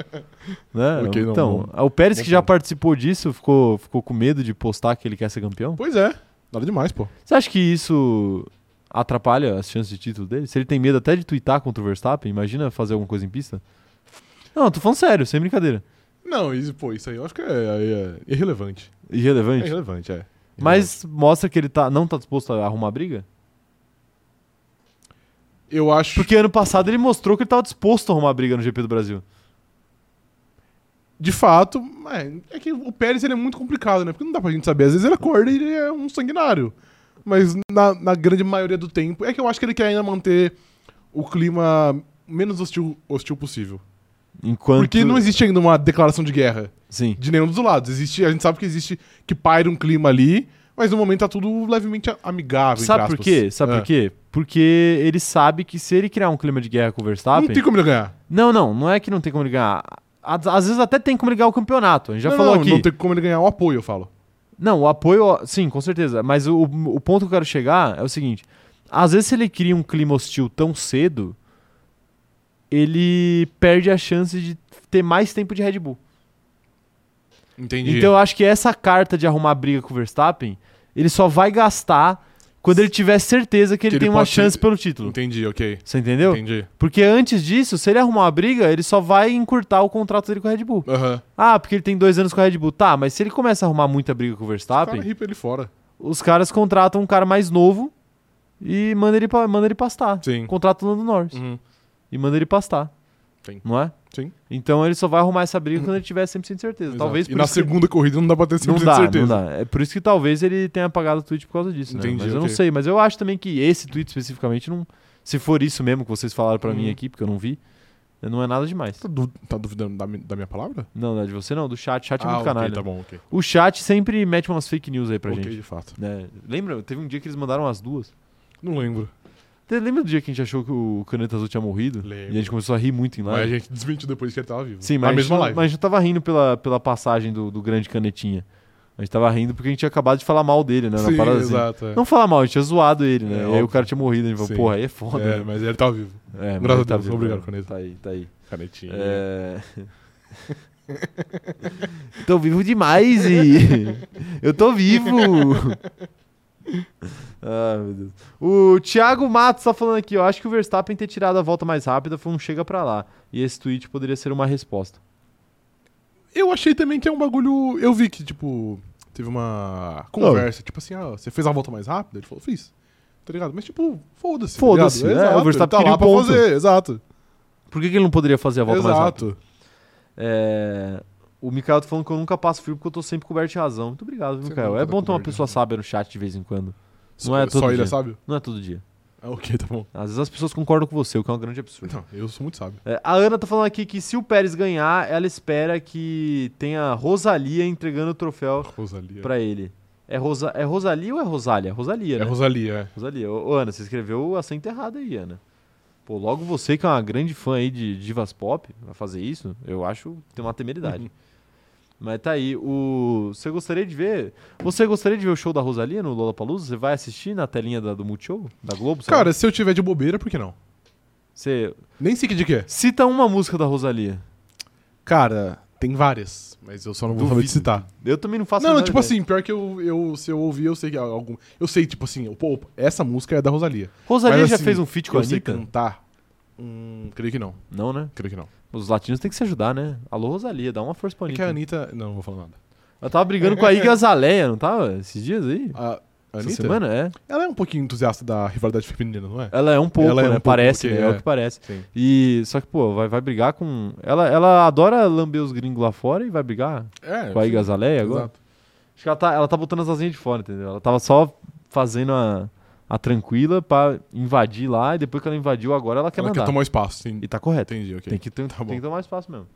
Speaker 1: Né?
Speaker 2: Ok, não,
Speaker 1: então, o Pérez
Speaker 2: bom
Speaker 1: que já
Speaker 2: ponto.
Speaker 1: participou disso ficou, ficou com medo de postar que ele quer ser campeão?
Speaker 2: Pois é, nada demais, pô.
Speaker 1: Você acha que isso atrapalha as chances de título dele? Se ele tem medo até de twittar contra o Verstappen, imagina fazer alguma coisa em pista? Não, tô falando sério, sem brincadeira.
Speaker 2: Não, isso, pô, isso aí eu acho que é, é- é irrelevante. É
Speaker 1: Irrelevante.
Speaker 2: irrelevante, é.
Speaker 1: Mas mostra que ele tá, não tá disposto a arrumar briga?
Speaker 2: Eu acho.
Speaker 1: Porque ano passado ele mostrou que ele tava disposto a arrumar briga no GP do Brasil.
Speaker 2: De fato, é, é que o Pérez ele é muito complicado, né? Porque não dá pra gente saber. Às vezes ele acorda e ele é um sanguinário. Mas na, na grande maioria do tempo, é que eu acho que ele quer ainda manter o clima menos hostil, hostil possível.
Speaker 1: Enquanto.
Speaker 2: Porque não existe ainda uma declaração de guerra
Speaker 1: Sim.
Speaker 2: de nenhum dos lados. Existe, a gente sabe que existe, que paira um clima ali, mas no momento tá tudo levemente a- amigável,
Speaker 1: Sabe
Speaker 2: entre
Speaker 1: por
Speaker 2: aspas.
Speaker 1: quê? Sabe por
Speaker 2: É.
Speaker 1: quê? Porque ele sabe que se ele criar um clima de guerra com o Verstappen.
Speaker 2: Não tem como ele ganhar.
Speaker 1: Não, não, não é que não tem como ele ganhar. Às, às vezes até tem como ele ganhar o campeonato. A gente já
Speaker 2: não,
Speaker 1: falou
Speaker 2: não,
Speaker 1: aqui.
Speaker 2: Não tem como ele ganhar o apoio, eu falo.
Speaker 1: Não, o apoio, ó, sim, com certeza. Mas o, o ponto que eu quero chegar é o seguinte: às vezes, se ele cria um clima hostil tão cedo, ele perde a chance de ter mais tempo de Red Bull.
Speaker 2: Entendi.
Speaker 1: Então eu acho que essa carta de arrumar briga com o Verstappen, ele só vai gastar quando ele tiver certeza que ele,
Speaker 2: ele
Speaker 1: tem uma
Speaker 2: pode-
Speaker 1: chance pelo título.
Speaker 2: Entendi, ok.
Speaker 1: Você entendeu?
Speaker 2: Entendi.
Speaker 1: Porque antes disso, se ele arrumar uma briga, ele só vai encurtar o contrato dele com a Red Bull.
Speaker 2: Aham.
Speaker 1: Ah, porque ele tem dois anos com a Red Bull. Tá, mas se ele começa a arrumar muita briga com o
Speaker 2: Tá,
Speaker 1: Verstappen,
Speaker 2: ripa ele fora.
Speaker 1: os caras contratam um cara mais novo e manda ele, pa- manda ele pastar.
Speaker 2: Sim.
Speaker 1: Contrata o Lando Norris
Speaker 2: Uhum.
Speaker 1: e manda ele pastar.
Speaker 2: Sim.
Speaker 1: Não é?
Speaker 2: Sim.
Speaker 1: Então ele só vai arrumar essa briga quando ele tiver 100% de certeza.
Speaker 2: Exato.
Speaker 1: Talvez
Speaker 2: e
Speaker 1: por
Speaker 2: na
Speaker 1: isso que-
Speaker 2: segunda corrida não dá pra ter 100%
Speaker 1: Não
Speaker 2: de
Speaker 1: dá,
Speaker 2: certeza.
Speaker 1: não dá. É por isso que talvez ele tenha apagado o tweet por causa disso, né?
Speaker 2: Entendi,
Speaker 1: Mas eu não
Speaker 2: ok.
Speaker 1: sei, mas eu acho também que esse tweet especificamente não, se for isso mesmo que vocês falaram pra mim
Speaker 2: Uhum.
Speaker 1: aqui, porque eu não vi, não é nada demais.
Speaker 2: Tá, du- tá duvidando da, mi- da minha palavra?
Speaker 1: Não, não é de você não, do chat, chat é muito
Speaker 2: ok,
Speaker 1: canalha.
Speaker 2: tá bom, ok.
Speaker 1: O chat sempre mete umas fake news aí pra
Speaker 2: ok,
Speaker 1: gente.
Speaker 2: de fato.
Speaker 1: né? Lembra? Teve um dia que eles mandaram as duas.
Speaker 2: Não lembro.
Speaker 1: Te- Lembra do dia que a gente achou que o Caneta Azul tinha morrido?
Speaker 2: Lembro.
Speaker 1: E a gente começou a rir muito em
Speaker 2: Mas a
Speaker 1: live.
Speaker 2: gente desmentiu depois que ele tava vivo.
Speaker 1: Sim, mas,
Speaker 2: na
Speaker 1: a gente
Speaker 2: mesma
Speaker 1: não-
Speaker 2: live.
Speaker 1: mas a gente não tava rindo pela, pela passagem do, do grande canetinha. A gente tava rindo porque a gente tinha acabado de falar mal dele, né? na
Speaker 2: Sim,
Speaker 1: parada assim.
Speaker 2: exato. É.
Speaker 1: Não falar mal, a gente tinha zoado ele, né?
Speaker 2: É,
Speaker 1: E aí
Speaker 2: óbvio.
Speaker 1: o cara tinha morrido, a gente falou,
Speaker 2: Sim.
Speaker 1: porra, aí é foda.
Speaker 2: é,
Speaker 1: né?
Speaker 2: mas ele tava vivo.
Speaker 1: É, mas
Speaker 2: graças
Speaker 1: ele
Speaker 2: a Deus,
Speaker 1: vivo,
Speaker 2: obrigado,
Speaker 1: né?
Speaker 2: Caneta.
Speaker 1: Tá aí, tá aí.
Speaker 2: Canetinha.
Speaker 1: É... tô vivo demais e... Eu tô vivo! ah, meu Deus. O Thiago Matos tá falando aqui, ó. Acho que o Verstappen ter tirado a volta mais rápida foi um chega pra lá. E esse tweet poderia ser uma resposta.
Speaker 2: Eu achei também que é um bagulho. Eu vi que, tipo, teve uma conversa, tipo assim, ah, você fez a volta mais rápida? Ele falou, fiz. Tá ligado? Mas, tipo, foda-se. tá
Speaker 1: Foda-se,
Speaker 2: ligado?
Speaker 1: é, o
Speaker 2: Exato, ele
Speaker 1: Verstappen
Speaker 2: tá
Speaker 1: queria
Speaker 2: lá
Speaker 1: o
Speaker 2: pra
Speaker 1: ponto.
Speaker 2: fazer, exato.
Speaker 1: Por que, que ele não poderia fazer a volta
Speaker 2: exato.
Speaker 1: mais rápida? É, O Mikael tá falando que eu nunca passo frio porque eu tô sempre coberto de razão. Muito obrigado, viu,
Speaker 2: Você
Speaker 1: Mikael.
Speaker 2: nunca
Speaker 1: É
Speaker 2: tá
Speaker 1: bom ter uma
Speaker 2: coberto de
Speaker 1: pessoa
Speaker 2: razão.
Speaker 1: sábia no chat de vez em quando. Não
Speaker 2: Só-
Speaker 1: é todo
Speaker 2: Só ele
Speaker 1: dia.
Speaker 2: é sábio?
Speaker 1: Não é todo dia.
Speaker 2: Ah, ok, tá bom.
Speaker 1: Às vezes as pessoas concordam com você, o que é um grande absurdo.
Speaker 2: Não, eu sou muito sábio.
Speaker 1: É, a Ana tá falando aqui que se o Pérez ganhar, ela espera que tenha Rosalia entregando o troféu
Speaker 2: Rosalia.
Speaker 1: pra ele. É, Rosa, é Rosalia ou é Rosália? Rosalia,
Speaker 2: É
Speaker 1: né?
Speaker 2: Rosalia, é.
Speaker 1: Rosalia. Ô, ô, Ana, você escreveu o acento errado aí, Ana. Pô, logo você que é uma grande fã aí de divas pop, vai fazer isso, eu acho que tem uma
Speaker 2: Uhum.
Speaker 1: temeridade. Mas tá aí, o... você gostaria de ver... Você gostaria de ver o show da Rosalia no Lollapalooza? Você vai assistir na telinha da- do Multishow? Da Globo? sei lá?
Speaker 2: Cara, se eu tiver de bobeira, por que não?
Speaker 1: Você
Speaker 2: Nem sei que de que é.
Speaker 1: cita uma música da Rosalia.
Speaker 2: Cara, tem várias, mas eu só não vou saber
Speaker 1: Duvido.
Speaker 2: te citar.
Speaker 1: Eu também não faço a
Speaker 2: Não,
Speaker 1: menor
Speaker 2: tipo
Speaker 1: ideia.
Speaker 2: assim, pior que eu, eu, se eu ouvir, eu sei que algum. Eu sei, tipo assim, eu- pô, essa música é da Rosalia.
Speaker 1: Rosalia
Speaker 2: Mas,
Speaker 1: já
Speaker 2: assim,
Speaker 1: fez um feat com a
Speaker 2: eu sei
Speaker 1: Anitta?
Speaker 2: cantar. tá. Hum, creio que não,
Speaker 1: Não, né?
Speaker 2: creio que não.
Speaker 1: Os latinos têm que se ajudar, né? Alô, Rosalia, dá uma força pra
Speaker 2: É
Speaker 1: Anitta.
Speaker 2: que a Anitta. Não, não vou falar nada.
Speaker 1: Ela tava brigando com a Iggy Azalea, não tava? Esses dias aí?
Speaker 2: A, a
Speaker 1: Essa
Speaker 2: Anitta?
Speaker 1: semana, é.
Speaker 2: Ela é um pouquinho entusiasta da rivalidade feminina, não é?
Speaker 1: Ela é um pouco,
Speaker 2: Ela é
Speaker 1: né?
Speaker 2: um pouco,
Speaker 1: parece,
Speaker 2: porque
Speaker 1: né? É. o
Speaker 2: é.
Speaker 1: que parece.
Speaker 2: Sim.
Speaker 1: E só que, pô, vai, vai brigar com... Ela, ela adora lamber os gringos lá fora e vai brigar
Speaker 2: É.
Speaker 1: com a Iggy
Speaker 2: sim,
Speaker 1: Azalea agora?
Speaker 2: Exato.
Speaker 1: Acho que ela tá, ela tá botando as asinhas de fora, entendeu? Ela tava só fazendo a, a tranquila pra invadir lá e depois que ela invadiu agora ela quer
Speaker 2: Ela
Speaker 1: mandar.
Speaker 2: quer tomar o espaço, sim.
Speaker 1: E tá correto.
Speaker 2: Entendi, ok.
Speaker 1: Tem que, tem,
Speaker 2: Tá
Speaker 1: tem
Speaker 2: bom.
Speaker 1: que tomar espaço mesmo.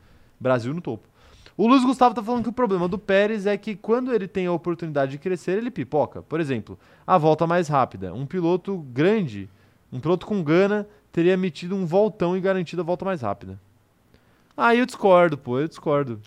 Speaker 1: Brasil no topo. O Luiz Gustavo tá falando que o problema do Pérez é que quando ele tem a oportunidade de crescer, ele pipoca. Por exemplo, a volta mais rápida. Um piloto grande, um piloto com gana, teria metido um voltão e garantido a volta mais rápida. Ah, eu discordo, pô, eu discordo.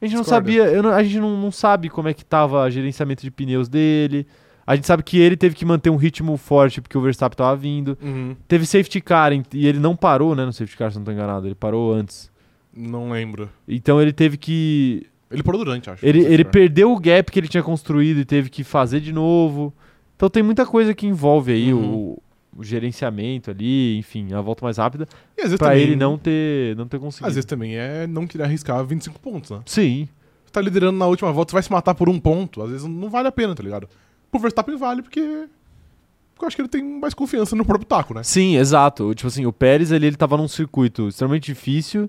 Speaker 1: A gente não
Speaker 2: Discorda?
Speaker 1: sabia, eu não- a gente não, não sabe como é que tava o gerenciamento de pneus dele. A gente sabe que ele teve que manter um ritmo forte porque o Verstappen tava vindo.
Speaker 2: Uhum.
Speaker 1: Teve safety car ent- e ele não parou, né? No safety car, se não tô enganado. Ele parou antes.
Speaker 2: Não lembro.
Speaker 1: Então ele teve que.
Speaker 2: Ele parou durante, acho.
Speaker 1: Ele,
Speaker 2: Não sei se
Speaker 1: ele
Speaker 2: foi.
Speaker 1: perdeu o gap que ele tinha construído e teve que fazer de novo. Então tem muita coisa que envolve aí o-
Speaker 2: Uhum.
Speaker 1: o, gerenciamento ali, enfim, a volta mais rápida,
Speaker 2: E às vezes
Speaker 1: pra
Speaker 2: também-
Speaker 1: ele não ter, não ter conseguido.
Speaker 2: Às vezes também é não querer arriscar 25 pontos, né?
Speaker 1: Sim.
Speaker 2: Você tá liderando na última volta, você vai se matar por um ponto. Às vezes não vale a pena, tá ligado? Pro Verstappen vale porque. Porque eu acho que ele tem mais confiança no próprio taco, né?
Speaker 1: Sim, exato. Tipo assim, o Pérez ali, ele tava num circuito extremamente difícil,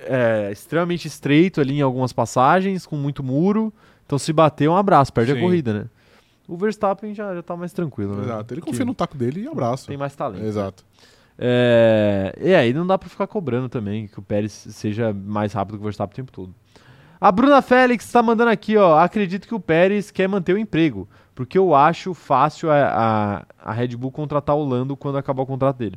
Speaker 1: é, extremamente estreito ali em algumas passagens, com muito muro. Então se bater, um abraço, perde a
Speaker 2: Sim.
Speaker 1: corrida, né? O Verstappen já, já tá mais tranquilo, né?
Speaker 2: Exato. Ele
Speaker 1: Que
Speaker 2: confia no taco dele e abraço.
Speaker 1: Tem mais talento. né?
Speaker 2: Exato.
Speaker 1: É, e aí não dá pra ficar cobrando também que o Pérez seja mais rápido que o Verstappen o tempo todo. A Bruna Félix tá mandando aqui, ó. Acredito que o Pérez quer manter o emprego, porque eu acho fácil a, a, a Red Bull contratar o Lando quando acabar o contrato dele.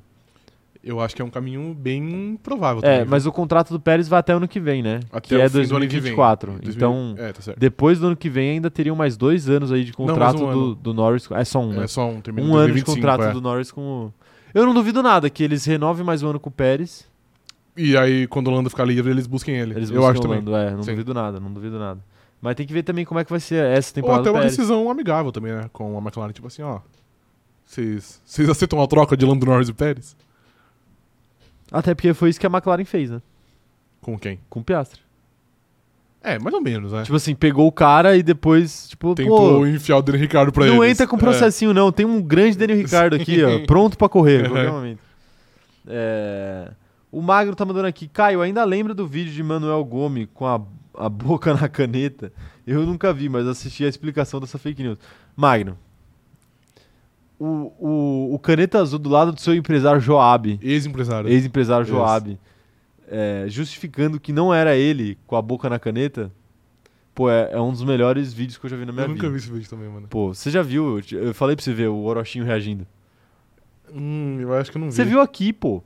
Speaker 2: Eu acho que é um caminho bem provável.
Speaker 1: É,
Speaker 2: também,
Speaker 1: mas o contrato do Pérez vai até ano que vem, né?
Speaker 2: viu? Até
Speaker 1: que
Speaker 2: o
Speaker 1: é
Speaker 2: fim do ano que vem.
Speaker 1: 2024.
Speaker 2: 2000
Speaker 1: Então,
Speaker 2: É, tá certo.
Speaker 1: depois do ano que vem ainda teriam mais dois anos aí de
Speaker 2: Não, mais
Speaker 1: contrato
Speaker 2: um
Speaker 1: do,
Speaker 2: ano.
Speaker 1: do Norris. É só um, né?
Speaker 2: É só um termino
Speaker 1: Um ano de
Speaker 2: 2025,
Speaker 1: contrato
Speaker 2: é.
Speaker 1: do Norris com o... Eu não duvido nada que eles renovem mais um ano com o Pérez.
Speaker 2: E aí, quando o Lando ficar livre, eles busquem ele.
Speaker 1: Eles
Speaker 2: eu
Speaker 1: buscam
Speaker 2: acho
Speaker 1: o
Speaker 2: também.
Speaker 1: Lando, É, não
Speaker 2: Sim.
Speaker 1: duvido nada, não duvido nada. Mas tem que ver também como é que vai ser essa
Speaker 2: Ou
Speaker 1: temporada
Speaker 2: até
Speaker 1: do
Speaker 2: uma
Speaker 1: Pérez.
Speaker 2: decisão amigável também, né? Com a McLaren, tipo assim, ó. Vocês vocês aceitam a troca de Lando Norris e Pérez?
Speaker 1: Até porque foi isso que a McLaren fez, né?
Speaker 2: Com quem?
Speaker 1: Com o Piastri.
Speaker 2: É, mais ou menos, né?
Speaker 1: Tipo assim, pegou o cara e depois, tipo,
Speaker 2: Tentou
Speaker 1: pô,
Speaker 2: enfiar o Daniel Ricardo pra eles. É,
Speaker 1: não entra com processinho não, tem um grande Daniel Ricardo aqui, ó, pronto pra correr a qualquer momento. É, O Magro tá mandando aqui, Caio, ainda lembra do vídeo de Manuel Gomes com a, a boca na caneta? Eu nunca vi, mas assisti a explicação dessa fake news. Magno, o, o, o caneta azul do lado do seu empresário Joab,
Speaker 2: É. Ex-empresário.
Speaker 1: ex-empresário
Speaker 2: Esse.
Speaker 1: Joab, é, justificando que não era ele com a boca na caneta, pô, é, é um dos melhores vídeos que eu já vi na minha
Speaker 2: Eu nunca
Speaker 1: vida.
Speaker 2: vi esse vídeo também, mano.
Speaker 1: Pô, você já viu? Eu te- Eu falei pra você ver o Orochinho reagindo.
Speaker 2: Hum, eu acho que eu não vi.
Speaker 1: Você viu aqui, pô.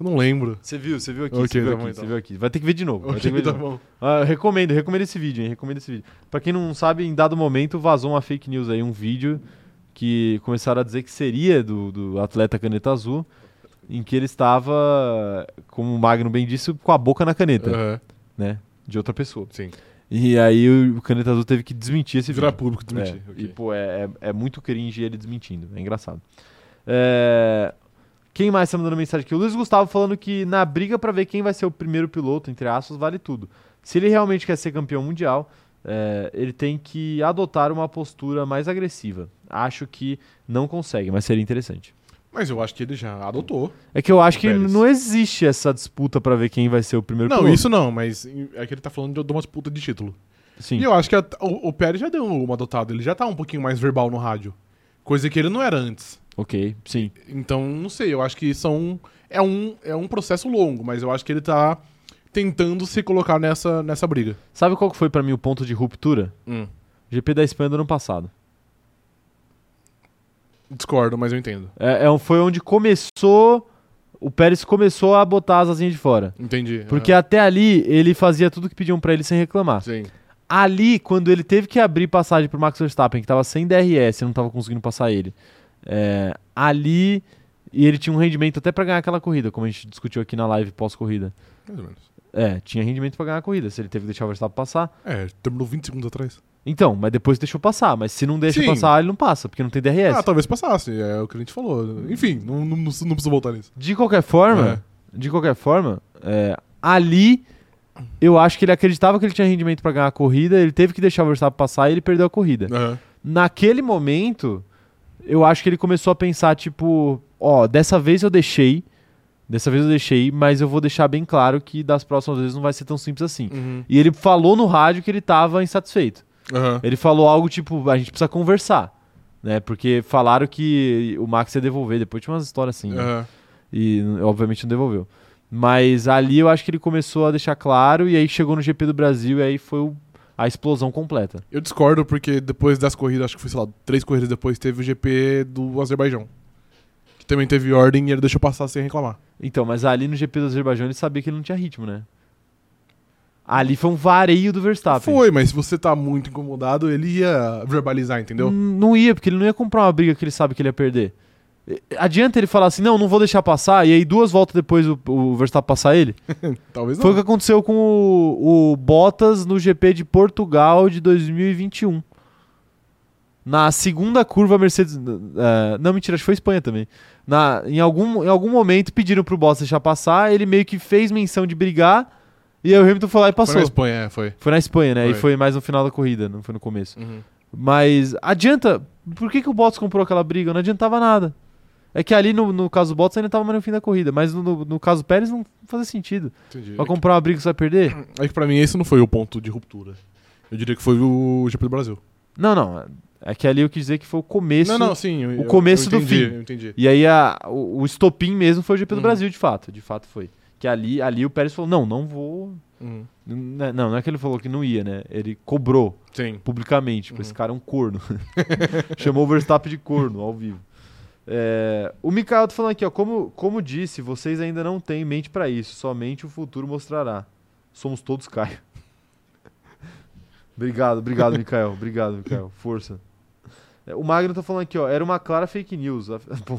Speaker 2: Eu não lembro.
Speaker 1: Você viu, você viu aqui,
Speaker 2: Ok,
Speaker 1: você viu
Speaker 2: tá
Speaker 1: aqui,
Speaker 2: bom,
Speaker 1: você
Speaker 2: então.
Speaker 1: viu aqui. Vai ter que ver de novo. vai ter
Speaker 2: Ok,
Speaker 1: que ver de
Speaker 2: tá
Speaker 1: novo.
Speaker 2: bom.
Speaker 1: Ah, eu recomendo, eu recomendo esse vídeo, hein? Recomendo esse vídeo. Pra quem não sabe, em dado momento vazou uma fake news aí, um vídeo que começaram a dizer que seria do, do atleta caneta azul, em que ele estava, como o Magno bem disse, com a boca na caneta,
Speaker 2: Aham,
Speaker 1: né? De outra pessoa.
Speaker 2: Sim.
Speaker 1: E aí o caneta azul teve que desmentir esse vídeo.
Speaker 2: Virar público, desmentir.
Speaker 1: É,
Speaker 2: ok.
Speaker 1: E, pô, é, é, é muito cringe ele desmentindo. É engraçado. É, Quem mais tá mandando mensagem aqui? O Luiz Gustavo falando que na briga pra ver quem vai ser o primeiro piloto, entre aspas, vale tudo. Se ele realmente quer ser campeão mundial, é, ele tem que adotar uma postura mais agressiva. Acho que não consegue, mas seria interessante.
Speaker 2: Mas eu acho que ele já adotou.
Speaker 1: É que eu acho que
Speaker 2: Pérez.
Speaker 1: não existe essa disputa pra ver quem vai ser o primeiro
Speaker 2: Não,
Speaker 1: piloto.
Speaker 2: isso não, mas é que ele tá falando de uma disputa de título.
Speaker 1: Sim.
Speaker 2: E eu acho que a- o, o Pérez já deu uma adotada, ele já tá um pouquinho mais verbal no rádio. Coisa que ele não era antes.
Speaker 1: Ok, sim.
Speaker 2: Então, não sei, eu acho que são. É um, é um processo longo, mas eu acho que ele tá tentando se colocar nessa, nessa briga.
Speaker 1: Sabe qual que foi pra mim o ponto de ruptura? GP da Espanha do ano passado.
Speaker 2: Discordo, mas eu entendo.
Speaker 1: É, é um- foi onde começou. O Pérez começou a botar as asinhas de fora.
Speaker 2: Entendi.
Speaker 1: Porque
Speaker 2: é.
Speaker 1: até ali ele fazia tudo que pediam pra ele sem reclamar.
Speaker 2: Sim.
Speaker 1: Ali, quando ele teve que abrir passagem pro Max Verstappen, que tava sem DRS, eu não tava conseguindo passar ele. é, ali. E ele tinha um rendimento até pra ganhar aquela corrida, como a gente discutiu aqui na live pós-corrida.
Speaker 2: Mais ou menos.
Speaker 1: É, tinha rendimento pra ganhar a corrida, se ele teve que deixar o Verstappen passar.
Speaker 2: É, terminou 20 segundos atrás.
Speaker 1: Então, mas depois deixou passar. Mas se não deixa
Speaker 2: Sim.
Speaker 1: passar, ele não passa, porque não tem DRS.
Speaker 2: Ah, talvez passasse, é o que a gente falou. Enfim, não, não, não preciso voltar nisso.
Speaker 1: De qualquer forma, de qualquer forma, é, ali eu acho que ele acreditava que ele tinha rendimento pra ganhar a corrida, ele teve que deixar o Verstappen passar e ele perdeu a corrida.
Speaker 2: Aham.
Speaker 1: Naquele momento, eu acho que ele começou a pensar tipo, ó, dessa vez eu deixei, dessa vez eu deixei, mas eu vou deixar bem claro que das próximas vezes não vai ser tão simples assim.
Speaker 2: Uhum.
Speaker 1: E ele falou no rádio que ele tava insatisfeito.
Speaker 2: Aham.
Speaker 1: Ele falou algo tipo, a gente precisa conversar, né? Porque falaram que o Max ia devolver, depois tinha umas histórias assim. né?
Speaker 2: Aham.
Speaker 1: E n- obviamente não devolveu. Mas ali eu acho que ele começou a deixar claro e aí chegou no GP do Brasil e aí foi o- a explosão completa.
Speaker 2: Eu discordo porque depois das corridas, acho que foi, sei lá, três corridas depois, teve o GP do Azerbaijão. Que também teve ordem e ele deixou passar sem reclamar.
Speaker 1: Então, mas ali no GP do Azerbaijão ele sabia que ele não tinha ritmo, né? Ali foi um vareio do Verstappen.
Speaker 2: Foi, mas se você tá muito incomodado, ele ia verbalizar, entendeu?
Speaker 1: N- Não ia, porque ele não ia comprar uma briga que ele sabe que ele ia perder. E- Adianta ele falar assim, não, não vou deixar passar, e aí duas voltas depois o, o Verstappen passar ele?
Speaker 2: Talvez
Speaker 1: Foi o
Speaker 2: não.
Speaker 1: que aconteceu com o, o Bottas no GP de Portugal de 2021. Na segunda curva, a Mercedes. eh, não, mentira, acho que foi Espanha também. Na, em, algum, em algum momento pediram pro Bottas deixar passar, ele meio que fez menção de brigar, e aí o Hamilton foi lá e
Speaker 2: Foi
Speaker 1: passou.
Speaker 2: na Espanha, é, foi.
Speaker 1: Foi na Espanha, né? E
Speaker 2: Foi.
Speaker 1: foi mais no final da corrida, não foi no começo. Mas adianta, por que, que o Bottas comprou aquela briga? Não adiantava nada. É que ali no, no caso do Bottas ainda tava mais no fim da corrida, mas no, no, no caso do Pérez não fazia sentido.
Speaker 2: Entendi.
Speaker 1: Vai comprar uma briga que você vai perder?
Speaker 2: É que pra mim esse não foi o ponto de ruptura. Eu diria que foi o GP do Brasil.
Speaker 1: Não, não. É que ali eu quis dizer que foi o começo.
Speaker 2: não, não, sim. eu-
Speaker 1: o começo
Speaker 2: eu
Speaker 1: do
Speaker 2: entendi,
Speaker 1: fim.
Speaker 2: Eu entendi.
Speaker 1: E aí a- o, o estopim mesmo foi o GP do
Speaker 2: Uhum.
Speaker 1: Brasil, de fato. De fato foi. Que ali, ali o Pérez falou: não, não vou.
Speaker 2: Uhum.
Speaker 1: Não, não é que ele falou que não ia, né? Ele cobrou
Speaker 2: Sim. Uhum.
Speaker 1: publicamente. Tipo, esse cara é um corno. Chamou o Verstappen de corno ao vivo. É, o Mikael tá falando aqui, ó. Como, como disse, vocês ainda não têm mente pra isso. Somente o futuro mostrará. Somos todos Caio. obrigado, obrigado, Mikael. Obrigado, Mikael. Força. É, o Magno tá falando aqui, ó. Era uma clara fake news. A- Pô.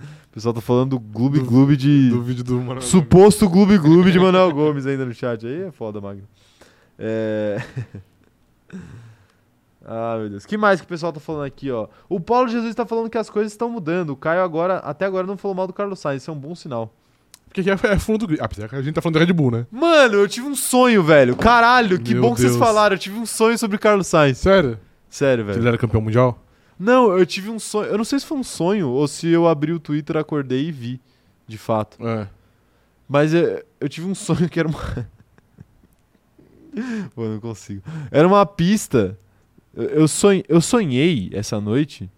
Speaker 1: O pessoal tá falando do Gloob
Speaker 2: Do-
Speaker 1: Gloob de.
Speaker 2: Do vídeo do Maravilha.
Speaker 1: Suposto Gloob Gloob de Manuel Gomes ainda no chat. Aí é foda, Magno. É... ah, meu Deus. que mais que o pessoal tá falando aqui, ó? O Paulo Jesus tá falando que as coisas estão mudando. O Caio agora, até agora não falou mal do Carlos Sainz. Isso é um bom sinal.
Speaker 2: Porque aqui é, é fundo do grid. Ah, apesar que a gente tá falando do Red Bull, né?
Speaker 1: Mano, eu tive um sonho, velho. Caralho, que
Speaker 2: Meu
Speaker 1: bom que vocês
Speaker 2: Deus.
Speaker 1: falaram. Eu tive um sonho sobre o Carlos Sainz.
Speaker 2: Sério?
Speaker 1: Sério,
Speaker 2: Que Ele
Speaker 1: velho.
Speaker 2: era campeão mundial?
Speaker 1: Não, eu tive um sonho. Eu não sei se foi um sonho ou se eu abri o Twitter, acordei e vi, de fato.
Speaker 2: É.
Speaker 1: Mas eu, eu tive um sonho que era uma. Pô, eu não consigo. Era uma pista. Eu, eu sonhei, eu sonhei essa noite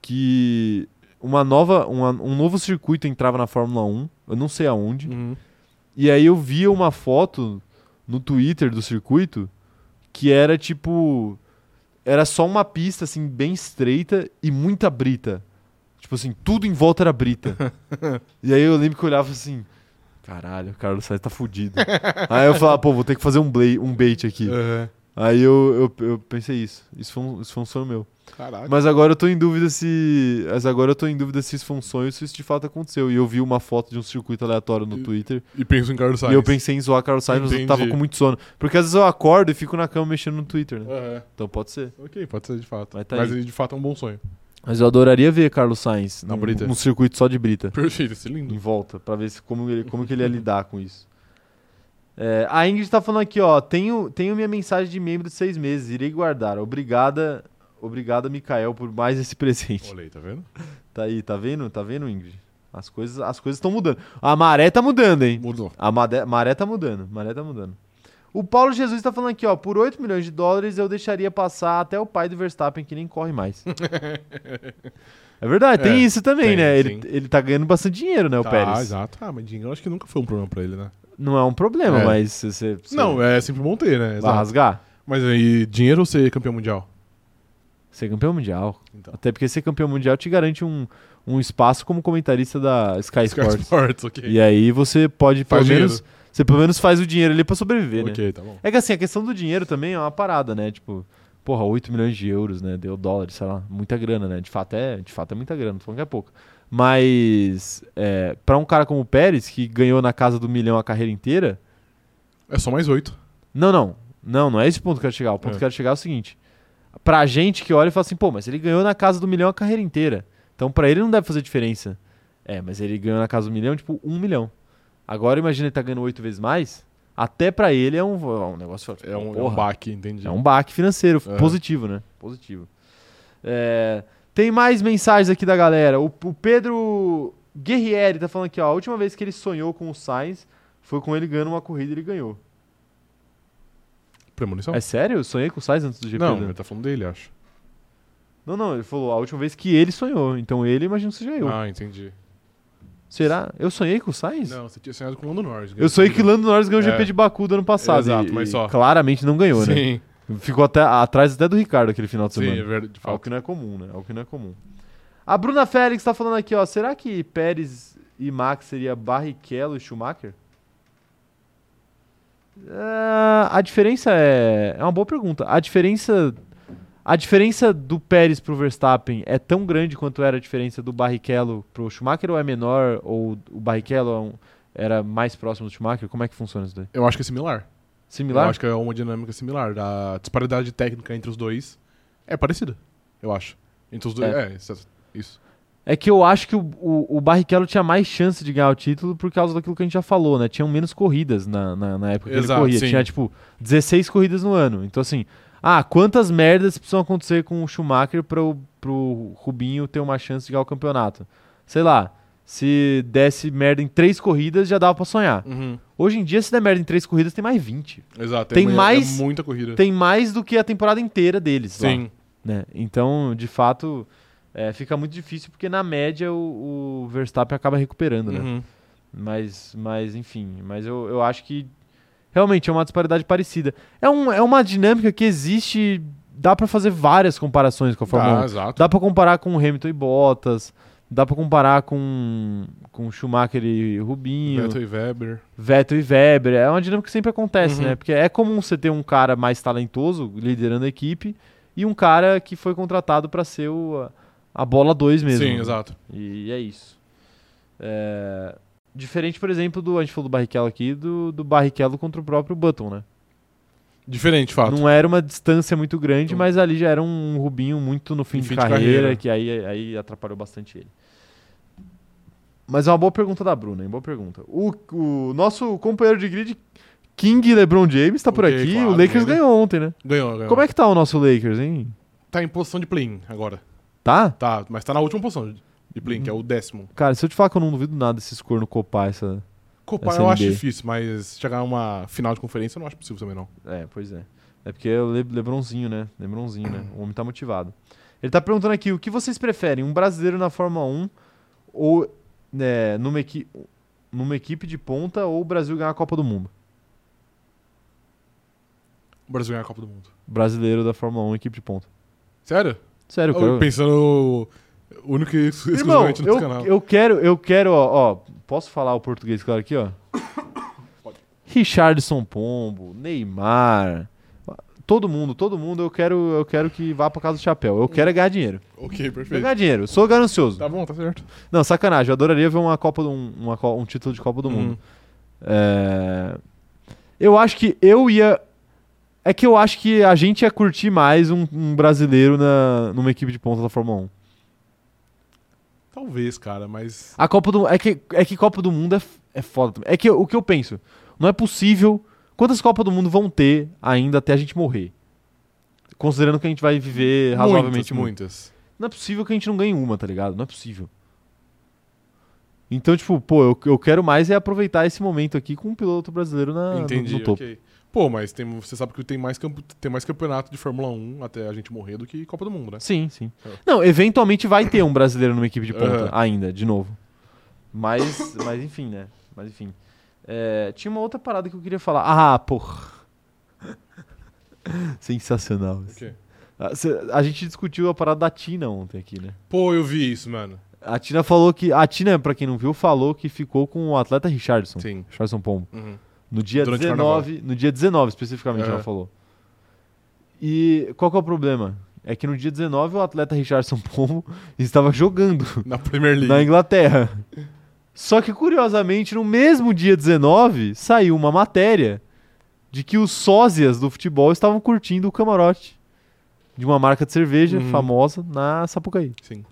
Speaker 1: que uma nova, uma- um novo circuito entrava na Fórmula 1, eu não sei aonde.
Speaker 2: Uhum.
Speaker 1: E aí eu via uma foto no Twitter do circuito que era tipo. Era só uma pista, assim, bem estreita e muita brita. Tipo assim, tudo em volta era brita. e aí eu lembro que eu olhava assim. Caralho, o Carlos Sainz tá fudido. aí eu falava, pô, vou ter que fazer um, blay, um bait aqui.
Speaker 2: É.
Speaker 1: Aí eu, eu, eu pensei isso. Isso foi, um, isso foi um sonho meu.
Speaker 2: Caraca.
Speaker 1: Mas agora eu tô em dúvida se. Mas agora eu tô em dúvida se isso foi um sonho ou se isso de fato aconteceu. E eu vi uma foto de um circuito aleatório no
Speaker 2: E-
Speaker 1: Twitter.
Speaker 2: E penso em Carlos Sainz.
Speaker 1: E eu pensei em zoar Carlos Sainz, mas eu
Speaker 2: Entendi.
Speaker 1: tava com muito sono. Porque às vezes eu acordo e fico na cama mexendo no Twitter, né?
Speaker 2: É,
Speaker 1: Então pode ser.
Speaker 2: ok, pode ser de fato.
Speaker 1: Mas
Speaker 2: Mas,
Speaker 1: tá aí.
Speaker 2: de fato é um bom sonho.
Speaker 1: Mas eu adoraria ver Carlos Sainz
Speaker 2: Na
Speaker 1: num,
Speaker 2: brita.
Speaker 1: num circuito só de brita
Speaker 2: Perfeito, esse é lindo.
Speaker 1: em volta, pra ver se como ele, como que ele ia lidar com isso. É, a Ingrid tá falando aqui, ó. Tenho, tenho minha mensagem de membro de seis meses, irei guardar. Obrigada, obrigada, Mikael, por mais esse presente.
Speaker 2: Olha aí, tá vendo?
Speaker 1: Tá aí, tá vendo? Tá vendo, Ingrid? As coisas as coisas estão mudando. A maré tá mudando, hein?
Speaker 2: Mudou.
Speaker 1: A made- maré tá mudando, maré tá mudando. O Paulo Jesus tá falando aqui, ó, por 8 milhões de dólares eu deixaria passar até o pai do Verstappen, que nem corre mais. é verdade, tem
Speaker 2: É,
Speaker 1: isso também,
Speaker 2: tem,
Speaker 1: né? Ele,
Speaker 2: sim.
Speaker 1: ele tá ganhando bastante dinheiro, né, o
Speaker 2: tá,
Speaker 1: Pérez?
Speaker 2: exato. Ah, mas dinheiro acho que nunca foi um problema pra ele, né?
Speaker 1: Não é um problema,
Speaker 2: É.
Speaker 1: mas se você, se
Speaker 2: Não,
Speaker 1: você
Speaker 2: é sempre bom ter, né?
Speaker 1: vai
Speaker 2: Exato.
Speaker 1: rasgar,
Speaker 2: Mas aí, dinheiro ou ser campeão mundial?
Speaker 1: ser campeão mundial.
Speaker 2: Então.
Speaker 1: Até porque ser campeão mundial te garante um, um espaço como comentarista da Sky
Speaker 2: Sky
Speaker 1: Sports.
Speaker 2: Sports, ok.
Speaker 1: É E aí você pode,
Speaker 2: Faz
Speaker 1: pelo menos, você pelo menos faz o dinheiro ali pra sobreviver, né?
Speaker 2: ok, tá bom.
Speaker 1: É que assim, a questão do dinheiro também é uma parada, né? Tipo, porra, 8 milhões de euros, né? Deu dólares, sei lá, muita grana, né? De fato é, de fato é muita grana, não tô falando que é pouco. Mas é, para um cara como o Pérez, que ganhou na casa do milhão a carreira inteira,
Speaker 2: É só mais oito.
Speaker 1: não, não. Não, não é esse o ponto que eu quero chegar. O ponto
Speaker 2: É.
Speaker 1: que eu quero chegar é o seguinte. Pra gente que olha e fala assim, pô, mas ele ganhou na casa do milhão a carreira inteira. Então pra ele não deve fazer diferença. É, mas ele ganhou na casa do milhão, tipo, um milhão. Agora imagina ele tá ganhando oito vezes mais. Até pra ele é um, é um negócio...
Speaker 2: É um, é um
Speaker 1: porra.
Speaker 2: baque, entendi.
Speaker 1: É um baque financeiro,
Speaker 2: É.
Speaker 1: positivo, né? Positivo. É, tem mais mensagens aqui da galera. O, o Pedro Guerrieri tá falando aqui, ó. A última vez que ele sonhou com o Sainz foi com ele ganhando uma corrida e ele ganhou.
Speaker 2: Premonição?
Speaker 1: É sério? Eu sonhei com o Sainz antes do GP?
Speaker 2: Então- não,
Speaker 1: né?
Speaker 2: ele tá falando dele, acho.
Speaker 1: não, não, ele falou a última vez que ele sonhou. Então ele, imagino que seja eu.
Speaker 2: Ah, entendi.
Speaker 1: Será? Eu sonhei com o Sainz?
Speaker 2: Não, você tinha sonhado com o Lando Norris.
Speaker 1: Eu sonhei que Lando Norris ganhou o
Speaker 2: É.
Speaker 1: GP de Baku do ano passado.
Speaker 2: Exato,
Speaker 1: e-
Speaker 2: mas
Speaker 1: e
Speaker 2: só.
Speaker 1: Claramente não ganhou, né?
Speaker 2: Sim,
Speaker 1: Ficou até, atrás até do Ricardo aquele final de
Speaker 2: sim,
Speaker 1: semana.
Speaker 2: é verdade. De
Speaker 1: Algo
Speaker 2: fato.
Speaker 1: que não é comum, né? Algo que não é comum. A Bruna Félix tá falando aqui, ó. Será que Pérez e Max seria Barrichello e Schumacher? Ah, a diferença é. É uma boa pergunta. A diferença. A diferença do Pérez pro Verstappen é tão grande quanto era a diferença do Barrichello pro Schumacher ou é menor? Ou o Barrichello é um- era mais próximo do Schumacher? Como é que funciona isso daí?
Speaker 2: Eu acho que é similar.
Speaker 1: Similar?
Speaker 2: Eu acho que é uma dinâmica similar. A disparidade técnica entre os dois é parecida, eu acho. Entre os dois. É, isso. isso.
Speaker 1: É que eu acho que o, o, o Barrichello tinha mais chance de ganhar o título por causa daquilo que a gente já falou, né? Tinham menos corridas na, na, na época que
Speaker 2: Exato,
Speaker 1: ele corria.
Speaker 2: sim.
Speaker 1: Tinha, tipo, 16 corridas no ano. Então, assim, ah, quantas merdas precisam acontecer com o Schumacher para pro Rubinho ter uma chance de ganhar o campeonato? Sei lá, se desse merda em três corridas, já dava pra sonhar. Hoje em dia, se der merda em três corridas, tem mais 20.
Speaker 2: Exato. é
Speaker 1: Tem
Speaker 2: uma- é
Speaker 1: mais-
Speaker 2: muita corrida.
Speaker 1: Tem mais do que a temporada inteira deles lá
Speaker 2: Sim.
Speaker 1: né? Então, de fato, é, fica muito difícil porque na média o, o Verstappen acaba recuperando, né?
Speaker 2: Uhum.
Speaker 1: Mas, mas enfim, mas eu, eu acho que realmente é uma disparidade parecida. É, um, é uma dinâmica que existe, dá pra fazer várias comparações com a Fórmula 1.
Speaker 2: Dá, Ah, exato.
Speaker 1: Dá pra comparar com Hamilton e Bottas, dá pra comparar com, com Schumacher e Rubinho.
Speaker 2: Vettel e Weber.
Speaker 1: Vettel e Weber. É uma dinâmica que sempre acontece,
Speaker 2: Uhum.
Speaker 1: né? Porque é comum você ter um cara mais talentoso liderando a equipe e um cara que foi contratado para ser o, a bola 2 mesmo.
Speaker 2: Sim,
Speaker 1: né?
Speaker 2: exato.
Speaker 1: E é isso. É, Diferente, por exemplo, do. A gente falou do Barrichello aqui, do, do Barrichello contra o próprio Button, né?
Speaker 2: Diferente, de fato.
Speaker 1: Não era uma distância muito grande,
Speaker 2: Então-
Speaker 1: mas ali já era um Rubinho muito no Um fim,
Speaker 2: Em
Speaker 1: de, carreira, que aí, aí atrapalhou bastante ele. Mas é uma boa pergunta da Bruna, hein? Boa pergunta. O, o nosso companheiro de grid, King LeBron James, tá por
Speaker 2: Ok,
Speaker 1: aqui.
Speaker 2: claro,
Speaker 1: o Lakers
Speaker 2: né?
Speaker 1: ganhou ontem, né?
Speaker 2: Ganhou, ganhou.
Speaker 1: Como é que tá o nosso Lakers, hein?
Speaker 2: Tá em posição de play-in agora.
Speaker 1: Tá?
Speaker 2: Tá, mas tá na última posição de de play-in,
Speaker 1: Uhum.
Speaker 2: que é o décimo.
Speaker 1: Cara, se eu te falar que eu não duvido nada desses corno copar essa.
Speaker 2: Copa
Speaker 1: Essa
Speaker 2: eu acho
Speaker 1: NBA.
Speaker 2: difícil, mas chegar a uma final de conferência eu não acho possível também, não.
Speaker 1: É, pois é. É porque é o Le- Lebronzinho, né? Lebronzinho, né? O homem tá motivado. Ele tá perguntando aqui, o que vocês preferem, um brasileiro na Fórmula 1 ou né, numa, equi numa equipe de ponta ou o Brasil ganhar a Copa do Mundo?
Speaker 2: O Brasil ganhar a Copa do Mundo.
Speaker 1: Brasileiro da Fórmula 1, equipe de ponta.
Speaker 2: Sério?
Speaker 1: Sério,
Speaker 2: Eu
Speaker 1: cara.
Speaker 2: pensando único e exclu-
Speaker 1: Irmão,
Speaker 2: exclusivamente no canal.
Speaker 1: eu, eu quero, eu quero, ó, ó, posso falar o português claro aqui, ó?
Speaker 2: Pode.
Speaker 1: Richardson Pombo, Neymar, todo mundo, todo mundo, eu quero, eu quero que vá pra casa do chapéu. Eu quero é ganhar dinheiro.
Speaker 2: Ok,
Speaker 1: Eu quero
Speaker 2: perfeito.
Speaker 1: ganhar dinheiro, sou ganancioso.
Speaker 2: Tá bom, tá certo.
Speaker 1: Não, sacanagem, eu adoraria ver uma Copa do, um, uma co- um título de Copa do
Speaker 2: Uhum.
Speaker 1: Mundo. É, Eu acho que eu ia. É que eu acho que a gente ia curtir mais um, um brasileiro na, numa equipe de ponta da Fórmula 1.
Speaker 2: Hum. Talvez, cara, mas.
Speaker 1: A Copa do é que É que Copa do Mundo é, f- é foda também. É que o que eu penso, não é possível Quantas Copas do Mundo vão ter ainda até a gente morrer? Considerando que a gente vai viver razoavelmente
Speaker 2: muitas,
Speaker 1: muito.
Speaker 2: muitas.
Speaker 1: Não é possível que a gente não ganhe uma, tá ligado? Não é possível. Então, tipo, pô, eu, eu quero mais é aproveitar esse momento aqui com um piloto brasileiro na, no-
Speaker 2: Entendi,
Speaker 1: no, topo.
Speaker 2: ok. Pô, mas tem- você sabe que tem mais, campo- tem mais campeonato de Fórmula 1 até a gente morrer do que Copa do Mundo, né?
Speaker 1: Sim, sim.
Speaker 2: É.
Speaker 1: Não, eventualmente vai ter um brasileiro numa equipe de ponta
Speaker 2: Aham.
Speaker 1: ainda, de novo. Mas, mas enfim, né? Mas enfim. É, tinha uma outra parada que eu queria falar. Ah, porra. Sensacional.
Speaker 2: O quê?
Speaker 1: Ah, cê- A gente discutiu a parada da Tina ontem aqui, né?
Speaker 2: Pô, eu vi isso, mano.
Speaker 1: A Tina falou que. A Tina, pra quem não viu, falou que ficou com o atleta Richardson.
Speaker 2: Sim.
Speaker 1: Richardson Pombo.
Speaker 2: Uhum.
Speaker 1: No dia
Speaker 2: Durante o É.
Speaker 1: 19. No dia 19, especificamente,
Speaker 2: Aham.
Speaker 1: ela falou. E qual que é o problema? É que no dia 19 o atleta Richardson Pombo estava jogando
Speaker 2: Na Premier League.
Speaker 1: na Inglaterra. Só que, curiosamente, no mesmo dia 19, saiu uma matéria de que os sósias do futebol estavam curtindo o camarote de uma marca de cerveja
Speaker 2: Uhum.
Speaker 1: famosa na Sapucaí.
Speaker 2: Sim.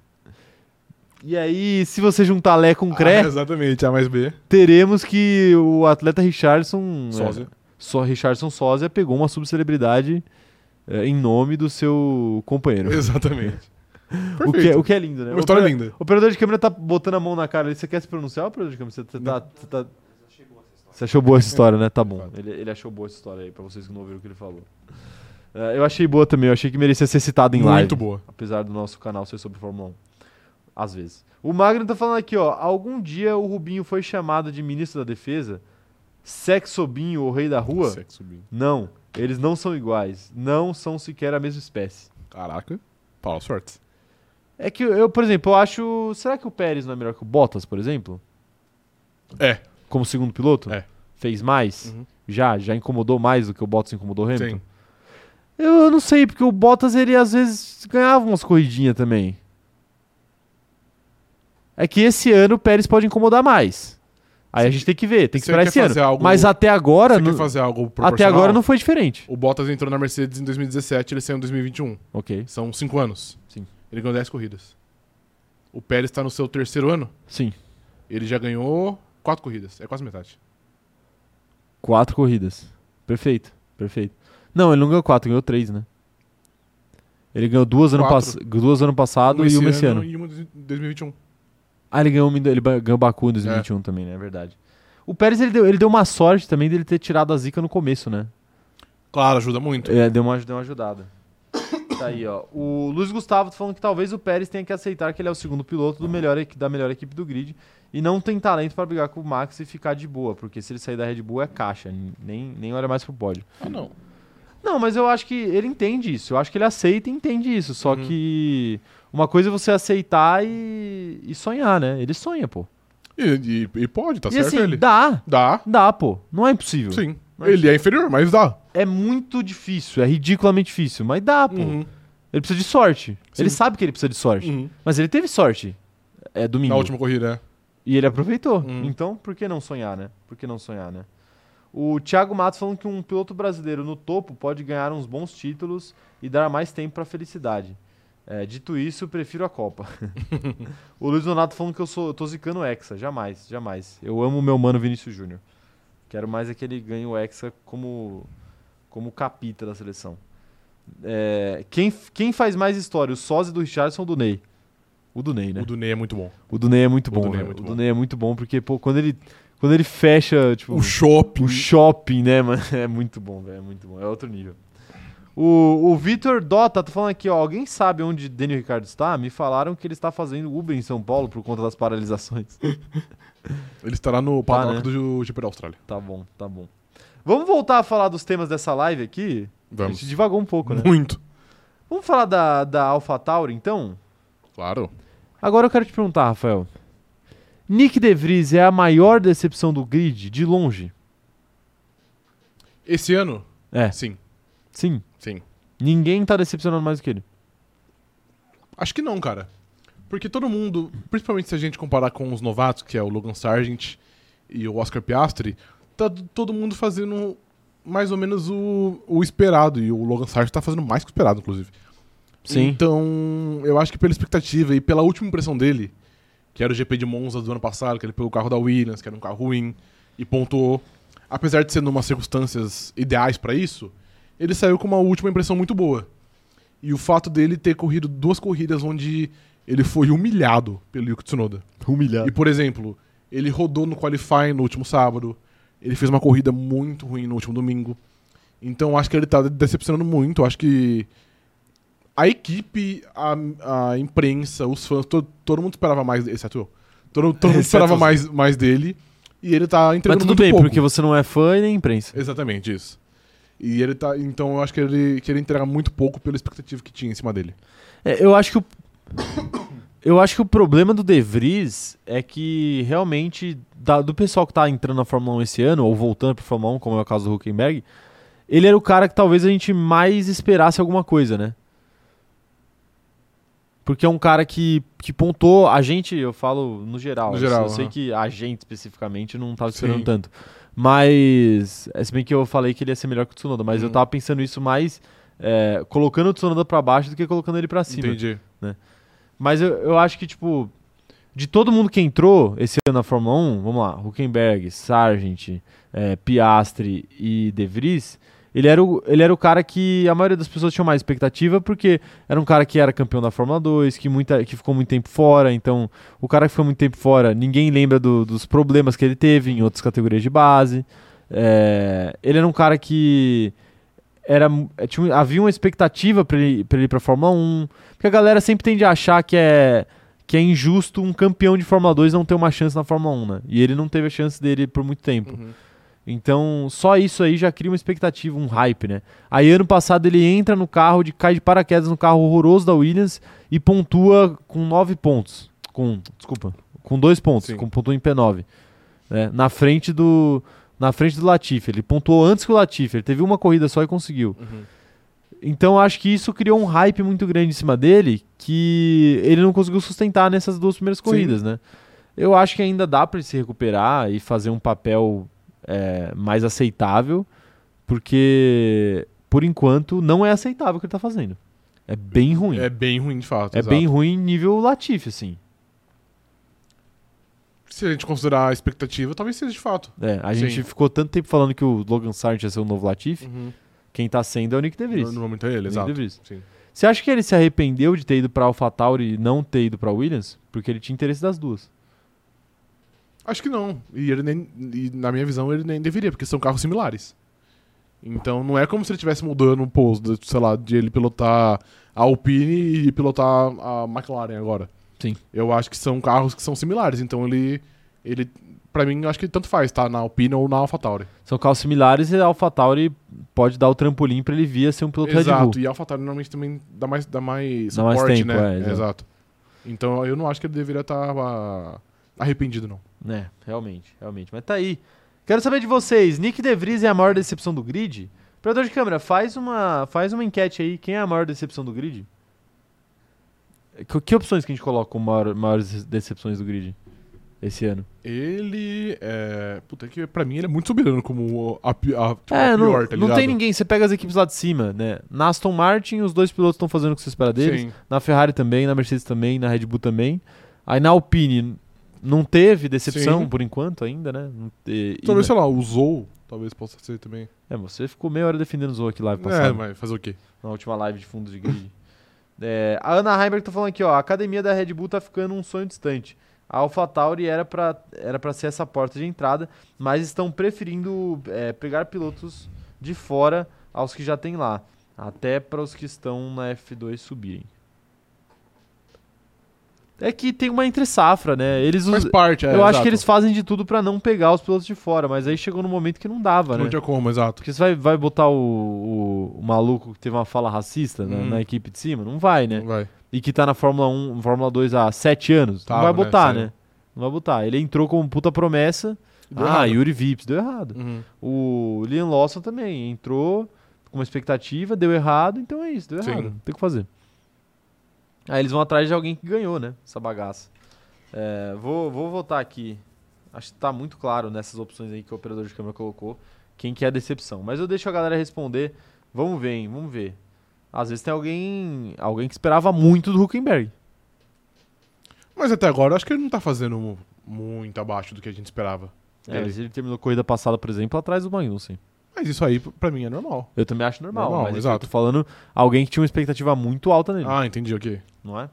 Speaker 1: E aí, se você juntar Lé com Cré,
Speaker 2: Ah, exatamente, A mais B.
Speaker 1: teremos que o atleta Richardson.
Speaker 2: Sósia.
Speaker 1: é, só Richardson Sósia pegou uma subcelebridade é, em nome do seu companheiro.
Speaker 2: Exatamente.
Speaker 1: O que, é-
Speaker 2: Perfeito.
Speaker 1: o que é lindo, né?
Speaker 2: Uma história
Speaker 1: Opera-
Speaker 2: linda.
Speaker 1: O operador de câmera tá botando a mão na cara ali. Você quer se pronunciar, operador de câmera? Você, tá- tá, você tá- Você achou boa essa história, né? Tá bom. Ele, ele achou boa essa história aí, pra vocês que não ouviram o que ele falou. É, eu achei boa também. Eu achei que merecia ser citado em
Speaker 2: Muito
Speaker 1: live.
Speaker 2: boa.
Speaker 1: Apesar do nosso canal ser sobre Fórmula 1. Às vezes. O Magno tá falando aqui, ó. Algum dia o Rubinho foi chamado de ministro da defesa? Sexobinho ou rei da rua?
Speaker 2: Sexo bim.
Speaker 1: Não. Eles não são iguais. Não são sequer a mesma espécie.
Speaker 2: Caraca. Paulo Sortes.
Speaker 1: É que eu, por exemplo, eu acho. Será que o Pérez não é melhor que o Bottas, por exemplo?
Speaker 2: É.
Speaker 1: Como segundo piloto?
Speaker 2: É.
Speaker 1: Fez mais?
Speaker 2: Uhum.
Speaker 1: Já? Já incomodou mais do que o Bottas incomodou o Hamilton?
Speaker 2: Sim.
Speaker 1: Eu, eu não sei, porque o Bottas, ele às vezes ganhava umas corridinhas também. É que esse ano o Pérez pode incomodar mais. Aí a gente tem que ver, tem que
Speaker 2: você
Speaker 1: esperar
Speaker 2: quer
Speaker 1: esse ano.
Speaker 2: fazer algo-
Speaker 1: Mas até agora.
Speaker 2: Você
Speaker 1: não-
Speaker 2: quer fazer algo
Speaker 1: Até
Speaker 2: proporcional?
Speaker 1: agora não foi diferente.
Speaker 2: O Bottas entrou na Mercedes em 2017, ele saiu em 2021.
Speaker 1: Ok.
Speaker 2: São cinco anos.
Speaker 1: Sim.
Speaker 2: Ele ganhou 10 corridas. O Pérez tá no seu terceiro ano.
Speaker 1: Sim.
Speaker 2: Ele já ganhou quatro corridas. É quase metade.
Speaker 1: Quatro corridas. Perfeito, perfeito. Não, ele não ganhou quatro, ganhou três, né? Ele ganhou duas ano, pass...
Speaker 2: Quatro.
Speaker 1: duas ano passado
Speaker 2: Um
Speaker 1: e uma esse ano.
Speaker 2: E um. uma em 2021.
Speaker 1: Ah, ele ganhou, uma em do- ele ba- ganhou Baku em 2021 também, né? É verdade. O Pérez, ele deu, ele deu uma sorte também dele ter tirado a zica no começo, né?
Speaker 2: Claro, ajuda muito.
Speaker 1: É, deu uma, deu uma ajudada. tá aí, ó. O Luiz Gustavo tá falando que talvez o Pérez tenha que aceitar que ele é o segundo piloto do melhor, equi- da melhor equipe do grid e não tem talento pra brigar com o Max e ficar de boa, porque se ele sair da Red Bull é caixa, n- nem, nem olha mais pro pódio.
Speaker 2: Ah, não.
Speaker 1: Não, mas eu acho que ele entende isso. Eu acho que ele aceita e entende isso. Só
Speaker 2: Uhum.
Speaker 1: que uma coisa é você aceitar e, e sonhar, né? Ele sonha, pô.
Speaker 2: E, e- e pode, tá
Speaker 1: e
Speaker 2: certo
Speaker 1: assim,
Speaker 2: ele.
Speaker 1: dá.
Speaker 2: Dá.
Speaker 1: Dá, pô. Não é impossível.
Speaker 2: Sim.
Speaker 1: Mas-
Speaker 2: Ele é inferior, mas dá.
Speaker 1: É muito difícil, é ridiculamente difícil, mas dá, pô.
Speaker 2: Uhum.
Speaker 1: Ele precisa de sorte.
Speaker 2: Sim.
Speaker 1: Ele sabe que ele precisa de sorte.
Speaker 2: Uhum.
Speaker 1: Mas ele teve sorte. É domingo.
Speaker 2: Na última corrida, é.
Speaker 1: E ele aproveitou.
Speaker 2: Hum.
Speaker 1: Então, por que não sonhar, né? Por que não sonhar, né? O Thiago Matos falando que um piloto brasileiro no topo pode ganhar uns bons títulos e dar mais tempo pra felicidade. É, dito isso, prefiro a Copa. o Luiz Donato falando que eu sou, eu tô zicando o Hexa. Jamais, jamais. Eu amo o meu mano Vinícius Júnior. Quero mais é que ele ganhe o Hexa como, como capita da seleção. É, quem, quem faz mais história, o sósia do Richardson ou do Ney? O do Ney, né?
Speaker 2: O do Ney é muito bom.
Speaker 1: O do Ney é muito
Speaker 2: O
Speaker 1: bom,
Speaker 2: do Ney é
Speaker 1: velho.
Speaker 2: muito
Speaker 1: o
Speaker 2: bom.
Speaker 1: do Ney é muito bom, porque, pô, quando ele, quando ele fecha, tipo,
Speaker 2: O shopping.
Speaker 1: o shopping, né, mano? É muito bom, velho. É muito bom. É outro nível. O, o Vitor Dota tá falando aqui, ó. Alguém sabe onde Daniel Ricardo está? Me falaram que ele está fazendo Uber em São Paulo por conta das paralisações.
Speaker 2: Ele estará no paddock
Speaker 1: né?
Speaker 2: do GP da Austrália.
Speaker 1: tá bom, tá bom. Vamos voltar a falar dos temas dessa live aqui? A
Speaker 2: Vamos.
Speaker 1: gente divagou um pouco, né?
Speaker 2: Muito.
Speaker 1: Vamos falar da, da AlphaTauri, então?
Speaker 2: Claro.
Speaker 1: Agora eu quero te perguntar, Rafael. Nick DeVries é a maior decepção do grid, de longe?
Speaker 2: Esse ano?
Speaker 1: É.
Speaker 2: Sim.
Speaker 1: Sim.
Speaker 2: Sim.
Speaker 1: Ninguém tá decepcionando mais do que ele.
Speaker 2: Acho que não, cara. Porque todo mundo, principalmente se a gente comparar com os novatos, que é o Logan Sargent e o Oscar Piastri, tá t- todo mundo fazendo mais ou menos o, o esperado. E o Logan Sargent tá fazendo mais que o esperado, inclusive. Então, eu acho que pela expectativa e pela última impressão dele, que era o GP de Monza do ano passado, que ele pegou o carro da Williams, que era um carro ruim, e pontuou. apesar de ser numas circunstâncias ideais pra isso, ele saiu com uma última impressão muito boa. E o fato dele ter corrido duas corridas onde ele foi humilhado pelo Yuki Tsunoda.
Speaker 1: Humilhado.
Speaker 2: E, por exemplo, ele rodou no qualifying no último sábado. Ele fez uma corrida muito ruim no último domingo. Então acho que ele tá decepcionando muito. Acho que a equipe, a, a imprensa, os fãs, todo, todo mundo esperava mais dele, exceto eu. Todo, todo
Speaker 1: Exceto
Speaker 2: mundo esperava
Speaker 1: você.
Speaker 2: mais, mais dele. E ele tá entregando
Speaker 1: Mas tudo
Speaker 2: muito
Speaker 1: bem,
Speaker 2: pouco.
Speaker 1: porque você não é fã e nem imprensa.
Speaker 2: Exatamente, isso. E ele tá. Então eu acho que ele, que ele entrega muito pouco pela expectativa que tinha em cima dele.
Speaker 1: É, eu acho que o... Eu acho que o problema do De Vries é que realmente da- do pessoal que tá entrando na Fórmula 1 esse ano, ou voltando pra Fórmula 1, como é o caso do Huckenberg, ele era o cara que talvez a gente mais esperasse alguma coisa, né? Porque é um cara que, que pontou, a gente, eu falo no geral,
Speaker 2: No
Speaker 1: eu sei- eu
Speaker 2: geral,
Speaker 1: sei
Speaker 2: aham.
Speaker 1: que a gente especificamente não tava esperando
Speaker 2: Sim.
Speaker 1: tanto. Mas, é, se bem que eu falei que ele ia ser melhor que o Tsunoda, mas eu
Speaker 2: Hum.
Speaker 1: tava pensando isso mais é, colocando o Tsunoda pra baixo do que colocando ele pra cima.
Speaker 2: Entendi.
Speaker 1: Mas eu, eu acho que, tipo, de todo mundo que entrou esse ano na Fórmula 1, vamos lá, Huckenberg, Sargent, eh, Piastri e De Vries, ele era, o, ele era o cara que a maioria das pessoas tinha mais expectativa, porque era um cara que era campeão da Fórmula 2, que, muita, que ficou muito tempo fora, então o cara que ficou muito tempo fora, ninguém lembra do- dos problemas que ele teve em outras categorias de base. Eh, ele era um cara que era, mu- eh, tinha- havia uma expectativa para ele, pra ele ir para Fórmula 1, porque a galera sempre tende a achar que é, que é injusto um campeão de Fórmula 2 não ter uma chance na Fórmula 1, né? E ele não teve a chance dele por muito tempo.
Speaker 2: Uhum.
Speaker 1: Então, só isso aí já cria uma expectativa, um hype, né? Aí ano passado ele entra no carro, de, cai de paraquedas no carro horroroso da Williams e pontua com nove pontos. Com. Desculpa. Com dois pontos.
Speaker 2: Sim.
Speaker 1: Com pontua em P9. né? Na frente do. Na frente do Latifi. Ele pontuou antes que o Latifi. Ele teve uma corrida só e conseguiu.
Speaker 2: Uhum.
Speaker 1: Então eu acho que isso criou um hype muito grande em cima dele que ele não conseguiu sustentar nessas duas primeiras corridas, né? Eu acho que ainda dá para ele se recuperar e fazer um papel é, mais aceitável, porque por enquanto não é aceitável o que ele tá fazendo. É bem ruim. É,
Speaker 2: É bem ruim, de fato. exato.
Speaker 1: bem ruim nível Latifi, assim.
Speaker 2: Se a gente considerar a expectativa, talvez seja de fato.
Speaker 1: É, a
Speaker 2: Sim.
Speaker 1: gente ficou tanto tempo falando que o Logan Sargent ia ser o novo Latifi, quem tá sendo é o Nick DeVries.
Speaker 2: Normalmente é ele,
Speaker 1: Nick
Speaker 2: Hum. exato.
Speaker 1: DeVries.
Speaker 2: Sim.
Speaker 1: Você acha que ele se arrependeu de ter ido pra AlphaTauri e não ter ido pra Williams? Porque ele tinha interesse das duas.
Speaker 2: Acho que não. E ele nem. e na minha visão, ele nem deveria, porque são carros similares. Então não é como se ele estivesse mudando um pouso, de, sei lá, de ele pilotar a Alpine e pilotar a McLaren agora.
Speaker 1: Sim.
Speaker 2: Eu acho que são carros que são similares, então ele. ele pra mim, acho que tanto faz, tá? Na Alpine ou na AlphaTauri.
Speaker 1: São carros similares e a AlphaTauri pode dar o trampolim pra ele vir a ser um piloto Red Bull.
Speaker 2: Exato, e a AlphaTauri normalmente também dá mais, dá mais
Speaker 1: Dá mais
Speaker 2: suporte,
Speaker 1: tempo,
Speaker 2: né?
Speaker 1: é, exato.
Speaker 2: exato. Então eu não acho que ele deveria estar arrependido, não.
Speaker 1: É, realmente, realmente. Mas tá aí. Quero saber de vocês. Nick DeVries é a maior decepção do grid? Operador de câmera, faz uma, faz uma enquete aí. Quem é a maior decepção do grid? Que, que opções que a gente coloca como maior, maiores decepções do grid esse ano?
Speaker 2: Ele é. Puta é que pra mim ele é muito soberano como a, pi- a- tipo,
Speaker 1: É,
Speaker 2: a
Speaker 1: não,
Speaker 2: pior, tá ligado?
Speaker 1: não tem ninguém. Você pega as equipes lá de cima, né? Na Aston Martin, os dois pilotos estão fazendo o que você espera deles.
Speaker 2: Sim.
Speaker 1: Na Ferrari também, na Mercedes também, na Red Bull também. Aí na Alpine não teve decepção
Speaker 2: Sim.
Speaker 1: por enquanto ainda, né? Não te- e
Speaker 2: Talvez,
Speaker 1: na-
Speaker 2: Então, sei lá, o Zou, talvez possa ser também.
Speaker 1: É, você ficou meia hora defendendo o Zou aqui live
Speaker 2: É,
Speaker 1: passado,
Speaker 2: mas fazer o quê?
Speaker 1: na última live de fundo de grid. É, a Ana Heimberg tá falando aqui, ó, a academia da Red Bull tá ficando um sonho distante. A AlphaTauri era pra era para ser essa porta de entrada, mas estão preferindo é, pegar pilotos de fora aos que já tem lá, até para os que estão na F2 subirem. É que tem uma entre safra, né? Eles
Speaker 2: Faz
Speaker 1: us-
Speaker 2: parte, é,
Speaker 1: eu acho
Speaker 2: exato.
Speaker 1: que eles fazem de tudo pra não pegar os pilotos de fora, mas aí chegou no momento que não dava,
Speaker 2: Não
Speaker 1: né?
Speaker 2: tinha como, exato.
Speaker 1: Porque você vai, vai botar o, o- o maluco que teve uma fala racista na-
Speaker 2: Hum.
Speaker 1: na equipe de cima? Não vai, né?
Speaker 2: Não vai.
Speaker 1: E que tá na Fórmula 1, Fórmula 2 há sete anos.
Speaker 2: Tá,
Speaker 1: não vai
Speaker 2: né?
Speaker 1: botar, né?
Speaker 2: Sério.
Speaker 1: Não vai botar. Ele entrou como puta promessa.
Speaker 2: Deu
Speaker 1: ah,
Speaker 2: errado.
Speaker 1: Yuri Vips, deu errado.
Speaker 2: Uhum.
Speaker 1: O Liam Lawson também entrou com uma expectativa, deu errado, então é isso, deu
Speaker 2: Sim.
Speaker 1: errado. Não Tem o que fazer. Aí eles vão atrás de alguém que ganhou, né? Essa bagaça. É, vou, vou voltar aqui. Acho que tá muito claro nessas opções aí que o operador de câmera colocou quem que é a decepção. Mas eu deixo a galera responder. Vamos ver, hein? Vamos ver. Às vezes tem alguém alguém que esperava muito do Huckenberg.
Speaker 2: Mas até agora eu acho que ele não tá fazendo mu- muito abaixo do que a gente esperava.
Speaker 1: É,
Speaker 2: Ele.
Speaker 1: mas ele terminou corrida passada, por exemplo, atrás do Magnussen.
Speaker 2: Mas isso aí, pra mim, é normal.
Speaker 1: Eu também acho normal,
Speaker 2: Normal,
Speaker 1: mas é que
Speaker 2: exato.
Speaker 1: eu tô falando alguém que tinha uma expectativa muito alta nele,
Speaker 2: Ah, entendi, ok.
Speaker 1: não é?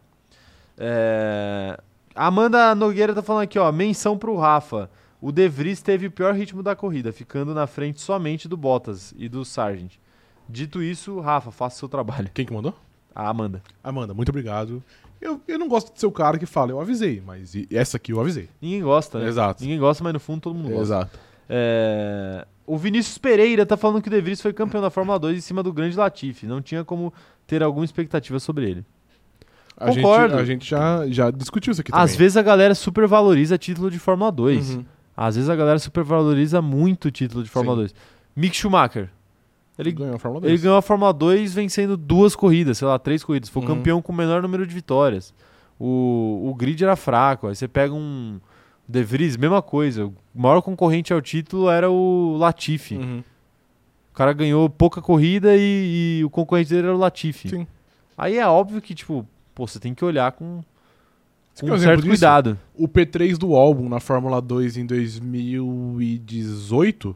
Speaker 1: É, Amanda Nogueira tá falando aqui, ó, menção pro Rafa. O De Vries teve o pior ritmo da corrida, ficando na frente somente do Bottas e do Sargent. Dito isso, Rafa, faça seu trabalho.
Speaker 2: Quem que mandou?
Speaker 1: A Amanda.
Speaker 2: Amanda, muito obrigado. Eu, eu não gosto de ser o cara que fala, eu avisei, mas e- essa aqui eu avisei.
Speaker 1: Ninguém gosta, né?
Speaker 2: Exato.
Speaker 1: Ninguém gosta, mas no fundo todo mundo gosta.
Speaker 2: Exato.
Speaker 1: É, O Vinícius Pereira tá falando que o De Vries foi campeão da Fórmula 2 em cima do grande Latifi. Não tinha como ter alguma expectativa sobre ele.
Speaker 2: A gente,
Speaker 1: Concordo.
Speaker 2: a gente já, já discutiu isso aqui
Speaker 1: Às
Speaker 2: também.
Speaker 1: vezes a galera supervaloriza título de Fórmula 2.
Speaker 2: Uhum.
Speaker 1: Às vezes a galera supervaloriza muito o título de Fórmula 2. Mick Schumacher.
Speaker 2: Ele
Speaker 1: Ele,
Speaker 2: ganhou a Fórmula 2.
Speaker 1: ele ganhou a Fórmula 2 vencendo duas corridas, sei lá, três corridas. Foi o
Speaker 2: Uhum.
Speaker 1: campeão com o menor número de vitórias. O, o grid era fraco. Aí você pega um De Vries, mesma coisa. O maior concorrente ao título era o Latifi.
Speaker 2: Uhum.
Speaker 1: O cara ganhou pouca corrida e, e o concorrente dele era o Latifi.
Speaker 2: Sim.
Speaker 1: Aí é óbvio que, tipo, pô, você tem que olhar com,
Speaker 2: Você
Speaker 1: com
Speaker 2: quer
Speaker 1: um
Speaker 2: exemplo
Speaker 1: certo
Speaker 2: disso?
Speaker 1: cuidado.
Speaker 2: O P3 do álbum na Fórmula 2 em 2018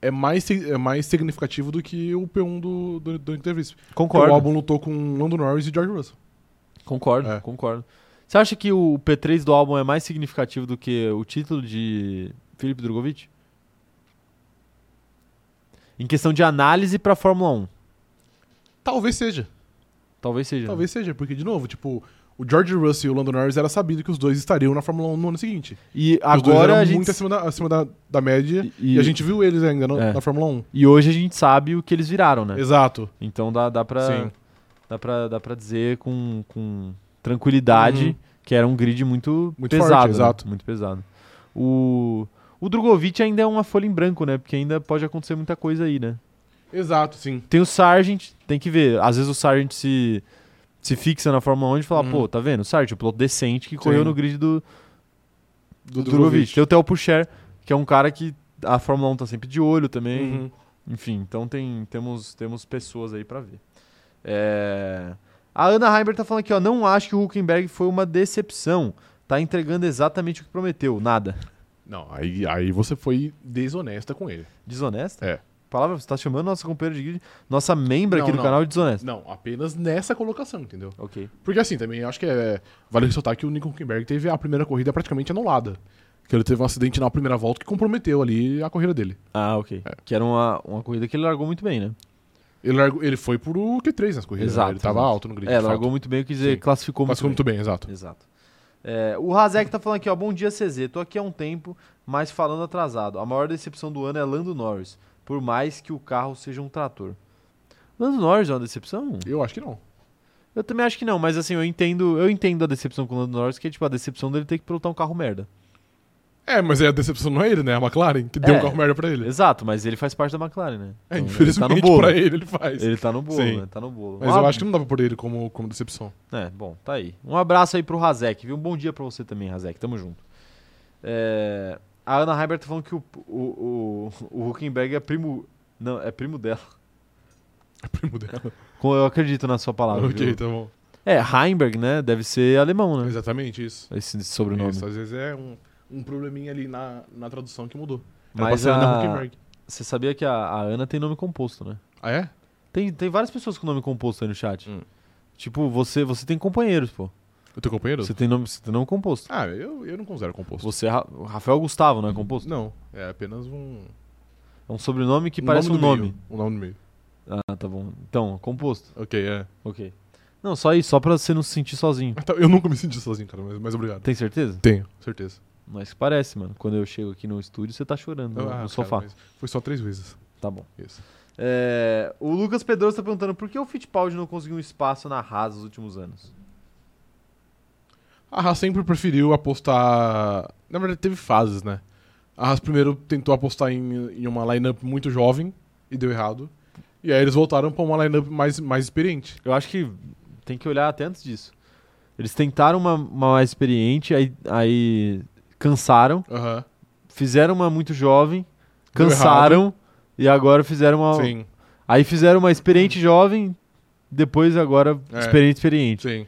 Speaker 2: é mais, si- é mais significativo do que o P1 do, do, do entrevista. Porque
Speaker 1: Concordo.
Speaker 2: O álbum lutou com Lando Norris e George Russell.
Speaker 1: Concordo,
Speaker 2: É.
Speaker 1: concordo. Você acha que o P3 do álbum é mais significativo do que o título de Felipe Drogovic? Em questão de análise pra Fórmula 1,
Speaker 2: Talvez seja.
Speaker 1: talvez seja. né?
Speaker 2: Talvez seja, porque, de novo, tipo, o George Russell e o Lando Norris era sabido que os dois estariam na Fórmula 1 no ano seguinte.
Speaker 1: E
Speaker 2: Os dois
Speaker 1: agora
Speaker 2: eram
Speaker 1: a gente
Speaker 2: muito acima da, acima da, da média. E,
Speaker 1: e,
Speaker 2: a gente viu eles ainda no-
Speaker 1: É.
Speaker 2: na Fórmula 1.
Speaker 1: e hoje a gente sabe o que eles viraram, né?
Speaker 2: Exato.
Speaker 1: Então dá, dá pra
Speaker 2: Sim.
Speaker 1: dá para dá para dizer com, com tranquilidade
Speaker 2: Uhum.
Speaker 1: que era um grid muito,
Speaker 2: Muito
Speaker 1: pesado,
Speaker 2: forte,
Speaker 1: né?
Speaker 2: exato.
Speaker 1: muito pesado. O o Drogovic ainda é uma folha em branco, né? Porque ainda pode acontecer muita coisa aí, né?
Speaker 2: Exato, sim.
Speaker 1: Tem o Sargent, tem que ver. Às vezes o Sargent se se fixa na Fórmula 1 e fala,
Speaker 2: Uhum.
Speaker 1: pô, tá vendo? O Sargent, o piloto decente que correu
Speaker 2: Sim.
Speaker 1: no grid do,
Speaker 2: Do
Speaker 1: do Drogovic. Tem o Theo Pucher, que é um cara que a Fórmula 1 tá sempre de olho também.
Speaker 2: Uhum.
Speaker 1: Enfim, então tem, temos, temos pessoas aí pra ver. É, A Ana Heimberg tá falando aqui, ó. Não acho que o Huckenberg foi uma decepção. Tá entregando exatamente o que prometeu. Nada.
Speaker 2: Não, aí, aí você foi desonesta com ele.
Speaker 1: Desonesta?
Speaker 2: É.
Speaker 1: Palavra, você tá chamando nossa companheira de grid, nossa membra aqui do
Speaker 2: Não, não.
Speaker 1: canal de desonesta.
Speaker 2: Não, apenas nessa colocação, entendeu?
Speaker 1: Ok.
Speaker 2: Porque assim, também acho que é. Vale ressaltar que o Nico Huckenberg teve a primeira corrida praticamente anulada. Que ele teve um acidente na primeira volta que comprometeu ali a corrida dele.
Speaker 1: Ah, ok.
Speaker 2: É.
Speaker 1: Que era uma, uma corrida que ele largou muito bem, né?
Speaker 2: Ele, largou, ele foi pro Q3 nas corridas. né?
Speaker 1: Exato,
Speaker 2: Ele tava
Speaker 1: exato.
Speaker 2: alto no
Speaker 1: é,
Speaker 2: grid. de fato.
Speaker 1: largou muito bem, eu quis dizer,
Speaker 2: Sim.
Speaker 1: classificou,
Speaker 2: Mas foi
Speaker 1: muito
Speaker 2: muito bem, exato.
Speaker 1: bem. Exato. É, o Razek tá falando aqui, ó. Bom dia, CZ. Tô aqui há um tempo, mas falando atrasado. A maior decepção do ano é Lando Norris. Por mais que o carro seja um trator. Lando Norris é uma decepção?
Speaker 2: Eu acho que não.
Speaker 1: Eu também acho que não, mas assim, eu entendo, eu entendo a decepção com o Lando Norris, que é tipo a decepção dele ter que pilotar um carro merda.
Speaker 2: É, mas é a decepção não é ele, né? A McLaren, que deu
Speaker 1: É.
Speaker 2: um carro merda pra ele.
Speaker 1: Exato, mas ele faz parte da McLaren, né?
Speaker 2: É,
Speaker 1: Então,
Speaker 2: infelizmente
Speaker 1: ele tá no bolo.
Speaker 2: pra ele ele faz.
Speaker 1: Ele tá no bolo,
Speaker 2: Sim.
Speaker 1: né? Tá no bolo.
Speaker 2: Mas eu acho que não dá pra pôr ele como, como decepção.
Speaker 1: É, bom, tá aí. Um abraço aí pro Razek, viu? Um bom dia pra você também, Razek. Tamo junto. É, a Ana Heibert tá falando que o, o, o, o Huckenberg é primo. Não, é primo dela.
Speaker 2: É primo dela.
Speaker 1: Com- Eu acredito na sua palavra.
Speaker 2: ok,
Speaker 1: viu?
Speaker 2: tá bom.
Speaker 1: É, Heimberg, né? Deve ser alemão, né?
Speaker 2: Exatamente isso.
Speaker 1: Esse sobrenome.
Speaker 2: Isso, às vezes é um, um probleminha ali na, na tradução que mudou. Era pra
Speaker 1: Mas
Speaker 2: ser Ana
Speaker 1: a...
Speaker 2: Huckenberg.
Speaker 1: você sabia que a, a Ana tem nome composto, né?
Speaker 2: Ah, é?
Speaker 1: Tem, tem várias pessoas com nome composto aí no chat.
Speaker 2: Hum.
Speaker 1: Tipo, você, você tem companheiros, pô.
Speaker 2: O teu companheiro?
Speaker 1: Você tem nome, você tem nome composto.
Speaker 2: Ah, eu, eu não considero composto.
Speaker 1: Você é Ra- Rafael Gustavo, não é composto?
Speaker 2: Não, é apenas um.
Speaker 1: É um sobrenome que parece um
Speaker 2: do
Speaker 1: nome.
Speaker 2: meio. Um nome do meio.
Speaker 1: Ah, tá bom. Então, composto.
Speaker 2: Ok, é.
Speaker 1: Ok. Não, só isso, só pra você não se sentir sozinho.
Speaker 2: Então, Eu nunca me senti sozinho, cara, mas, mas obrigado.
Speaker 1: Tem certeza?
Speaker 2: Tenho, certeza.
Speaker 1: Mas parece, mano. Quando eu chego aqui no estúdio, você tá chorando
Speaker 2: Ah,
Speaker 1: no, no
Speaker 2: cara,
Speaker 1: sofá.
Speaker 2: mas Foi só três vezes.
Speaker 1: Tá bom.
Speaker 2: Isso.
Speaker 1: É, o Lucas Pedroso tá perguntando por que o Fittipaldi não conseguiu um espaço na Haas nos últimos anos?
Speaker 2: A Haas sempre preferiu apostar. Na verdade, teve fases, né? A Haas primeiro tentou apostar em, em uma lineup muito jovem e deu errado. E aí eles voltaram pra uma lineup mais, mais experiente.
Speaker 1: Eu acho que tem que olhar até antes disso. Eles tentaram uma, uma mais experiente, aí, aí cansaram,
Speaker 2: Aham.
Speaker 1: fizeram uma muito jovem,
Speaker 2: Deu errado.
Speaker 1: cansaram e agora fizeram uma.
Speaker 2: Sim,
Speaker 1: Aí fizeram uma experiente jovem, depois agora
Speaker 2: Uhum. É.
Speaker 1: experiente experiente.
Speaker 2: sim.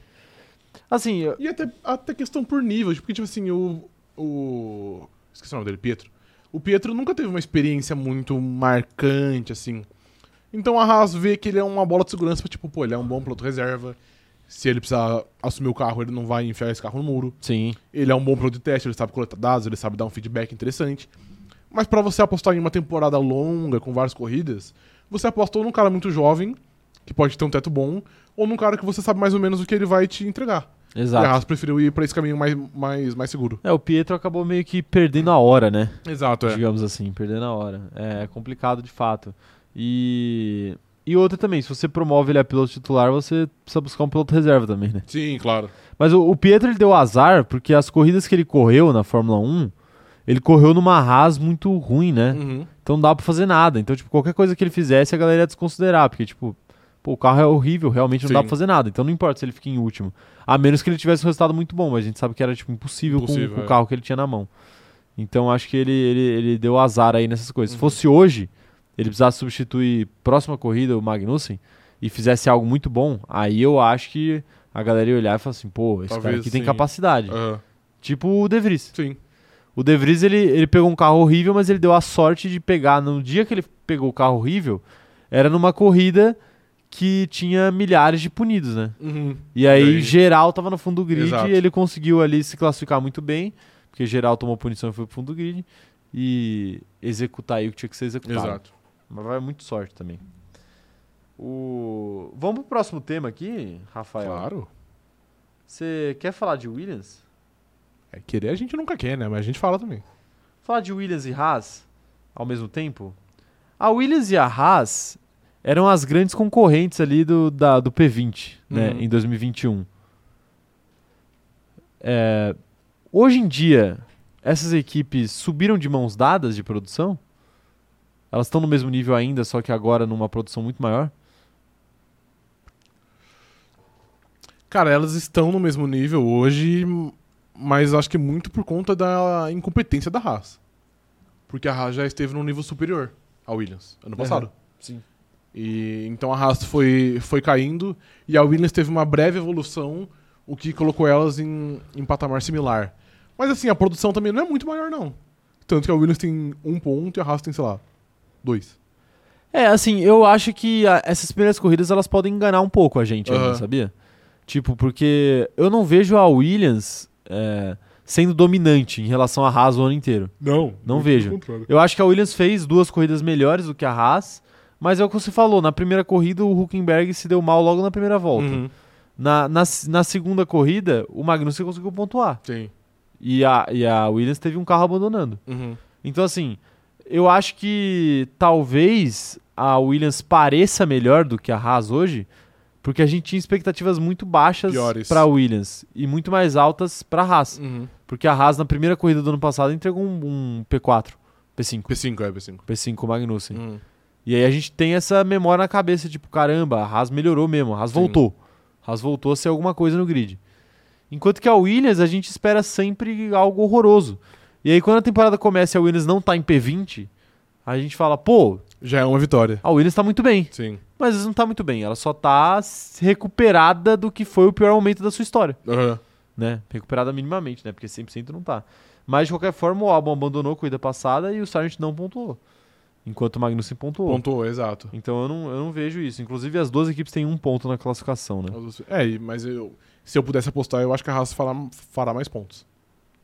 Speaker 1: Assim, eu-
Speaker 2: E até, até questão por nível, porque, tipo assim, o. o... Esqueci o nome dele, Pietro. O Pietro nunca teve uma experiência muito marcante, assim. Então a Haas vê que ele é uma bola de segurança, tipo, pô, ele é um bom piloto reserva. Se ele precisar assumir o carro, ele não vai enfiar esse carro no muro.
Speaker 1: Sim.
Speaker 2: Ele é um bom piloto de teste, ele sabe coletar dados, ele sabe dar um feedback interessante. Mas pra você apostar em uma temporada longa, com várias corridas, você apostou num cara muito jovem, que pode ter um teto bom, ou num cara que você sabe mais ou menos o que ele vai te entregar. E a
Speaker 1: Exato.
Speaker 2: Haas preferiu ir pra esse caminho mais, mais, mais seguro.
Speaker 1: É, o Pietro acabou meio que perdendo a hora, né?
Speaker 2: Exato, é.
Speaker 1: digamos assim, perdendo a hora. É complicado de fato. E e outra também, se você promove ele a piloto titular, você precisa buscar um piloto reserva também, né?
Speaker 2: Sim, claro.
Speaker 1: Mas o, o Pietro ele deu azar porque as corridas que ele correu na Fórmula 1, ele correu numa Haas muito ruim, né?
Speaker 2: Uhum.
Speaker 1: Então não dá pra fazer nada. Então, tipo, qualquer coisa que ele fizesse, a galera ia desconsiderar, porque, tipo, pô, o carro é horrível, realmente não dá
Speaker 2: Sim.
Speaker 1: pra fazer nada. Então não importa se ele fica em último. A menos que ele tivesse um resultado muito bom, mas a gente sabe que era, tipo, impossível, com-
Speaker 2: Impossível,
Speaker 1: com,
Speaker 2: é.
Speaker 1: o carro que ele tinha na mão. Então acho que ele, ele, ele deu azar aí nessas coisas.
Speaker 2: Uhum.
Speaker 1: Se fosse hoje, ele precisasse substituir próxima corrida, o Magnussen, e fizesse algo muito bom, aí eu acho que a galera ia olhar e falar assim, pô, esse cara
Speaker 2: Talvez
Speaker 1: aqui tem
Speaker 2: sim. É.
Speaker 1: capacidade.
Speaker 2: Aham.
Speaker 1: Tipo o De Vries.
Speaker 2: Sim.
Speaker 1: O De Vries, ele, ele pegou um carro horrível, mas ele deu a sorte de pegar. No dia que ele pegou o carro horrível, era numa corrida que tinha milhares de punidos, né?
Speaker 2: Uhum.
Speaker 1: E aí,
Speaker 2: Daí-
Speaker 1: geral tava no fundo do grid
Speaker 2: Exato.
Speaker 1: e ele conseguiu ali se classificar muito bem, porque geral tomou punição e foi pro fundo do grid. E executar aí o que tinha que ser executado.
Speaker 2: Exato.
Speaker 1: Mas vai muito sorte também. O... Vamos pro próximo tema aqui, Rafael.
Speaker 2: Claro.
Speaker 1: Você quer falar de Williams?
Speaker 2: É, querer a gente nunca quer, né? Mas a gente fala também.
Speaker 1: falar de Williams e Haas ao mesmo tempo. A Williams e a Haas eram as grandes concorrentes ali do, da- do P20, né,
Speaker 2: Uhum.
Speaker 1: em 2021. É, hoje em dia, essas equipes subiram de mãos dadas de produção? Elas estão no mesmo nível ainda, só que agora numa produção muito maior?
Speaker 2: Cara, elas estão no mesmo nível hoje, mas acho que muito por conta da incompetência da Haas. Porque a Haas já esteve num nível superior à Williams ano passado.
Speaker 1: Sim.
Speaker 2: E então a Haas foi, foi caindo e a Williams teve uma breve evolução, o que colocou elas em, em patamar similar. Mas assim, a produção também não é muito maior, não. Tanto que a Williams tem um ponto e a Haas tem, sei lá, dois.
Speaker 1: É, assim, eu acho que a- essas primeiras corridas elas podem enganar um pouco a gente, ainda,
Speaker 2: Aham.
Speaker 1: sabia? Tipo, porque eu não vejo a Williams é, sendo dominante em relação à Haas o ano inteiro.
Speaker 2: Não.
Speaker 1: Não muito vejo. pelo Eu acho que a Williams fez duas corridas melhores do que a Haas, mas é o que você falou, na primeira corrida o Huckenberg se deu mal logo na primeira volta.
Speaker 2: Uhum.
Speaker 1: Na, na, s- na segunda corrida, o Magnussen conseguiu pontuar.
Speaker 2: Sim.
Speaker 1: E a, e a Williams teve um carro abandonando.
Speaker 2: Uhum.
Speaker 1: Então, assim, eu acho que talvez a Williams pareça melhor do que a Haas hoje, porque a gente tinha expectativas muito baixas
Speaker 2: Piores.
Speaker 1: para Williams e muito mais altas para Haas.
Speaker 2: Uhum.
Speaker 1: Porque a Haas, na primeira corrida do ano passado, entregou um, um P4, P5,
Speaker 2: P5, é, P5.
Speaker 1: P5 Magnussen.
Speaker 2: Uhum.
Speaker 1: E aí a gente tem essa memória na cabeça, tipo, caramba, a Haas melhorou mesmo, a Haas
Speaker 2: Sim.
Speaker 1: voltou. A Haas voltou a ser alguma coisa no grid. Enquanto que a Williams, a gente espera sempre algo horroroso. E aí quando a temporada começa e a Williams não tá em P20, a gente fala, pô,
Speaker 2: Já é uma vitória.
Speaker 1: a Williams tá muito bem.
Speaker 2: Sim.
Speaker 1: Mas às vezes não tá muito bem, ela só tá s- recuperada do que foi o pior momento da sua história,
Speaker 2: Aham.
Speaker 1: né? Recuperada minimamente, né? Porque 100% não tá. Mas de qualquer forma, o Albon abandonou a corrida passada e o Sargent não pontuou. Enquanto o Magnussen pontuou.
Speaker 2: Pontuou, exato.
Speaker 1: Então eu não, eu não vejo isso. Inclusive, as duas equipes têm um ponto na classificação, né?
Speaker 2: É, e- mas eu, se eu pudesse apostar, eu acho que a Haas fará, fará mais pontos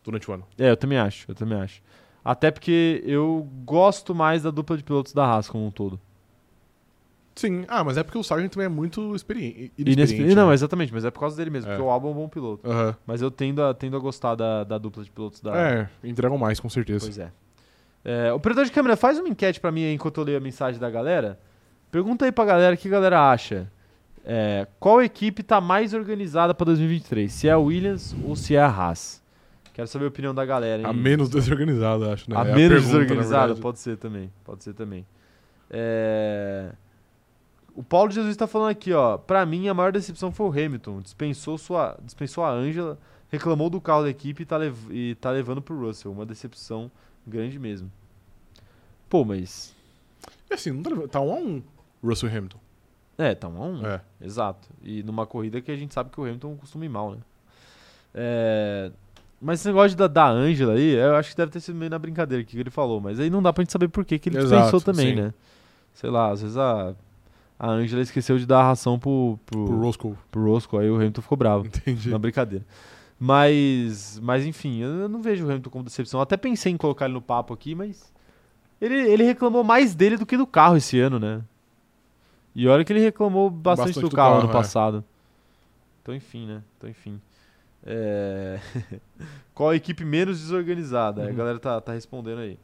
Speaker 2: durante o ano.
Speaker 1: É, eu também acho, eu também acho. Até porque eu gosto mais da dupla de pilotos da Haas como um todo.
Speaker 2: Sim. Ah, mas é porque o Sargent também é muito experiente.
Speaker 1: Inexperi-
Speaker 2: Inexperiente.
Speaker 1: Não,
Speaker 2: né?
Speaker 1: exatamente, mas é por causa dele mesmo,
Speaker 2: É.
Speaker 1: porque o Albon é um bom piloto.
Speaker 2: Aham.
Speaker 1: Mas eu tendo a, tendo a gostar da, da dupla de pilotos da Haas.
Speaker 2: É, entregam mais, com certeza.
Speaker 1: Pois é. é. Operador de câmera, faz uma enquete pra mim aí enquanto eu leio a mensagem da galera. Pergunta aí pra galera o que a galera acha. É, qual equipe tá mais organizada pra 2023? Se é a Williams ou se é a Haas? Quero saber a opinião da galera, hein?
Speaker 2: A Tá menos desorganizada, acho, né?
Speaker 1: a
Speaker 2: É
Speaker 1: Tá menos
Speaker 2: pergunta, na
Speaker 1: desorganizada?
Speaker 2: verdade.
Speaker 1: Pode ser também. Pode ser também. É, O Paulo Jesus está falando aqui, ó. Pra mim, a maior decepção foi o Hamilton. Dispensou, sua... Dispensou a Ângela, reclamou do carro da equipe e tá, lev- e tá levando pro Russell. Uma decepção grande mesmo. Pô, mas.
Speaker 2: E assim, não tá, levando- tá um a um, Russell e Hamilton.
Speaker 1: É, tá um a um.
Speaker 2: É.
Speaker 1: Exato. E numa corrida que a gente sabe que o Hamilton costuma ir mal, né? É, Mas esse negócio da, da Angela aí, eu acho que deve ter sido meio na brincadeira que ele falou, mas aí não dá pra gente saber por que que ele
Speaker 2: Exato,
Speaker 1: pensou também,
Speaker 2: sim.
Speaker 1: né? Sei lá, às vezes a, a Angela esqueceu de dar a ração pro, pro,
Speaker 2: Pro Roscoe.
Speaker 1: pro Roscoe, aí o Hamilton ficou bravo.
Speaker 2: Entendi.
Speaker 1: Na brincadeira. Mas, mas enfim, eu eu não vejo o Hamilton como decepção. Eu até pensei em colocar ele no papo aqui, mas ele, ele reclamou mais dele do que do carro esse ano, né? E olha que ele reclamou bastante,
Speaker 2: Bastante
Speaker 1: do,
Speaker 2: do
Speaker 1: carro,
Speaker 2: carro,
Speaker 1: ano
Speaker 2: é.
Speaker 1: passado. Então, enfim, né? Então, enfim. É, Qual a equipe menos desorganizada? A
Speaker 2: Uhum.
Speaker 1: galera tá, tá respondendo aí.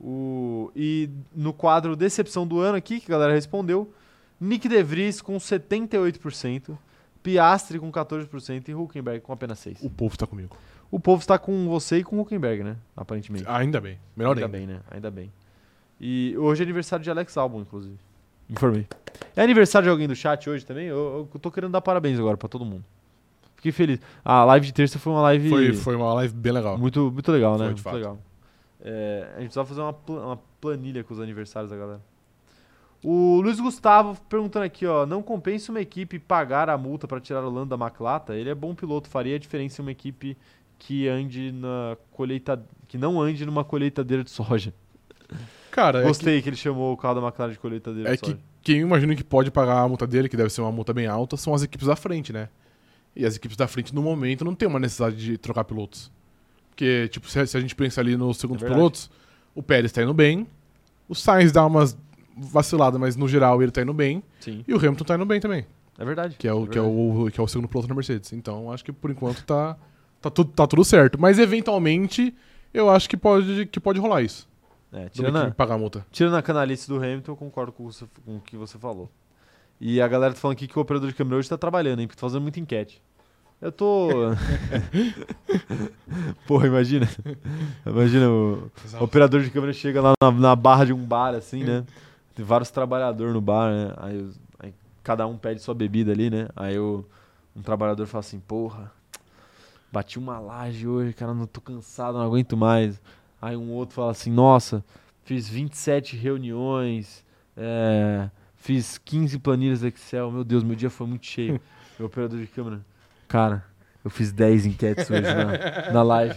Speaker 1: O... E no quadro Decepção do Ano aqui, que a galera respondeu, Nick DeVries com 78%, Piastri com 14% e Huckenberg com apenas 6%.
Speaker 2: O povo tá comigo.
Speaker 1: O povo está com você e com o Huckenberg, né? Aparentemente.
Speaker 2: Ainda bem. Ah, Melhor
Speaker 1: Ainda
Speaker 2: ainda.
Speaker 1: bem, né? Ainda bem. E hoje é aniversário de Alex Albon, inclusive. Informei. É aniversário de alguém do chat hoje também? Eu, eu tô querendo dar parabéns agora pra todo mundo. Fiquei feliz. A live de terça foi uma live
Speaker 2: Foi, foi uma live bem legal.
Speaker 1: muito, muito legal, né?
Speaker 2: Foi, de
Speaker 1: muito
Speaker 2: fato.
Speaker 1: legal. É, a gente precisava fazer uma, pla- uma planilha com os aniversários da galera. O Luiz Gustavo perguntando aqui, ó, não compensa uma equipe pagar a multa pra tirar o Lando da Maclata? Ele é bom piloto, faria a diferença em uma equipe que ande na colheita, que não ande numa colheitadeira de soja.
Speaker 2: Cara, é que,
Speaker 1: Gostei que... ele chamou o carro da McLaren de colheitadeira.
Speaker 2: é que quem eu imagino que pode pagar a multa dele, que deve ser uma multa bem alta, são as equipes da frente, né? E as equipes da frente, no momento, não tem uma necessidade de trocar pilotos. Porque, tipo, se a, se a gente pensa ali nos segundos
Speaker 1: É verdade.
Speaker 2: pilotos, o Pérez tá indo bem, o Sainz dá umas vaciladas, mas no geral ele tá indo bem,
Speaker 1: Sim,
Speaker 2: e o Hamilton tá indo bem também.
Speaker 1: é verdade.
Speaker 2: Que é o, que é
Speaker 1: verdade.
Speaker 2: o, que é o segundo piloto da Mercedes. Então, acho que por enquanto tá, tá, tudo, tá tudo certo. Mas, eventualmente, eu acho que pode, que pode rolar isso.
Speaker 1: É,
Speaker 2: Tira
Speaker 1: tirando, a,
Speaker 2: pagar a multa.
Speaker 1: tirando a canalice do Hamilton, eu concordo com, o você- com o que você falou. E a galera tá falando aqui que o operador de câmera hoje tá trabalhando, hein? Porque tá fazendo muita enquete. Eu tô. Porra, imagina. Imagina o o operador de câmera chega lá na, na barra de um bar, assim, né? Tem vários trabalhadores no bar, né? Aí, os- aí cada um pede sua bebida ali, né? Aí o, um trabalhador fala assim, porra, bati uma laje hoje, cara, não tô cansado, não aguento mais. Aí um outro fala assim, nossa, fiz 27 reuniões, é, fiz 15 planilhas do Excel, meu Deus, meu dia foi muito cheio. meu operador de câmera, cara... Eu fiz 10 enquetes hoje na, na live.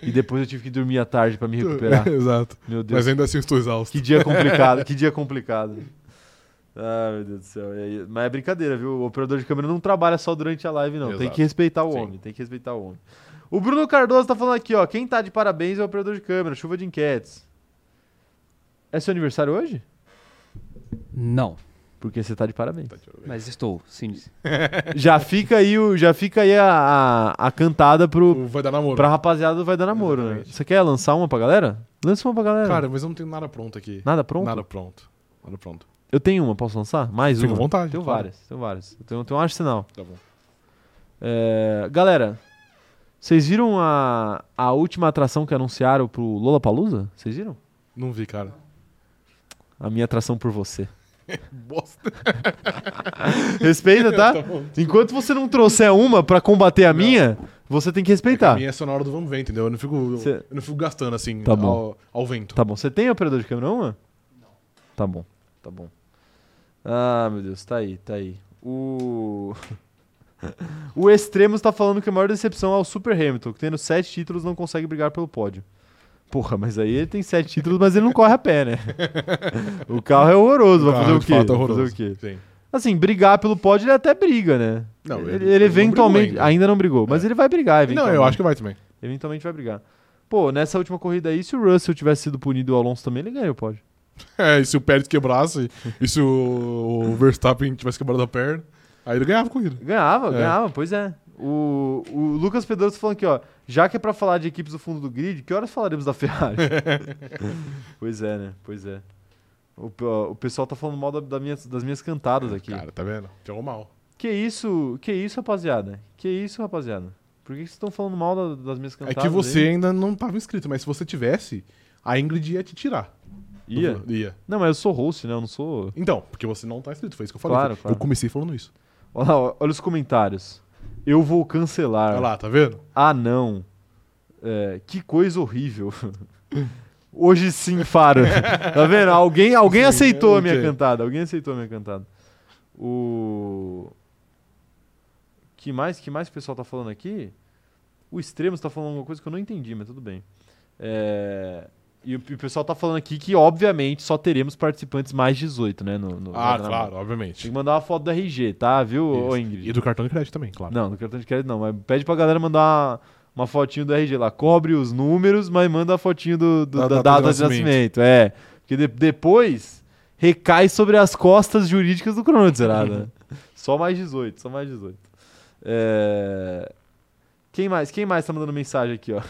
Speaker 1: E depois eu tive que dormir à tarde pra me recuperar.
Speaker 2: Exato.
Speaker 1: Meu Deus.
Speaker 2: Mas ainda assim eu estou exausto.
Speaker 1: Que dia complicado, que dia complicado. Ah, meu Deus do céu. E aí- mas é brincadeira, viu? O operador de câmera não trabalha só durante a live, não. Tem
Speaker 2: Exato.
Speaker 1: que respeitar o
Speaker 2: Sim.
Speaker 1: homem, tem que respeitar o homem. O Bruno Cardoso tá falando aqui, ó. Quem tá de parabéns é o operador de câmera, chuva de enquetes. É seu aniversário hoje?
Speaker 3: Não,
Speaker 1: Porque você tá de parabéns.
Speaker 2: Tá, deixa eu ver.
Speaker 3: mas estou, sim.
Speaker 1: já fica aí, o, já fica aí a, a, a cantada pro,
Speaker 2: O Vai dar namoro.
Speaker 1: pra rapaziada do Vai Dar Namoro, né?
Speaker 2: Exatamente.
Speaker 1: Você quer lançar uma pra galera? Lança uma pra galera.
Speaker 2: Cara, mas eu não tenho nada pronto aqui.
Speaker 1: É. Nada pronto?
Speaker 2: Nada pronto. Nada pronto.
Speaker 1: Eu tenho uma, posso lançar? Mais
Speaker 2: Fica à
Speaker 1: uma?
Speaker 2: vontade.
Speaker 1: Tenho
Speaker 2: claro.
Speaker 1: várias, tenho várias. Eu tenho, tenho um arsenal.
Speaker 2: Tá bom.
Speaker 1: É, galera, vocês viram a, a última atração que anunciaram pro Lollapalooza? Vocês viram?
Speaker 2: Não vi, cara.
Speaker 1: A minha atração por você.
Speaker 2: Bosta.
Speaker 1: Respeita, tá?
Speaker 2: bom.
Speaker 1: Enquanto você não trouxer uma pra combater a
Speaker 2: Não.
Speaker 1: minha, você tem que
Speaker 2: A
Speaker 1: respeitar.
Speaker 2: minha é só na hora do vamos ver, entendeu? Eu não fico, eu,
Speaker 1: tá? Cê-
Speaker 2: eu não fico gastando assim
Speaker 1: Tá bom.
Speaker 2: Ao, ao vento.
Speaker 1: Tá bom. Você tem operador de câmera uma? Não. Tá bom, tá bom. Ah, meu Deus, tá aí, tá aí. O. o Extremos tá falando que a maior decepção é o Super Hamilton, que tendo sete títulos não consegue brigar pelo pódio. Porra, mas aí ele tem sete títulos, mas ele não corre a pé, né? o carro é horroroso, vai
Speaker 2: Ah,
Speaker 1: fazer o
Speaker 2: de
Speaker 1: quê?
Speaker 2: fato, é
Speaker 1: Vai
Speaker 2: horroroso.
Speaker 1: fazer o quê?
Speaker 2: Sim.
Speaker 1: Assim, brigar pelo pódio ele até briga, né?
Speaker 2: Não,
Speaker 1: ele,
Speaker 2: ele-
Speaker 1: ele
Speaker 2: ele não
Speaker 1: eventualmente.
Speaker 2: brigou
Speaker 1: ainda.
Speaker 2: ainda.
Speaker 1: não brigou, mas
Speaker 2: É.
Speaker 1: ele vai brigar,
Speaker 2: Não,
Speaker 1: eventualmente.
Speaker 2: eu acho que vai também.
Speaker 1: Eventualmente vai brigar. Pô, nessa última corrida aí, se o Russell tivesse sido punido e o Alonso também, ele ganha o pódio.
Speaker 2: É, e se o Pérez quebrasse, e se o o Verstappen tivesse quebrado a perna, aí ele ganhava a corrida.
Speaker 1: Ganhava,
Speaker 2: É.
Speaker 1: ganhava, pois é. O, o Lucas Pedroso falando aqui, ó. Já que é pra falar de equipes do fundo do grid, que horas falaremos da Ferrari? pois é, né? Pois é. O, pe- ó, o pessoal tá falando mal da, da minhas- das minhas cantadas aqui.
Speaker 2: Cara, tá vendo? Jogou mal.
Speaker 1: Que isso, que isso, rapaziada? Que isso, rapaziada? Por que que vocês estão falando mal da- das minhas
Speaker 2: É
Speaker 1: cantadas?
Speaker 2: que você
Speaker 1: hein?
Speaker 2: ainda não tava inscrito, mas se você tivesse, a Ingrid ia te tirar.
Speaker 1: Ia?
Speaker 2: Ia.
Speaker 1: Não, mas eu sou host, né? Eu não sou.
Speaker 2: Então, porque você não tá inscrito, foi isso que eu falei.
Speaker 1: Claro,
Speaker 2: Eu
Speaker 1: claro.
Speaker 2: comecei falando isso.
Speaker 1: Olha, lá, ó, olha os comentários. Eu vou cancelar.
Speaker 2: Olha lá, tá vendo?
Speaker 1: Ah, não. É, que coisa horrível. Hoje sim, Faro. tá vendo? Alguém, alguém
Speaker 2: Sim,
Speaker 1: aceitou a
Speaker 2: ok.
Speaker 1: minha cantada. Alguém aceitou a minha cantada. O. Que mais, que mais o pessoal tá falando aqui? O extremo está falando alguma coisa que eu não entendi, mas tudo bem. É, E o e o pessoal tá falando aqui que, obviamente, só teremos participantes mais 18, né? No, no-
Speaker 2: Ah,
Speaker 1: na-
Speaker 2: claro,
Speaker 1: Tem
Speaker 2: obviamente.
Speaker 1: que mandar uma foto do RG, tá? Viu, ô
Speaker 2: Isso.
Speaker 1: Ingrid?
Speaker 2: E do cartão de crédito também, claro.
Speaker 1: Ah, Não, do cartão de crédito não, mas pede pra galera mandar uma, uma fotinho do RG lá. Cobre os números, mas manda a fotinho do, do-
Speaker 2: Da
Speaker 1: da,
Speaker 2: data de
Speaker 1: data de
Speaker 2: nascimento.
Speaker 1: nascimento. É, porque de- depois recai sobre as costas jurídicas do Crono de Zerada. né? só mais 18, só mais 18. É, Quem mais? Quem mais tá mandando mensagem aqui, ó?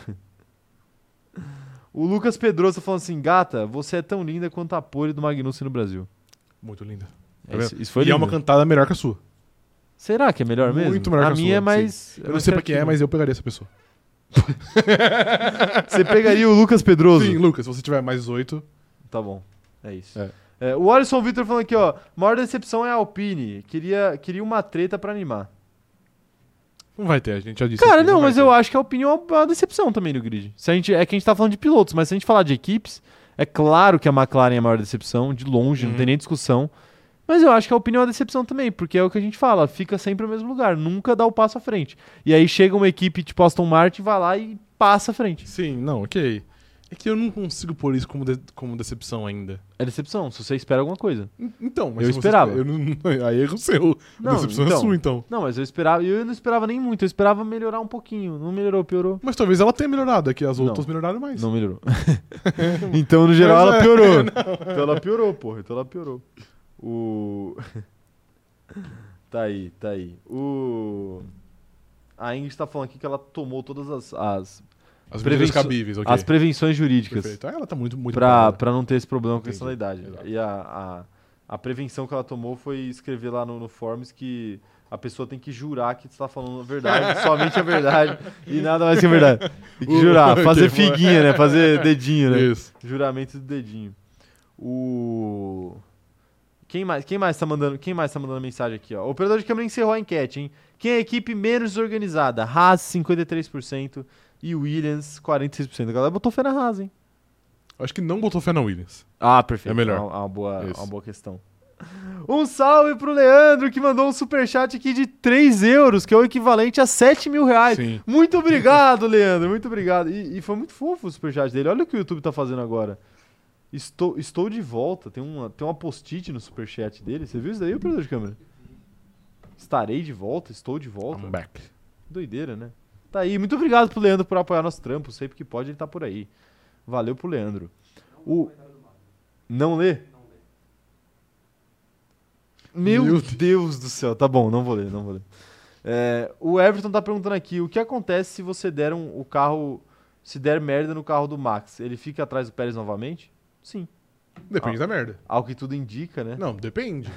Speaker 1: O Lucas Pedroso tá falando assim, gata, você é tão linda quanto a pole do Magnussen no Brasil.
Speaker 2: Muito linda.
Speaker 1: É,
Speaker 2: Tá
Speaker 1: isso, isso foi
Speaker 2: E é
Speaker 1: lindo.
Speaker 2: uma cantada melhor que a sua.
Speaker 1: Será que é melhor mesmo?
Speaker 2: Muito melhor
Speaker 1: a
Speaker 2: que a
Speaker 1: minha
Speaker 2: sua,
Speaker 1: é mais.
Speaker 2: Eu não sei pra quem é,
Speaker 1: criativa.
Speaker 2: mas eu pegaria essa pessoa.
Speaker 1: Você pegaria o Lucas Pedroso?
Speaker 2: Sim, Lucas, se você tiver mais oito,
Speaker 1: Tá bom. É isso.
Speaker 2: É.
Speaker 1: É, o Alisson Vitor falando aqui, ó. Maior decepção é a Alpine. Queria, queria uma treta pra animar.
Speaker 2: não vai ter, a gente já disse.
Speaker 1: Cara,
Speaker 2: aqui,
Speaker 1: não,
Speaker 2: vai
Speaker 1: mas
Speaker 2: ter.
Speaker 1: eu acho que a Alpine é uma, uma decepção também no grid. Se a gente, é que a gente tá falando de pilotos, mas se a gente falar de equipes, é claro que a McLaren é a maior decepção, de longe,
Speaker 2: Uhum.
Speaker 1: não tem nem discussão. Mas eu acho que a Alpine é uma decepção também, porque é o que a gente fala, fica sempre no mesmo lugar, nunca dá o passo à frente. E aí chega uma equipe tipo Aston Martin, vai lá e passa à frente.
Speaker 2: Sim, não, ok. É que eu não consigo pôr isso como, de- como decepção ainda.
Speaker 1: É decepção, se você espera alguma coisa.
Speaker 2: En- Então, mas
Speaker 1: Eu
Speaker 2: se você
Speaker 1: esperava.
Speaker 2: espera- eu não- aí erro seu.
Speaker 1: Não,
Speaker 2: decepção
Speaker 1: então.
Speaker 2: é sua, então.
Speaker 1: Não, mas eu esperava, eu não esperava nem muito, eu esperava melhorar um pouquinho. Não melhorou, piorou.
Speaker 2: Mas talvez ela tenha melhorado, é que as
Speaker 1: Não.
Speaker 2: outras melhoraram mais.
Speaker 1: Não melhorou. então, no geral,
Speaker 2: Mas
Speaker 1: ela
Speaker 2: é,
Speaker 1: piorou. então ela piorou, porra. Então ela piorou. O. tá aí, tá aí. O. A Ingrid tá falando aqui que ela tomou todas as, as,
Speaker 2: As medidas
Speaker 1: Prevenço-
Speaker 2: cabíveis, ok.
Speaker 1: as prevenções jurídicas
Speaker 2: Perfeito. Ah, ela tá muito, muito
Speaker 1: pra,
Speaker 2: preparada.
Speaker 1: pra não ter esse problema com a
Speaker 2: Entendi.
Speaker 1: questão da idade.
Speaker 2: Exato.
Speaker 1: E a, a, a prevenção que ela tomou foi escrever lá no, no Forms que a pessoa tem que jurar que está falando a verdade, somente a verdade e nada mais que a verdade. Tem que
Speaker 2: Uh,
Speaker 1: jurar,
Speaker 2: que
Speaker 1: fazer
Speaker 2: bom.
Speaker 1: figuinha, né? Fazer dedinho, né?
Speaker 2: Isso.
Speaker 1: Juramento do dedinho. O quem mais, quem mais tá mandando, quem mais tá mandando mensagem aqui, ó? O operador de câmera encerrou a enquete, hein? Quem é a equipe menos desorganizada? Haas 53% e Williams 46%. A galera botou fé na Haas, hein?
Speaker 2: Acho que não botou fé na Williams.
Speaker 1: Ah, perfeito.
Speaker 2: É melhor.
Speaker 1: Uma, uma boa,
Speaker 2: Isso.
Speaker 1: uma boa questão. Um salve pro Leandro, que mandou um superchat aqui de 3 euros, que é o equivalente a 7 mil reais.
Speaker 2: Sim.
Speaker 1: Muito obrigado, Leandro, muito obrigado. E, e foi muito fofo o superchat dele. Olha o que o YouTube tá fazendo agora. Estou, estou de volta. Tem uma, tem uma post-it no superchat dele. Você viu isso daí, operador de câmera? Estarei de volta, estou de volta.
Speaker 2: I'm back.
Speaker 1: Doideira, né? Tá aí. Muito obrigado pro Leandro por apoiar nosso trampo. Sempre que pode, ele tá por aí. Valeu pro Leandro. O... Não lê? Meu
Speaker 2: Meu
Speaker 1: Deus do céu. Tá bom, não vou ler, não vou ler. É, o Everton tá perguntando aqui, o que acontece se você der um, o carro... Se der merda no carro do Max, ele fica atrás do Pérez novamente? Sim.
Speaker 2: Depende
Speaker 1: Ah.
Speaker 2: da merda.
Speaker 1: Ao que tudo indica, né?
Speaker 2: Não, depende.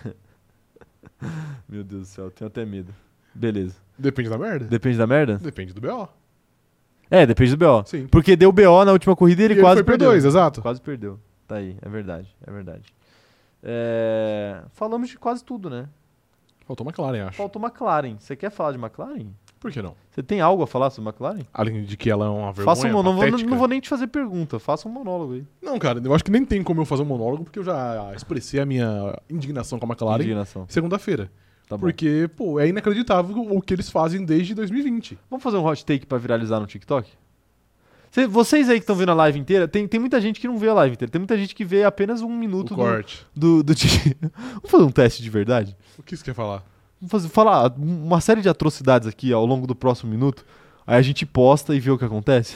Speaker 1: Meu Deus do céu, eu tenho até medo. Beleza.
Speaker 2: Depende da merda.
Speaker 1: Depende da merda?
Speaker 2: Depende do BO.
Speaker 1: Ah. É, depende do BO.
Speaker 2: Sim.
Speaker 1: Porque deu BO na última corrida e ele
Speaker 2: E
Speaker 1: quase
Speaker 2: foi
Speaker 1: perdeu. né?
Speaker 2: P2, exato.
Speaker 1: Quase perdeu. Tá aí, é verdade, é verdade. É, Falamos de quase tudo, né?
Speaker 2: Faltou McLaren, acho.
Speaker 1: Faltou McLaren. Você quer falar de McLaren?
Speaker 2: Por que não?
Speaker 1: Você tem algo a falar sobre McLaren?
Speaker 2: Além de que ela é uma vergonha
Speaker 1: Faça um monólogo. Não,
Speaker 2: patética.
Speaker 1: não vou nem te fazer pergunta, faça um monólogo aí.
Speaker 2: Não, cara, eu acho que nem tem como eu fazer um monólogo, porque eu já expressei a minha indignação com a McLaren
Speaker 1: Indignação.
Speaker 2: segunda-feira.
Speaker 1: Tá bom.
Speaker 2: porque, pô, é inacreditável o que eles fazem desde 2020.
Speaker 1: Vamos fazer um hot take pra viralizar no TikTok? Cê- Vocês aí que estão vendo a live inteira, tem, tem muita gente que não vê a live inteira. Tem muita gente que vê apenas um minuto do,
Speaker 2: o corte.
Speaker 1: do, do Tik- Vamos fazer um teste de verdade?
Speaker 2: O que isso quer falar?
Speaker 1: Vamos fazer, falar uma série de atrocidades aqui ao longo do próximo minuto. Aí a gente posta e vê o que acontece.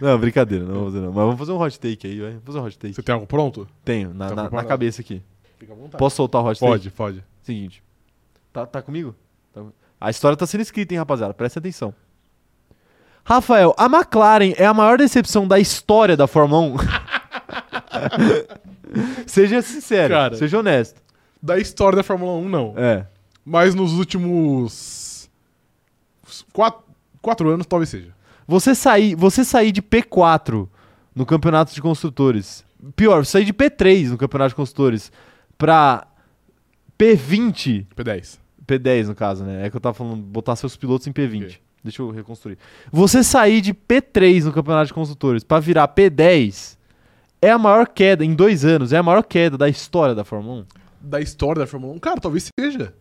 Speaker 1: não, brincadeira, não vamos fazer não. Mas vamos fazer um hot take aí, vai. Vamos fazer um hot take.
Speaker 2: Você tem algo pronto?
Speaker 1: Tenho, na,
Speaker 2: tá
Speaker 1: na- na
Speaker 2: preparado?
Speaker 1: cabeça aqui.
Speaker 2: Fica à vontade.
Speaker 1: Tá. Posso soltar o hot take?
Speaker 2: Pode, pode.
Speaker 1: Seguinte. Tá, tá comigo? Tá- A história tá sendo escrita, hein, rapaziada? Presta atenção. Rafael, a McLaren é a maior decepção da história da Fórmula 1. seja sincero,
Speaker 2: Cara.
Speaker 1: seja honesto.
Speaker 2: Da história da Fórmula 1, não.
Speaker 1: É.
Speaker 2: Mas nos últimos. Quatro, quatro anos, talvez seja.
Speaker 1: Você sair, você sair de P4 no campeonato de construtores. Pior, sair de P3 no campeonato de construtores pra P20,
Speaker 2: P10.
Speaker 1: P10 no caso, né? É que eu tava falando botar seus pilotos em P20.
Speaker 2: Ok.
Speaker 1: Deixa eu reconstruir. Você sair de P3 no campeonato de construtores pra virar P10 é a maior queda em dois anos, é a maior queda da história da Fórmula 1.
Speaker 2: Da história da Fórmula 1, cara, talvez seja.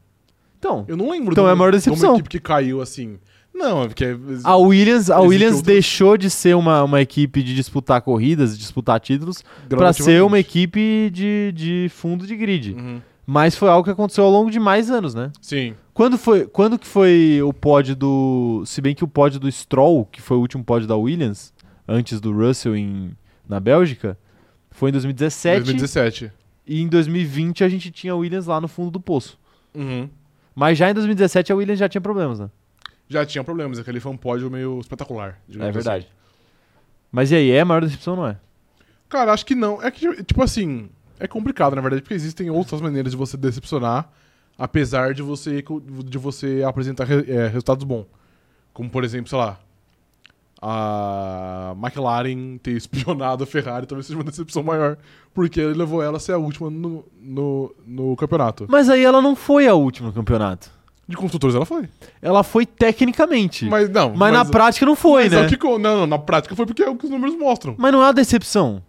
Speaker 1: Então,
Speaker 2: Eu não lembro
Speaker 1: Então
Speaker 2: de,
Speaker 1: é a
Speaker 2: uma-
Speaker 1: maior
Speaker 2: de
Speaker 1: decepção.
Speaker 2: uma equipe que caiu assim. Não, é porque.
Speaker 1: A Williams, a
Speaker 2: Existe
Speaker 1: Williams
Speaker 2: outra-
Speaker 1: deixou de ser uma, uma equipe de disputar corridas, disputar títulos, para ser uma equipe de, de fundo de grid.
Speaker 2: Uhum.
Speaker 1: Mas foi algo que aconteceu ao longo de mais anos, né?
Speaker 2: Sim.
Speaker 1: Quando foi, quando que foi o pódio do, se bem que o pódio do Stroll, que foi o último pódio da Williams, antes do Russell em, na Bélgica, foi em 2017
Speaker 2: 2017.
Speaker 1: e em 2020 a gente tinha a Williams lá no fundo do poço.
Speaker 2: Uhum.
Speaker 1: Mas já em 2017 a Williams já tinha problemas, né?
Speaker 2: Já tinha problemas, aquele foi um pódio meio espetacular. digamos
Speaker 1: É
Speaker 2: assim.
Speaker 1: verdade. Mas e aí, é a maior decepção ou não é?
Speaker 2: Cara, acho que não. É que, tipo assim, é complicado, na verdade, porque existem outras maneiras de você decepcionar, apesar de você, de você apresentar re- é, resultados bons. Como, por exemplo, sei lá, a McLaren ter espionado a Ferrari talvez seja uma decepção maior, porque ele levou ela a ser a última no, no, no campeonato.
Speaker 1: Mas aí ela não foi a última no campeonato.
Speaker 2: De construtores ela foi.
Speaker 1: Ela foi tecnicamente. Mas,
Speaker 2: Mas não.
Speaker 1: na prática não foi,
Speaker 2: mas é
Speaker 1: né?
Speaker 2: o que con- não, não, na prática foi porque é o que os números mostram.
Speaker 1: Mas não é uma decepção.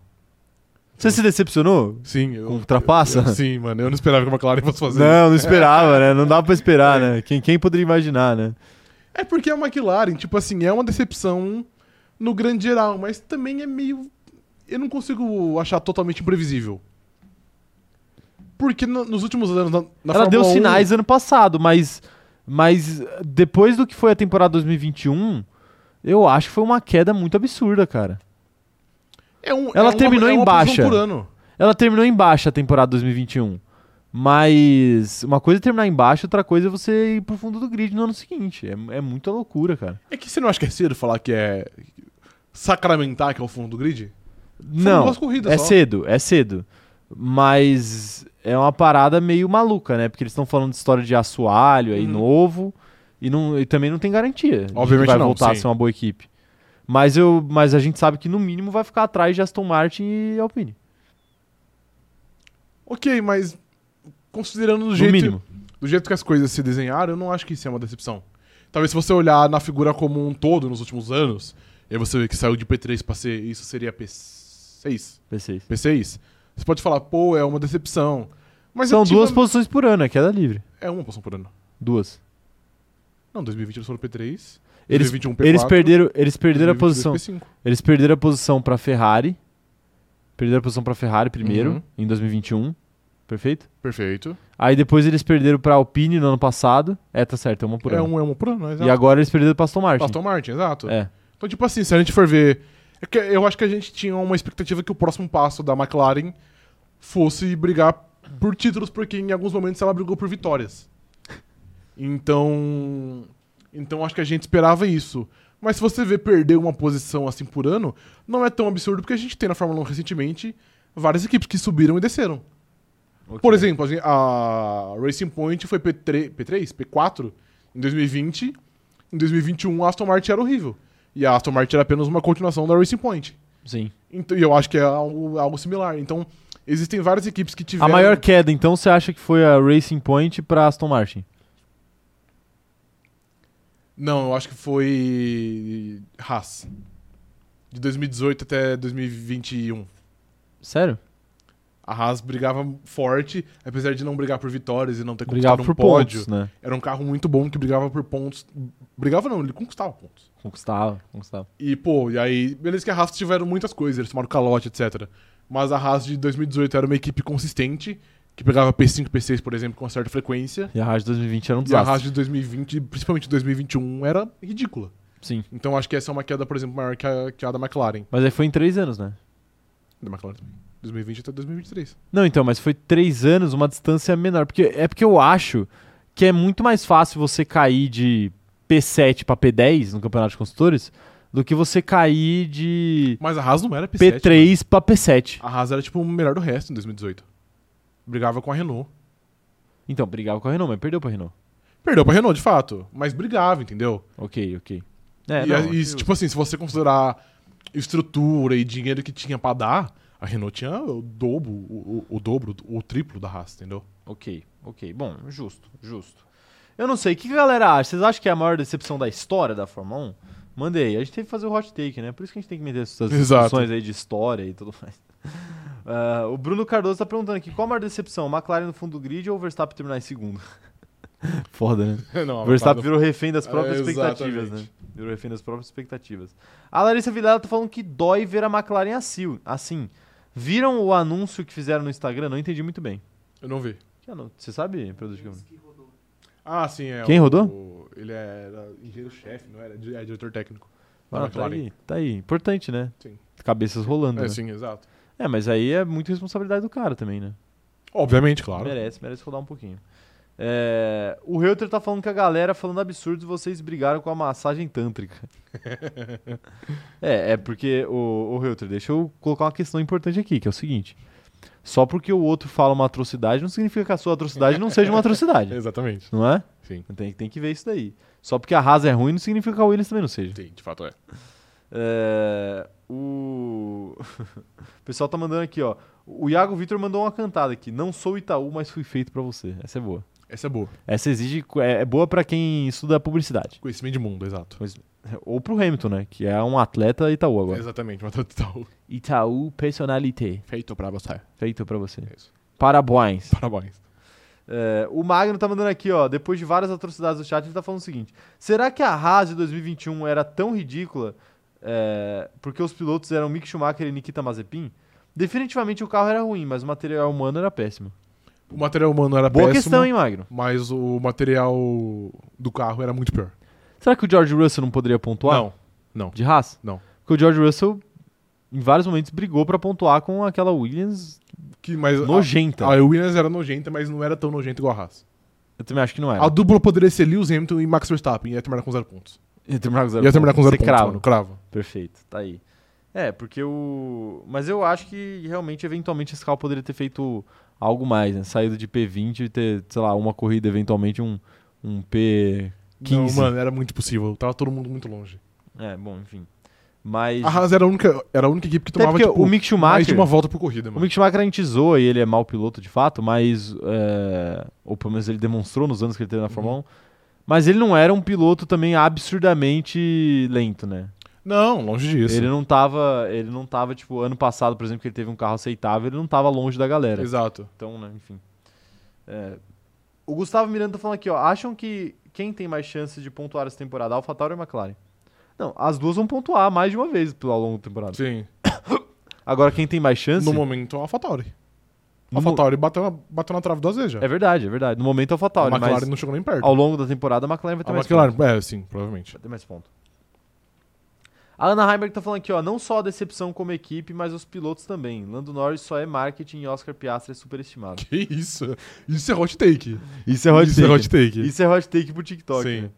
Speaker 1: Você se decepcionou?
Speaker 2: Sim, eu.
Speaker 1: Com trapaça?
Speaker 2: eu- sim, mano, eu não esperava que a McLaren fosse fazer
Speaker 1: Não, não esperava, né? Não dava pra esperar, né? Quem, quem poderia imaginar, né?
Speaker 2: É porque a McLaren, tipo assim, é uma decepção no grande geral, mas também é meio. Eu não consigo achar totalmente imprevisível. Porque no- nos últimos anos na, na
Speaker 1: Ela deu
Speaker 2: Fórmula 1,
Speaker 1: sinais ano passado, mas, mas depois do que foi a temporada 2021, eu acho que foi uma queda muito absurda, cara.
Speaker 2: é um-
Speaker 1: ela
Speaker 2: é uma-
Speaker 1: terminou
Speaker 2: é
Speaker 1: em
Speaker 2: uma posição
Speaker 1: baixa.
Speaker 2: Por ano.
Speaker 1: Ela terminou em baixa a temporada 2021. Mas uma coisa é terminar em baixa, outra coisa é você ir pro fundo do grid no ano seguinte. É, é muita loucura, cara.
Speaker 2: É que você não acha que é cedo falar que é. Sacramentar que é o fundo do grid?
Speaker 1: Não,
Speaker 2: duas corridas
Speaker 1: é
Speaker 2: um só.
Speaker 1: cedo, é cedo. Mas é uma parada meio maluca, né? Porque eles estão falando de história de assoalho aí
Speaker 2: Uhum.
Speaker 1: novo e, não, e também não tem garantia de
Speaker 2: Obviamente
Speaker 1: que vai
Speaker 2: não,
Speaker 1: voltar a
Speaker 2: sim.
Speaker 1: ser uma boa equipe. Mas, eu, mas a gente sabe que no mínimo vai ficar atrás de Aston Martin e Alpine.
Speaker 2: Ok, mas. Considerando do
Speaker 1: No
Speaker 2: jeito,
Speaker 1: mínimo.
Speaker 2: do jeito que as coisas se desenharam, eu não acho que isso é uma decepção. Talvez se você olhar na figura como um todo nos últimos anos, e aí você vê que saiu de P3 pra ser. Isso seria P6.
Speaker 1: P6.
Speaker 2: P6. Você pode falar, pô, é uma decepção. Mas
Speaker 1: São
Speaker 2: eu tive
Speaker 1: duas
Speaker 2: uma-
Speaker 1: posições por ano, é queda livre.
Speaker 2: É uma posição por ano.
Speaker 1: Duas.
Speaker 2: Não, 2020 eles foram P3.
Speaker 1: Eles,
Speaker 2: 2021 P4,
Speaker 1: eles perderam, eles perderam a
Speaker 2: 2022
Speaker 1: posição.
Speaker 2: P5.
Speaker 1: Eles perderam a posição pra Ferrari. Perderam a posição pra Ferrari primeiro,
Speaker 2: Uhum.
Speaker 1: em 2021. Perfeito?
Speaker 2: Perfeito.
Speaker 1: Aí depois eles perderam pra Alpine no ano passado. É, tá certo, é uma por
Speaker 2: é
Speaker 1: ano.
Speaker 2: um, é uma por ano, exato.
Speaker 1: E agora eles perderam pra Aston Martin.
Speaker 2: Aston Martin, exato.
Speaker 1: É.
Speaker 2: Então, tipo assim, se a gente for ver. é que eu acho que a gente tinha uma expectativa que o próximo passo da McLaren fosse brigar por títulos, porque em alguns momentos ela brigou por vitórias. Então. Então acho que a gente esperava isso. Mas se você vê perder uma posição assim por ano, não é tão absurdo, porque a gente tem na Fórmula 1 recentemente várias equipes que subiram e desceram. Por exemplo, a gen- a Racing Point foi P3, P3, P4 em 2020. Em 2021, a Aston Martin era horrível. E a Aston Martin era apenas uma continuação da Racing Point.
Speaker 1: Sim.
Speaker 2: Então, e eu acho que é algo, algo similar. Então, existem várias equipes que
Speaker 1: A
Speaker 2: tiveram.
Speaker 1: maior queda, então, você acha que foi a Racing Point pra Aston Martin?
Speaker 2: Não, eu acho que foi. Haas. De 2018 até 2021.
Speaker 1: Sério?
Speaker 2: A Haas brigava forte, apesar de não brigar por vitórias e não ter
Speaker 1: Obrigado
Speaker 2: conquistado
Speaker 1: por
Speaker 2: um pódio.
Speaker 1: pontos, né?
Speaker 2: Era um carro muito bom que brigava por pontos. Brigava não, ele conquistava pontos.
Speaker 1: Conquistava, conquistava.
Speaker 2: E, pô, e aí, beleza que a Haas tiveram muitas coisas, eles tomaram calote, etc. Mas a Haas de 2018 era uma equipe consistente, que pegava P5, P6, por exemplo, com uma certa frequência.
Speaker 1: E a Haas de 2020 era um
Speaker 2: E a
Speaker 1: desastre.
Speaker 2: Haas de 2020, principalmente 2021, era ridícula.
Speaker 1: Sim.
Speaker 2: Então acho que essa é uma queda, por exemplo, maior que a, que a da McLaren.
Speaker 1: Mas aí foi em três anos, né?
Speaker 2: Da McLaren também. 2020 até 2023.
Speaker 1: Não, então, mas foi três anos, uma distância menor. Porque, é porque eu acho que é muito mais fácil você cair de P7 pra P10 no Campeonato de Construtores do que você cair de
Speaker 2: Mas a Haas não era P7. mano.
Speaker 1: P3 pra P7.
Speaker 2: A Haas era, tipo, o melhor do resto em 2018. Brigava com a Renault.
Speaker 1: Então, brigava com a Renault, mas perdeu pra Renault.
Speaker 2: Perdeu pra Renault, de fato. Mas brigava, entendeu?
Speaker 1: Ok, ok. É,
Speaker 2: e,
Speaker 1: não,
Speaker 2: a-
Speaker 1: acho
Speaker 2: e,
Speaker 1: que-
Speaker 2: tipo assim, se você considerar estrutura e dinheiro que tinha pra dar, a Renault tinha o dobro, o, o- o dobro, o triplo da Haas, entendeu?
Speaker 1: Ok, ok. Bom, justo, justo. Eu não sei, o que que a galera acha? Vocês acham que é a maior decepção da história da Fórmula 1? Mandei. A gente teve que fazer o hot take, né? Por isso que a gente tem que meter essas
Speaker 2: Exato.
Speaker 1: discussões aí de história e tudo mais. Ah, o Bruno Cardoso tá perguntando aqui, qual a maior decepção? McLaren no fundo do grid ou o Verstappen terminar em segundo? Foda, né?
Speaker 2: Não,
Speaker 1: O
Speaker 2: Verstappen
Speaker 1: Verstappen virou refém das próprias
Speaker 2: É,
Speaker 1: expectativas, né?
Speaker 2: exatamente.
Speaker 1: Virou refém das próprias expectativas. A Larissa Vilela tá falando que dói ver a McLaren assim. assim. Viram o anúncio que fizeram no Instagram? Não entendi muito bem.
Speaker 2: Eu não vi.
Speaker 1: Que anú- Você sabe, produto de
Speaker 2: Ah, sim, é.
Speaker 1: Quem
Speaker 2: o-
Speaker 1: rodou?
Speaker 2: o- ele era engenheiro-chefe, não era? Di- É diretor técnico.
Speaker 1: ah, tá, aí, tá aí. Importante, né?
Speaker 2: Sim.
Speaker 1: Cabeças rolando. né?
Speaker 2: É, sim, exato.
Speaker 1: É, mas aí é muito responsabilidade do cara também, né?
Speaker 2: Obviamente, claro.
Speaker 1: Merece, merece rodar um pouquinho. É, o Reuter tá falando que a galera falando absurdos vocês brigaram com a massagem tântrica. é, é porque, o, o Reuter, deixa eu colocar uma questão importante aqui, que é o seguinte. Só porque o outro fala uma atrocidade não significa que a sua atrocidade não seja uma atrocidade,
Speaker 2: Exatamente.
Speaker 1: não é?
Speaker 2: Sim.
Speaker 1: Tem, tem que ver isso daí. Só porque a Haas é ruim não significa que a Williams também não seja.
Speaker 2: Sim, de fato é.
Speaker 1: É, o... o pessoal tá mandando aqui, ó. O Iago Vitor mandou uma cantada aqui. Não sou Itaú, mas fui feito pra você. Essa é boa.
Speaker 2: Essa é boa.
Speaker 1: Essa exige. É, é boa pra quem estuda publicidade.
Speaker 2: Conhecimento de mundo, exato.
Speaker 1: é, Ou pro Hamilton, né? Que é um atleta Itaú agora.
Speaker 2: Exatamente, mas total.
Speaker 1: Itaú Personalité.
Speaker 2: Feito pra você.
Speaker 1: Feito pra você.
Speaker 2: É isso.
Speaker 1: Parabéns.
Speaker 2: Parabéns.
Speaker 1: É, o Magno tá mandando aqui, ó. Depois de várias atrocidades do chat, ele tá falando o seguinte: será que a Haas de 2021 era tão ridícula é, porque os pilotos eram Mick Schumacher e Nikita Mazepin? Definitivamente o carro era ruim, mas o material humano era péssimo.
Speaker 2: O material humano era
Speaker 1: Boa
Speaker 2: péssimo,
Speaker 1: questão, hein, Magno?
Speaker 2: mas o material do carro era muito pior.
Speaker 1: Será que o George Russell não poderia pontuar?
Speaker 2: Não.
Speaker 1: De Haas?
Speaker 2: Não.
Speaker 1: Porque o George Russell, em vários momentos, brigou pra pontuar com aquela Williams
Speaker 2: Que, mas a-
Speaker 1: nojenta.
Speaker 2: A Williams era nojenta, mas não era tão nojenta igual a Haas.
Speaker 1: Eu também acho que não era.
Speaker 2: A dupla poderia ser Lewis Hamilton e Max Verstappen. Ia terminar com zero pontos.
Speaker 1: Ia terminar com zero
Speaker 2: Ia terminar com
Speaker 1: pontos. Você
Speaker 2: zero pontos.
Speaker 1: crava.
Speaker 2: mano. Cravo.
Speaker 1: Perfeito, tá aí. É, porque o. Mas eu acho que realmente, eventualmente, esse carro poderia ter feito algo mais, né? Saído de P20 e ter, sei lá, uma corrida, eventualmente um, um P. 15.
Speaker 2: Não, mano, era muito possível. Tava todo mundo muito longe.
Speaker 1: É, bom, enfim. Mas.
Speaker 2: A Haas era a única, era a única equipe que
Speaker 1: Até
Speaker 2: tomava
Speaker 1: porque
Speaker 2: tipo,
Speaker 1: o Mick
Speaker 2: mais de
Speaker 1: Schumacher.
Speaker 2: uma volta por corrida,
Speaker 1: O
Speaker 2: mano.
Speaker 1: Mick Schumacher a gente zoa e ele é mau piloto de fato, mas. é, Ou pelo menos ele demonstrou nos anos que ele teve na
Speaker 2: Uhum.
Speaker 1: Fórmula 1. Mas ele não era um piloto também absurdamente lento, né?
Speaker 2: Não, longe disso.
Speaker 1: Ele não tava. Ele não tava, tipo, ano passado, por exemplo, que ele teve um carro aceitável, ele não tava longe da galera.
Speaker 2: Exato.
Speaker 1: Então, né, enfim. É, O Gustavo Miranda tá falando aqui, ó. Acham que quem tem mais chance de pontuar essa temporada, AlphaTauri ou McLaren? Não, as duas vão pontuar mais de uma vez pelo- ao longo da temporada.
Speaker 2: Sim.
Speaker 1: Agora, quem tem mais chance.
Speaker 2: No momento, a AlphaTauri. A
Speaker 1: Assim. no mo-
Speaker 2: AlphaTauri bateu na, bateu na trave duas vezes já.
Speaker 1: É verdade, é verdade. No momento é
Speaker 2: a
Speaker 1: AlphaTauri,
Speaker 2: McLaren
Speaker 1: mas
Speaker 2: não chegou nem perto.
Speaker 1: ao longo da temporada a McLaren vai ter
Speaker 2: A
Speaker 1: mais
Speaker 2: McLaren,
Speaker 1: pontos.
Speaker 2: é, sim, provavelmente.
Speaker 1: Vai ter mais ponto. A Ana Heimberg tá falando aqui, ó. Não só a decepção como equipe, mas os pilotos também. Lando Norris só é marketing e Oscar Piastri é superestimado.
Speaker 2: Que isso? Isso é hot take.
Speaker 1: Isso é
Speaker 2: isso é hot take.
Speaker 1: Isso é hot take pro TikTok.
Speaker 2: Sim.
Speaker 1: né?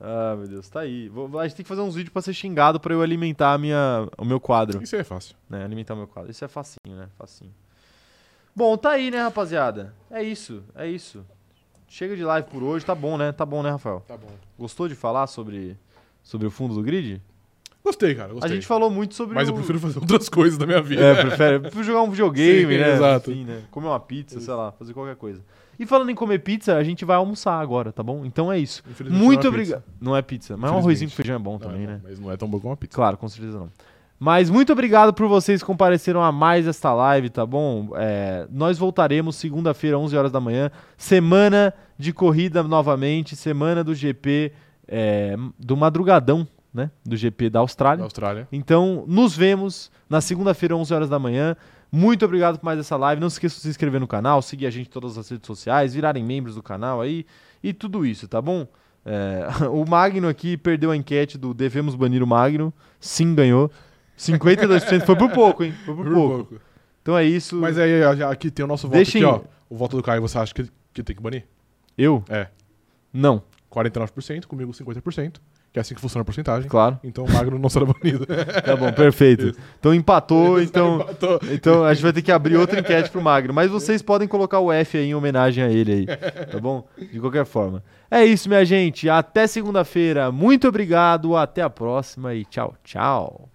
Speaker 1: Ah, meu Deus, tá aí. Vou- a gente tem que fazer uns vídeos pra ser xingado pra eu alimentar a minha, o meu quadro.
Speaker 2: Isso aí é fácil.
Speaker 1: Né? Alimentar o meu quadro. Isso é facinho, né? Facinho. Bom, tá aí, né, rapaziada? É isso, é isso. Chega de live por hoje, tá bom, né? Tá bom, né, Rafael?
Speaker 2: Tá bom.
Speaker 1: Gostou de falar sobre, sobre o fundo do grid?
Speaker 2: Gostei, cara. Gostei.
Speaker 1: A gente falou muito sobre.
Speaker 2: Mas
Speaker 1: o...
Speaker 2: eu prefiro fazer outras coisas da minha vida.
Speaker 1: É, prefere, prefiro jogar um videogame,
Speaker 2: Sim,
Speaker 1: né?
Speaker 2: exato.
Speaker 1: Enfim, né? Comer uma pizza, sei lá, fazer qualquer coisa. E falando em comer pizza, a gente vai almoçar agora, tá bom? Então é isso.
Speaker 2: Infelizmente,
Speaker 1: Muito
Speaker 2: não é pizza.
Speaker 1: obrigado. Não é pizza, mas um
Speaker 2: Infelizmente.
Speaker 1: arrozinho com feijão é bom
Speaker 2: Não,
Speaker 1: também,
Speaker 2: não,
Speaker 1: né?
Speaker 2: Mas não é tão bom como uma pizza.
Speaker 1: Claro, com certeza não. Mas muito obrigado por vocês que compareceram a mais esta live, tá bom? É, nós voltaremos segunda-feira, 11 horas da manhã. Semana de corrida novamente, semana do GP é, do madrugadão, né? Do GP da
Speaker 2: Da
Speaker 1: Austrália.
Speaker 2: Austrália.
Speaker 1: Então, nos vemos na segunda-feira, 11 horas da manhã. Muito obrigado por mais essa live. Não se esqueça de se inscrever no canal, seguir a gente em todas as redes sociais, virarem membros do canal aí e tudo isso, tá bom? É, o Magno aqui perdeu a enquete do Devemos Banir o Magno. Sim, ganhou. 52%. Foi por pouco, hein? Foi por,
Speaker 2: Por
Speaker 1: um pouco.
Speaker 2: pouco.
Speaker 1: Então é isso.
Speaker 2: Mas aí a- aqui tem o nosso voto
Speaker 1: Deixa
Speaker 2: aqui,
Speaker 1: em-
Speaker 2: ó. O voto do Caio, você acha que, que tem que banir?
Speaker 1: Eu?
Speaker 2: É.
Speaker 1: Não,
Speaker 2: 49%, comigo 50%, que é assim que funciona a porcentagem.
Speaker 1: claro.
Speaker 2: Então o magro não será banido. tá
Speaker 1: Tá bom, perfeito. Então empatou, então.
Speaker 2: Empatou.
Speaker 1: Então a gente vai ter que abrir outra enquete pro Magno. Mas vocês podem colocar o F aí em homenagem a ele aí, tá bom? De qualquer forma. É isso, minha gente. Até segunda-feira. Muito obrigado. Até a próxima e tchau, tchau.